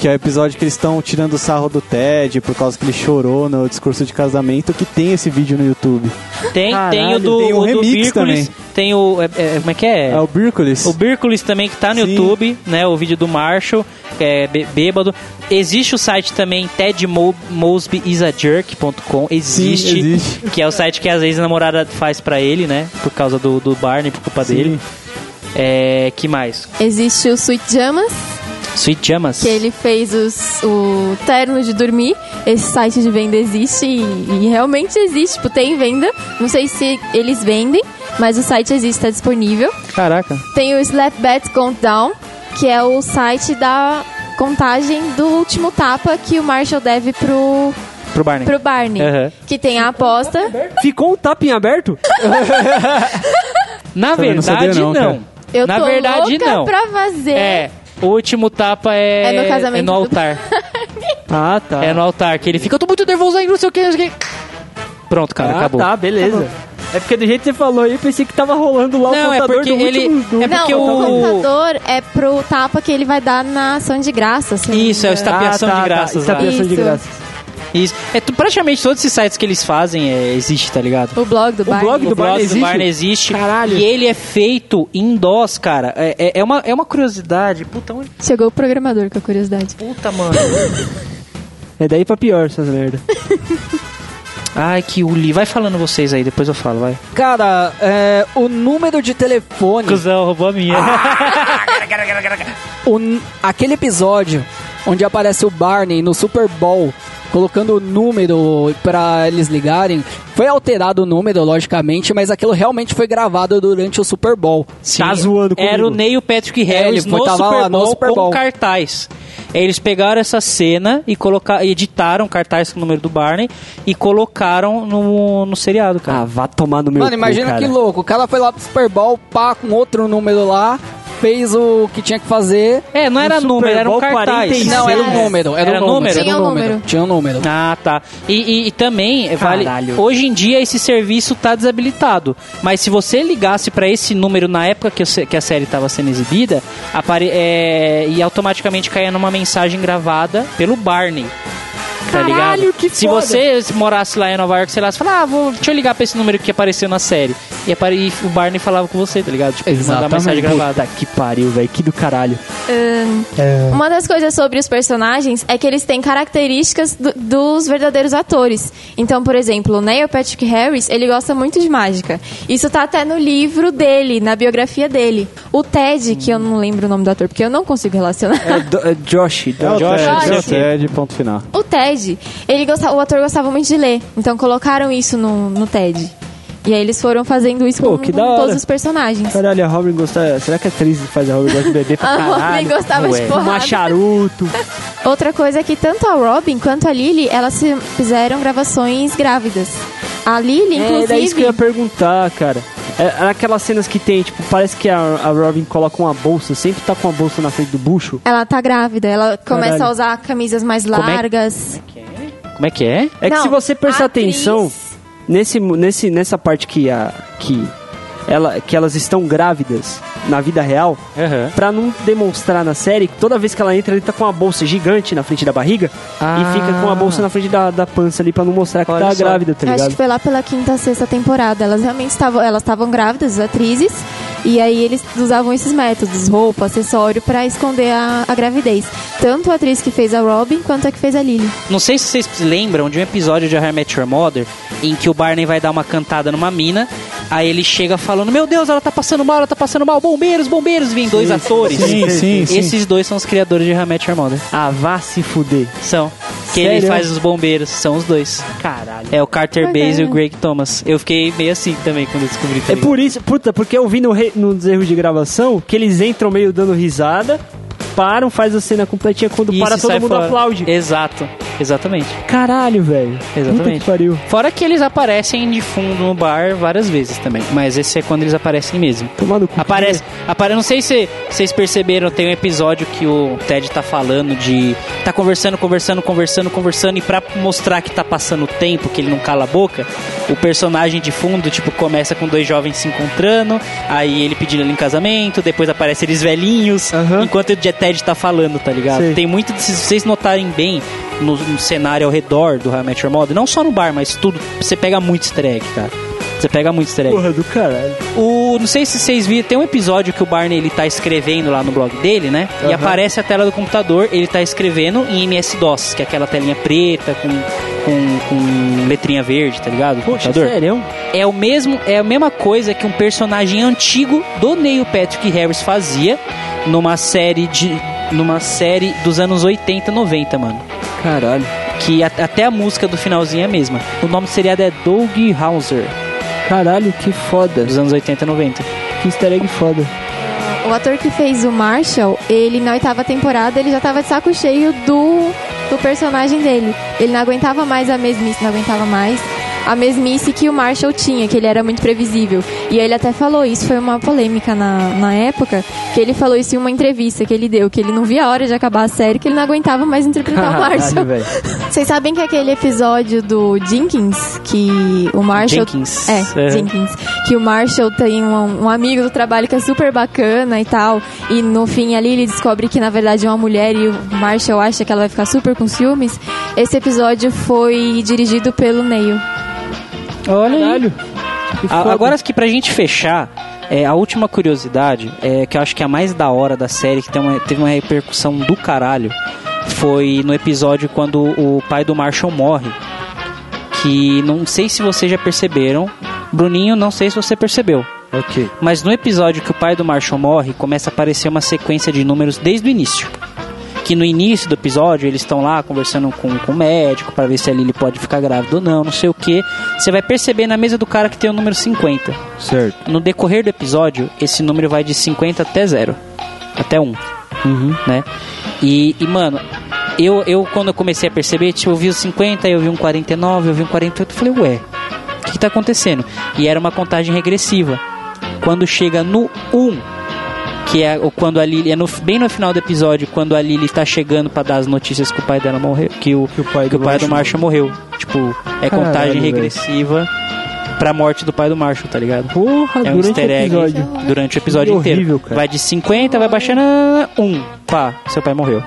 E: Que é o episódio que eles estão tirando o sarro do Ted por causa que ele chorou no discurso de casamento, que tem esse vídeo no YouTube.
B: Tem, tem o
E: Caralho,
B: do,
E: tem um
B: o do
E: remix
B: Hércules, Tem o. é, é, como é que é?
E: É, o Bírculis.
B: O Bírculis também, que tá no
E: Sim.
B: YouTube, né? O vídeo do Marshall, que é bê- bêbado. Existe o site também, tedmosbyisajerk.com.
E: Sim,
B: Existe,
E: existe.
B: Que é o site que às vezes a namorada faz pra ele, né? Por causa do, do Barney, por culpa
E: Sim.
B: dele. É, que mais?
D: Existe o Sweet Jamas,
B: Sweet Jamas.
D: que ele fez os- o terno de dormir. Esse site de venda existe e, e realmente existe. Tipo, tem venda. Não sei se eles vendem, mas o site existe, tá disponível.
E: Caraca.
D: Tem o Slapbat Countdown, que é o site da contagem do último tapa que o Marshall deve pro,
B: Pro Barney.
D: pro Barney.
B: Aham.
D: Que tem a aposta.
A: Ficou um tapa em aberto?
B: Na
E: Também não sabia
B: verdade, não.
E: não, cara.
D: Eu
B: Na
D: tô
B: verdade,
D: louca
B: não.
D: pra fazer.
B: É. O último tapa é,
D: É no casamento
B: é no
D: do-
B: altar.
A: Ah, tá.
B: É no altar que ele fica, eu tô muito nervoso aí, não sei o que, não sei o que. Pronto, cara,
A: ah,
B: acabou.
A: tá, beleza. É porque do jeito que você falou aí, eu pensei que tava rolando lá o
B: Não, é
A: contador
B: porque
A: do
B: ele-
A: último... do-
B: é
D: não,
B: porque
D: o,
B: o-
D: computador é pro tapa que ele vai dar na ação de graça. se eu não me
B: Isso, é o
D: engano.
B: estapeação
A: Ah, tá,
B: de
A: tá,
B: graças. lá.
A: estapeação de
D: Isso.
A: graças.
B: Isso. É, tu- praticamente todos esses sites que eles fazem é, existe, tá ligado?
D: O blog do Barney.
A: blog
B: O
A: do Barney
B: blog do
A: existe?
B: Barney existe.
A: Caralho.
B: E ele é feito em DOS, cara. É, é- é uma, é uma curiosidade. Puta, onde-
D: Chegou o programador, com a curiosidade.
B: puta, mano.
A: É daí pra pior essas merda.
B: Ai, que uli. Vai falando vocês aí, depois eu falo, vai.
C: Cara, é, o número de telefone.
B: Cusão, roubou a minha.
C: o n- aquele episódio onde aparece o Barney no Super Bowl colocando o número pra eles ligarem, foi alterado o número logicamente, mas aquilo realmente foi gravado durante o Super Bowl.
A: Tá zoando comigo.
B: Era o Neil Patrick Harris
C: É, ele foi-
B: no,
C: tava
B: Super
C: lá no
B: Bowl
C: Super
B: com
C: Bowl.
B: cartaz. Eles pegaram essa cena e colocaram, editaram cartaz com o número do Barney e colocaram no, no seriado, cara.
A: Ah, vá tomar no meu
C: Mano, imagina que louco. O cara foi lá pro Super Bowl, pá, com outro número lá. fez o que tinha que fazer.
B: É, não era
C: Super
B: número, era um
C: Bowl
B: cartaz.
A: 45.
C: Não, era um
D: É.
C: número. Era,
B: Era
C: um número.
B: número?
C: era
D: Tinha um número.
C: Tinha um número.
B: Ah, tá. E, e- e também, é, vale,
A: Caralho.
B: hoje em dia esse serviço tá desabilitado. Mas se você ligasse pra esse número na época que, o se- que a série tava sendo exibida, apare, é, e automaticamente caía numa mensagem gravada pelo Barney. Tá
D: Caralho,
B: ligado?
D: que
B: se
D: foda.
B: você morasse lá em Nova York, sei lá, você falava, ah, vou, deixa eu ligar pra esse número que apareceu na série. E, apare, e o Barney falava com você, tá ligado? Tipo, ele mandava mensagem gravada.
A: Puta que pariu, velho. Que do caralho.
D: Uma das coisas sobre os personagens é que eles têm características do- dos verdadeiros atores. Então, por exemplo, o Neil Patrick Harris, ele gosta muito de mágica. Isso tá até no livro dele, na biografia dele. O Ted, que eu não lembro o nome do ator, porque eu não consigo relacionar.
A: eh, Josh.
E: É o
B: Josh,
E: Ted, é o
D: Josh.
E: Ted, ponto final.
D: O Ted, ele gosta- o ator gostava muito de ler. Então colocaram isso no, no Ted. E aí eles foram fazendo isso
A: Pô,
D: com,
A: que
D: com
A: da hora.
D: todos os personagens.
A: Caralho, a Robin gostava. Será que a atriz que faz a Robin gosta de beber pra
D: A Robin
A: caralho?
D: gostava de
A: Ué.
D: porrada.
A: Fumar charuto.
D: Outra coisa é que tanto a Robin quanto a Lily, elas se- fizeram gravações grávidas. A Lily,
A: É, era isso que eu
D: inclusive,
A: ia perguntar, cara. É, Era aquelas cenas que tem, tipo, parece que a, a Robin coloca uma bolsa, sempre tá com uma bolsa na frente do bucho.
D: ela tá grávida. Ela começa
A: Caralho.
D: a usar camisas mais
B: Como é que-
D: largas.
B: Como é que é?
A: É que
D: Não,
A: se você prestar
D: a atriz-
A: atenção nesse, nesse, nessa parte que, a, que, ela, que elas estão grávidas na vida real, pra não demonstrar na série que toda vez que ela entra, ele tá com uma bolsa gigante na frente da barriga
D: Ah.
A: e fica com a bolsa na frente da, da pança ali pra não mostrar que
B: Olha
A: tá
B: só.
A: grávida, tá
D: Eu acho que
A: ligado?
D: foi lá pela quinta, sexta temporada. Elas realmente estavam, elas estavam grávidas, as atrizes, e aí eles usavam esses métodos, roupa, acessório, pra esconder a, a gravidez. Tanto a atriz que fez a Robin quanto a que fez a Lily.
B: Não sei se vocês lembram de um episódio de How I Met Your Mother em que o Barney vai dar uma cantada numa mina, aí ele chega falando: Meu Deus, ela tá passando mal, ela tá passando mal, bombeiros, bombeiros, vem dois atores.
E: Sim, sim, sim.
B: Esses dois são os criadores de How I Met Your Mother.
A: Ah, vá se fuder.
B: São. Que ele
A: Sério?
B: faz os bombeiros, são os dois.
A: Caralho.
B: É o Carter
D: Bacana.
B: Bass e o Greg Thomas. Eu fiquei meio assim também quando eu descobri que
A: É por isso, puta, porque eu vi no re- nos erros de gravação que eles entram meio dando risada, param, faz a cena completinha, quando
B: E
A: para
B: se
A: todo
B: sai
A: mundo
B: fora.
A: aplaude.
B: Exato, exatamente.
A: Caralho, velho. Puta
B: É. Exatamente.
A: que pariu.
B: Fora que eles aparecem de fundo no bar várias vezes também, mas esse é quando eles aparecem mesmo.
A: Tomar no cu.
B: Aparece, apare... não sei se vocês perceberam, tem um episódio que o Ted tá falando de. tá conversando, conversando, conversando, conversando, e pra mostrar que tá passando o tempo, que ele não cala a boca, o personagem de fundo, tipo, começa com dois jovens se encontrando, aí ele pedindo ela em casamento, depois aparece eles velhinhos,
A: Aham.
B: enquanto o Ted tá falando, tá ligado?
A: Sei.
B: Tem muito. Se vocês notarem bem no, no cenário ao redor do How I Met Your Mother, não só no bar, mas tudo, você pega muito easter egg, cara. Você pega muito easter egg.
A: Porra do caralho.
B: O, não sei se vocês viram, tem um episódio que o Barney ele tá escrevendo lá no blog dele, né? E aparece a tela do computador, ele tá escrevendo em MS-DOS, que é aquela telinha preta com, com, com letrinha verde, tá ligado? Do
A: Poxa,
B: computador.
A: sério?
B: É, o mesmo, é a mesma coisa que um personagem antigo do Neil Patrick Harris fazia numa série de numa série dos anos 80, 90, mano.
A: Caralho.
B: Que a- até a música do finalzinho é a mesma. O nome do seriado é Doug Hauser,
A: Caralho, que foda.
B: dos anos 80, 90.
A: Que easter egg foda.
D: O ator que fez o Marshall, ele na oitava temporada, ele já tava de saco cheio do, do personagem dele. Ele não aguentava mais a mesmice, não aguentava mais a mesmice que o Marshall tinha, que ele era muito previsível. E ele até falou, isso foi uma polêmica na, na época, que ele falou isso em uma entrevista que ele deu, que ele não via a hora de acabar a série, que ele não aguentava mais
B: Tá,
D: interpretar o Marshall.
A: velho.
D: Vocês sabem que aquele episódio do Jenkins, que o Marshall.
B: Jenkins.
D: É,
B: É.
D: Jenkins. Que o Marshall tem um, um amigo do trabalho que é super bacana e tal. E no fim ali ele descobre que na verdade é uma mulher e o Marshall acha que ela vai ficar super com ciúmes. Esse episódio foi dirigido pelo Neil.
B: Olha aí.
A: Que
B: A-
A: foda.
B: Agora que pra gente fechar, é, a última curiosidade, é, que eu acho que é a mais da hora da série, que tem uma- teve uma repercussão do caralho, foi no episódio quando o pai do Marshall morre. Que não sei se vocês já perceberam. Bruninho, não sei se você percebeu.
A: Ok.
B: Mas no episódio que o pai do Marshall morre, começa a aparecer uma sequência de números desde o início. Que no início do episódio eles estão lá conversando com, com o médico para ver se a Lily pode ficar grávida ou não, não sei o que. Você vai perceber na mesa do cara que tem o número 50.
E: Certo.
B: No decorrer do episódio, esse número vai de 50 até 0. Até 1. Né? E, e, mano, eu, eu quando eu comecei a perceber, tipo, eu vi um 50, eu vi um 49, eu vi um 48, eu falei, ué, o que, que tá acontecendo? E era uma contagem regressiva. Quando chega no 1, que é o- quando a Lily é no- bem no final do episódio quando a Lily tá chegando pra dar as notícias que o pai dela morreu, que o que o pai, do, Marshall morreu. Tipo, é
E: Caralho,
B: contagem
E: velho.
B: regressiva pra morte do pai do Marshall, tá ligado?
E: Porra,
B: é um
E: durante
B: easter
E: o
B: egg
E: episódio.
B: durante o episódio
E: Que
B: inteiro.
E: horrível, cara.
B: Vai de 50, vai baixando um, pá, seu pai morreu.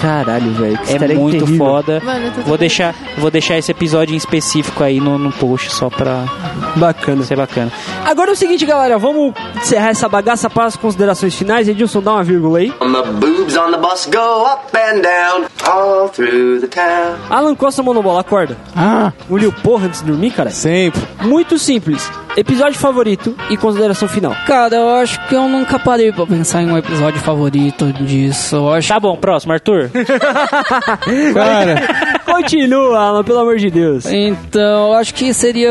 E: Caralho, velho. que
B: É
E: easter egg
B: muito
E: terrível.
B: foda.
D: Mano, eu tô
B: Vou deixar, vou deixar esse episódio em específico aí no, no post só pra
A: Bacana.
B: ser bacana.
A: Agora é o seguinte, galera, vamos encerrar essa bagaça para as considerações finais. Edilson, dá uma vírgula aí.
J: And the boobs on the bus go up and down all through the town.
A: Alan Costa Monobola, acorda.
E: Ah,
A: Engoliu porra antes de dormir, cara?
E: sempre.
A: Muito simples. Episódio favorito e consideração final.
C: Cara, eu acho que eu nunca parei pra pensar em um episódio favorito disso. Eu acho
B: Tá bom, próximo, Arthur.
E: Cara,
A: Continua, Alan, pelo amor de Deus.
C: Então, eu acho que seria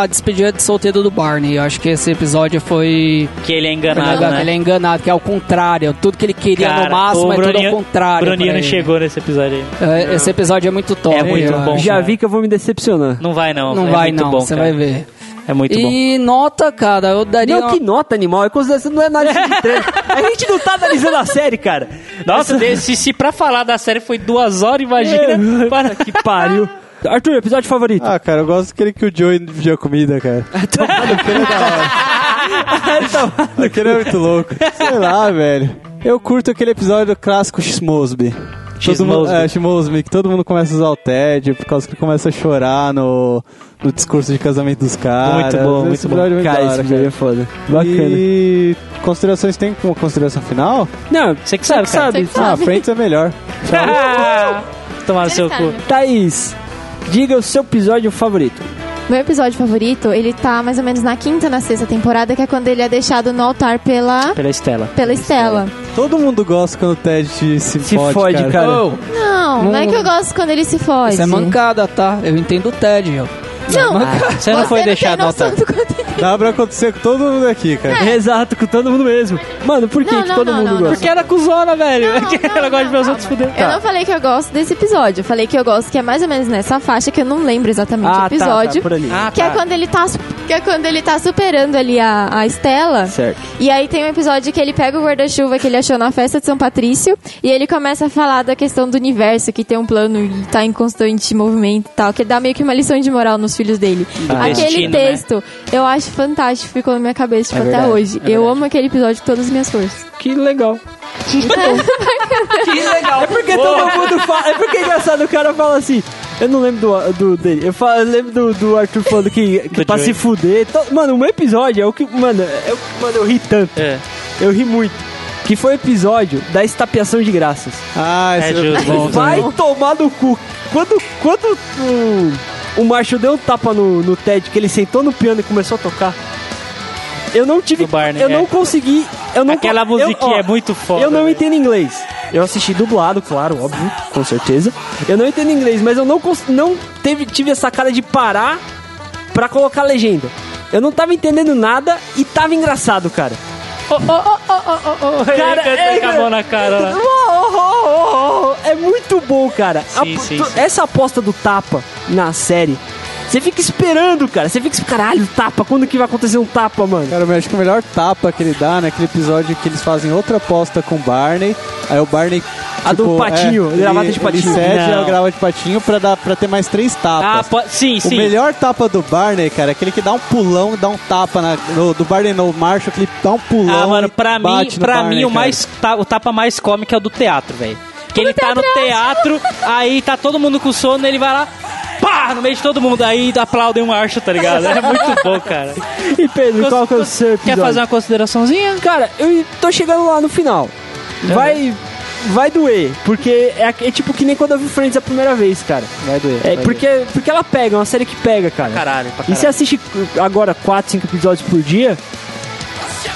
C: a despedida de solteiro do Barney. Eu acho que esse episódio foi.
B: que ele é
C: Ele
B: enganado,
C: é- Ele
B: né?
C: é enganado, que é ao contrário. Tudo que ele queria
B: Cara,
C: no máximo
B: o
C: é tudo
B: Bruninho-
C: ao contrário.
B: Bruninho
C: pra
B: não
C: ele.
B: chegou nesse episódio aí.
C: É, Esse episódio é muito top.
B: É muito
C: eu
B: bom.
C: acho.
A: Já vi que eu vou me decepcionar.
B: Não vai não.
C: Não
B: é
C: vai,
B: muito
C: não.
B: Bom,
C: Você
B: cara.
C: vai ver.
B: É muito bom.
C: E nota, cara, eu daria.
A: Não, que nota, animal. É consideração, não é análise de treino. A gente não tá analisando a série, cara.
B: Nossa, se, se pra falar da série foi duas horas, imagina. para
A: Que pariu. Arthur, episódio favorito.
E: ah, cara, eu gosto daquele que o Joey dividia comida, cara. Aquele é muito louco. Sei lá, velho. Eu curto aquele episódio do clássico Shmosby. Todo
B: Shmosby.
E: mundo, é, Shmosby, que todo mundo começa a usar o Ted por causa que ele começa a chorar no, no discurso de casamento dos caras.
B: Muito bom, muito bom.
E: episódio é muito
A: Cara,
E: da
A: esse
E: hora,
A: episódio é
E: cara.
A: foda. Bacana.
E: E considerações tem uma consideração final?
A: Não,
B: Você que sabe, cara.
A: sabe.
D: Você que sabe.
E: Ah, Friends é melhor.
B: Ah, Tomar no
D: Ele
B: seu
D: sabe.
B: cu.
A: Thaís, diga o seu episódio favorito.
D: Meu episódio favorito, ele tá mais ou menos na quinta, na sexta temporada, que é quando ele é deixado no altar pela,
B: Pela Estela.
D: pela Estela.
E: Todo mundo gosta quando o Ted se,
A: Se fode, cara.
C: Ô,
E: Oh.
D: Não, não é que eu gosto quando ele se foge.
C: isso é mancada, tá? Eu entendo o Ted, eu.
D: Não,
B: Ah, Você não foi deixado no
D: não tem
B: altar.
D: noção do quanto- é
E: Dá pra acontecer com todo mundo aqui,
B: É.
E: cara.
A: É Exato, com todo mundo mesmo. Mano, por que,
D: Não,
A: que
D: não,
A: todo
D: não,
A: mundo
D: não,
A: gosta?
D: não.
B: Porque era cuzona, velho.
D: Não, não,
B: Ela gosta de ver os
D: não.
B: outros Tá. fuder.
D: Eu não falei que eu gosto desse episódio. Eu falei que eu gosto que é mais ou menos nessa faixa, que eu não lembro exatamente
A: Ah,
D: é o
A: tá, tá,
D: episódio.
A: por ali.
B: Ah,
D: Que é quando ele tá, su- que é quando ele tá superando ali a, a Estela.
A: Certo.
D: E aí tem um episódio que ele pega o guarda-chuva que ele achou na festa de São Patrício e ele começa a falar da questão do universo, que tem um plano e tá em constante movimento e tal, que dá meio que uma lição de moral nos filhos dele.
B: Ah,
D: aquele
B: destino, né?
D: texto, eu acho fantástico, ficou na minha cabeça tipo, até hoje. eu amo aquele episódio com todas as minhas forças.
A: Que legal. que legal. É porque todo mundo fala. É porque é engraçado, o cara fala assim. Eu não lembro do, do dele. Eu, falo, eu lembro do, do Arthur falando que, que
B: Do
A: pra
B: Joey.
A: se fuder. To- mano, o meu episódio é o que. Mano, eu, mano, eu ri tanto.
B: É.
A: Eu ri muito. Que foi o episódio da estapeação de graças.
E: Ah,
B: É
E: esse
B: justo. Bom,
A: Vai tomar no cu. Quando, quando o, o Marshall deu um tapa no, no Ted, que ele sentou no piano e começou a tocar. Eu não tive.
B: Do Barney,
A: eu
B: é.
A: não consegui. Eu não
B: Aquela
A: co- eu-
B: musiquinha
A: ó,
B: é muito foda.
A: eu não
B: velho.
A: entendo inglês. Eu assisti dublado, claro, óbvio, com certeza. Eu não entendo inglês, mas eu não, cons- não teve, tive a sacada de parar pra colocar a legenda. Eu não tava entendendo nada e tava engraçado, cara.
B: Ele
A: Cara,
B: canta
A: é,
B: com a mão na cara lá.
A: Uou, uou, uou, É muito bom, cara.
B: Sim,
A: Apo-
B: sim,
A: tu-
B: sim.
A: Essa aposta do tapa na série, você fica esperando, cara. Você fica, caralho, tapa, quando que vai acontecer um tapa,
B: É.
A: mano?
E: Cara, eu acho que o melhor tapa que ele dá naquele episódio é que eles fazem outra aposta com o Barney. Aí o Barney. é,
A: A do patinho, gravata de patinho.
E: Ele cede
B: Não.
E: a gravata de patinho pra, dar, pra ter mais três
B: Ah,
E: tapas.
B: po- sim,
E: o
B: sim.
E: melhor tapa do Barney, cara, é aquele que dá um pulão, dá um tapa na, no- do Barney no Marshall, que ele dá um pulão.
B: Ah, mano, pra
E: e bate
B: mim,
E: no
B: pra
E: Barney,
B: mim o,
E: cara.
B: mais, ta- o tapa mais cômico é o do teatro, velho. Que ele tá no teatro, aí tá todo mundo com sono, ele vai lá, pá, no meio de todo mundo, aí aplaudem um archo, tá ligado? É muito bom, cara.
A: E Pedro, qual que é o seu
B: Quer
A: episódio?
B: fazer uma consideraçãozinha?
A: Cara, eu tô chegando lá no final. Vai. Vai doer, porque é, é tipo que nem quando eu vi Friends a primeira vez, cara.
E: Vai doer.
A: É,
E: vai
A: porque, porque ela pega, é uma série que pega, cara.
B: Caralho, pra
A: E você
B: caralho.
A: assiste agora 4, 5 episódios por dia,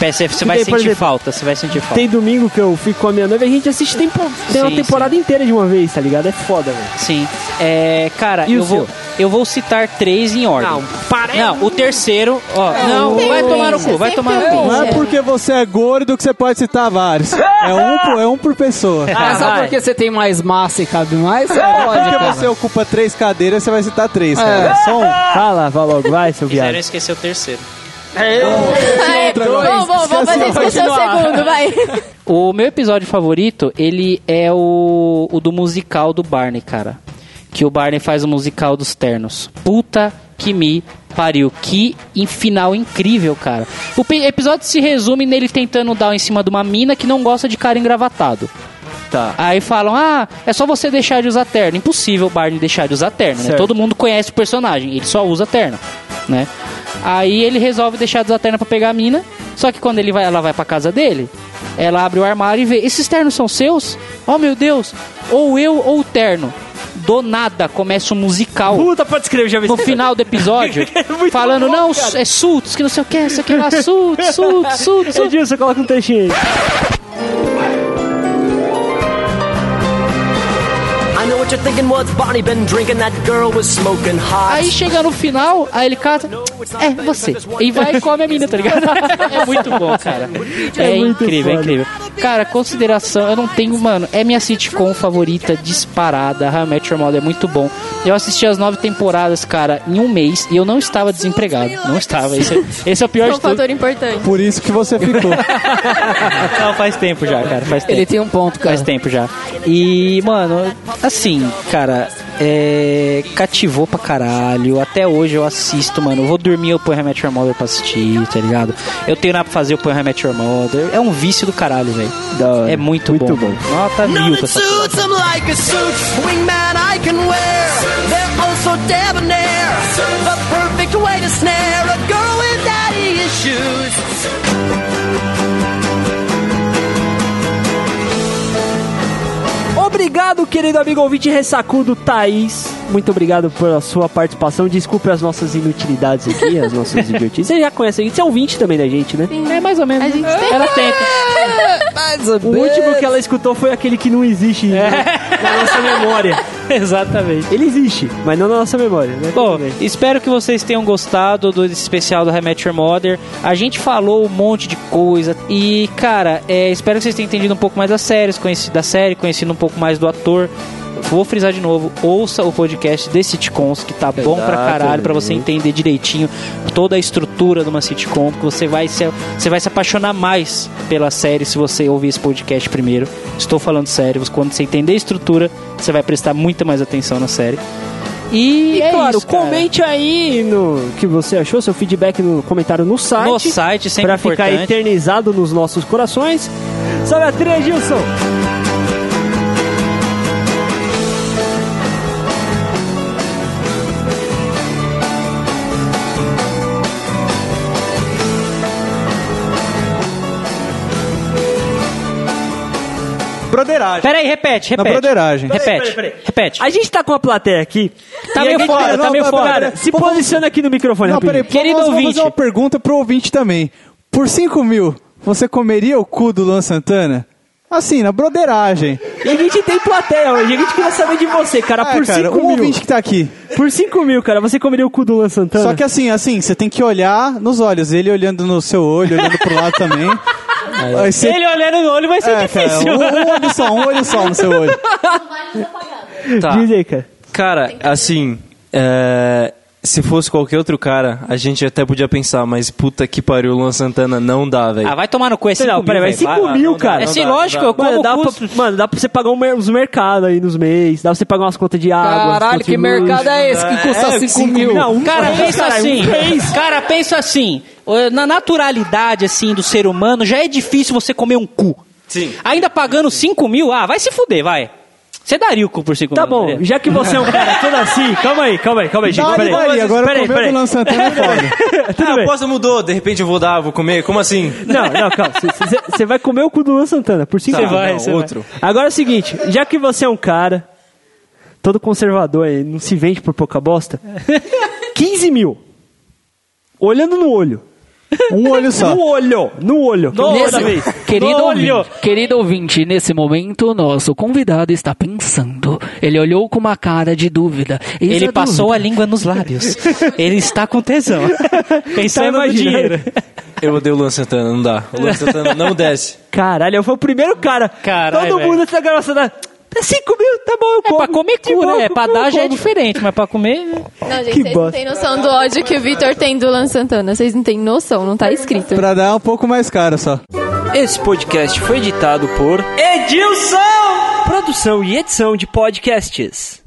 B: Você, você vai
A: Porque, por
B: sentir
A: exemplo,
B: falta, você vai sentir falta.
A: tem domingo que eu fico com a minha noiva e a gente assiste tempo, tem uma
B: Sim,
A: temporada inteira de uma vez, tá ligado? É foda, velho.
B: Sim. É, cara,
A: E o
B: eu vou,
A: seu?
B: eu vou citar três em ordem.
A: Não, para aí.
B: Não, o terceiro, ó. Não,
D: tem
B: vai
D: um
B: tomar no
D: bicho,
B: cu, vai
D: sempre
B: tomar no
D: tem um
B: cu.
D: bicho.
E: Não é porque você é gordo que você pode citar vários. É um por, é um por pessoa.
A: Ah,
C: é só
A: vai.
C: porque você tem mais massa e cabe mais? Você pode,
E: É, Porque
C: cara.
E: você ocupa três cadeiras, você vai citar três, cara. É só um.
A: Fala, vai logo, vai, seu
B: Quiseram
A: viado.
B: esquecer o terceiro.
D: Aê, Bom, bom, vamos fazer isso no seu
B: Continuar.
D: segundo, vai.
B: O meu episódio favorito, ele é o, o do musical do Barney, cara. Que o Barney faz o musical dos ternos. Puta que me pariu. Que em final incrível, cara. O pe- episódio se resume nele tentando dar em cima de uma mina que não gosta de cara engravatado.
I: Tá.
B: Aí falam, ah, é só você deixar de usar terno. Impossível o Barney deixar de usar terno, né?
I: Certo.
B: Todo mundo conhece o personagem, ele só usa terno, né? Aí ele resolve deixar de usar terno pra pegar a mina, só que quando ele vai, ela vai pra casa dele, ela abre o armário e vê, esses ternos são seus? Oh, meu Deus, ou eu ou o terno. Do nada começa um musical
A: Puta, pode escrever, já vi
B: no
A: esse-
B: final do episódio,
A: Muito
B: falando,
A: bom,
B: não,
A: cara. É
B: é Sultos, que não sei o que, isso aqui é lá, Sultos, Sultos, Sultos, Sultos.
A: Edilson, coloca um trechinho aí.
K: I know what you're thinking, what's Bonnie been drinking? That girl was smoking hot.
B: Aí chega no final, aí ele cata. É, você. E vai e come a mina, tá ligado? É muito bom, cara. É, incrível, é incrível. Cara, consideração, eu não tenho, mano. É minha sitcom favorita disparada. How I Met Your Mother é muito bom. Eu assisti as nove temporadas, cara, em um mês e eu não estava desempregado. Não estava. Esse é, esse é o pior
D: É um
B: de tudo.
D: fator importante.
E: Por isso que você ficou.
B: Não, faz tempo já, cara. Faz tempo.
C: Ele tem um ponto, cara.
B: Faz tempo já. E, mano, assim, cara, é. Cativou pra caralho. Até hoje eu assisto, mano. Eu vou dormir, eu ponho How I Met Your Mother pra assistir, tá ligado? Eu tenho nada pra fazer, eu ponho How I Met Your Mother. É um vício do caralho, velho.
E: Da hora.
B: É muito,
E: Muito
B: bom.
E: bom.
B: Nota mil pra
K: Nothing
B: essa
K: suits them like a suit, wingman I can wear. They're oh so debonair, the perfect way to snare a girl with daddy issues.
A: Obrigado, querido amigo ouvinte ressacudo Thaís. Muito obrigado pela sua participação. Desculpe as nossas inutilidades aqui, as nossas idiotices. Você já conhece, você é ouvinte também da gente, né?
B: É mais ou menos.
D: A gente tem-
B: Ela tenta.
A: O último que ela escutou foi aquele que não existe na- na nossa memória.
B: Exatamente.
A: Ele existe, mas não na nossa memória, né?
B: Bom,
A: Tudo bem.
B: espero que vocês tenham gostado do especial do Rematch Your Mother. A gente falou um monte de coisa. E, cara, é, espero que vocês tenham entendido um pouco mais das séries, conhecido, da série, conhecido um pouco mais do ator. Vou frisar de novo, ouça o podcast de sitcoms, que tá bom pra caralho, pra você entender direitinho toda a estrutura de uma sitcom, porque você vai se, você vai se apaixonar mais pela série se você ouvir esse podcast primeiro. Estou falando sério, quando você entender a estrutura, você vai prestar muita mais atenção na série. E,
A: E
B: é
A: claro,
B: isso, cara.
A: comente aí no que você achou, seu feedback no comentário no site.
B: No site, sempre
A: Pra ficar
B: importante.
A: eternizado nos nossos corações. Sabe a trilha, Gilson?
I: Broderagem.
B: Peraí, repete,
I: Na
B: repete.
I: broderagem.
B: Repete,
A: Peraí, peraí,
B: repete.
A: A gente tá com a plateia aqui.
B: Tá
A: E
B: meio
A: a gente-
B: fora, tá meio
A: Não,
B: fora.
A: Cara, se posiciona aqui no microfone,
E: Não,
A: rapidinho.
E: peraí,
B: Querido
E: vamos,
B: ouvinte.
E: vamos fazer uma pergunta pro ouvinte também. Por 5 mil, você comeria o cu do Luan Santana? Assim, na broderagem.
A: E a gente tem plateia hoje. A gente queria saber de você, cara.
E: Ah,
A: por
E: cara,
A: 5
E: um
A: mil.
E: ouvinte que tá aqui.
A: Por 5 mil, cara, você comeria o cu do Luan Santana?
E: Só que assim, assim, você tem que olhar nos olhos. Ele olhando no seu olho, olhando pro lado também. Aí você...
B: Ele olhando no olho vai ser
E: É, cara,
B: difícil.
E: um, um olho só, um olho só no seu olho.
I: Tá.
A: Diz aí, cara.
I: Cara, assim, é, se fosse qualquer outro cara, a gente até podia pensar, mas puta que pariu, Luan Santana não dá, velho.
B: Ah, vai tomar no cu, é 5
A: Não,
B: mil,
A: peraí, mas
B: velho.
A: 5
I: vai,
A: mil,
I: não dá,
A: cara.
I: não
B: Sim, lógico, eu como
A: Mano, dá
B: custo.
A: pra, mano, dá pra você pagar um mer- uns mercados aí nos mês, dá pra você pagar umas contas de água. umas
C: Caralho,
A: contas
C: que
A: de luz.
C: mercado é esse que custa 5 mil?
A: Não, um
B: Cara,
A: mês,
B: pensa
A: caralho,
B: assim.
A: um mês.
B: Cara, pensa assim. Na naturalidade, assim, do ser humano, já é difícil você comer um cu.
I: Sim.
B: Ainda pagando 5 mil, ah, vai se fuder, vai. Você daria o cu por 5
A: Tá
B: mil. não
A: bom,
B: daria?
A: já que você é um cara todo assim, calma aí, calma aí, calma aí, gente.
E: Dá,
A: Peraí,
E: vai, agora
A: peraí,
E: comeu
A: peraí.
E: do Luan Santana é foda.
A: Tudo
I: ah, a
A: bem.
I: aposta mudou, de repente eu vou dar, vou comer, como assim?
A: Não, não, calma. Você vai comer o cu do Luan Santana, por cinco
I: Tá,
A: mil.
I: não,
A: Cê
I: outro.
A: vai. Agora é o seguinte, já que você é um cara todo conservador aí, não se vende por pouca bosta, 15 mil. Olhando no olho.
E: Um olho só.
A: No olho, no olho. No olho da vez.
C: Querido
A: no olho.
C: ouvinte, querido ouvinte, nesse momento, nosso convidado está pensando. Ele olhou com uma cara de dúvida. Isso
B: Ele
C: é
B: passou a
C: dúvida.
B: língua nos lábios. Ele está com tesão. Pensando no
A: Tá imaginando.
B: dinheiro.
I: Eu odeio o Luan Santana, não dá. O Luan Santana não desce.
A: Caralho, eu fui o primeiro cara.
B: Caralho,
A: Todo
B: velho.
A: mundo nessa gravação da... 5 mil, tá bom, eu
B: É pra comer cura, é. Pra dar já é diferente, mas pra comer. né?
D: Não, gente,
E: Que
D: vocês não
E: bosta.
D: têm noção do ódio que o Vitor tem do Lan Santana. Vocês não têm noção, não tá escrito.
E: Pra dar um pouco mais caro só.
A: Esse podcast foi editado por Edilson! Produção e edição de podcasts.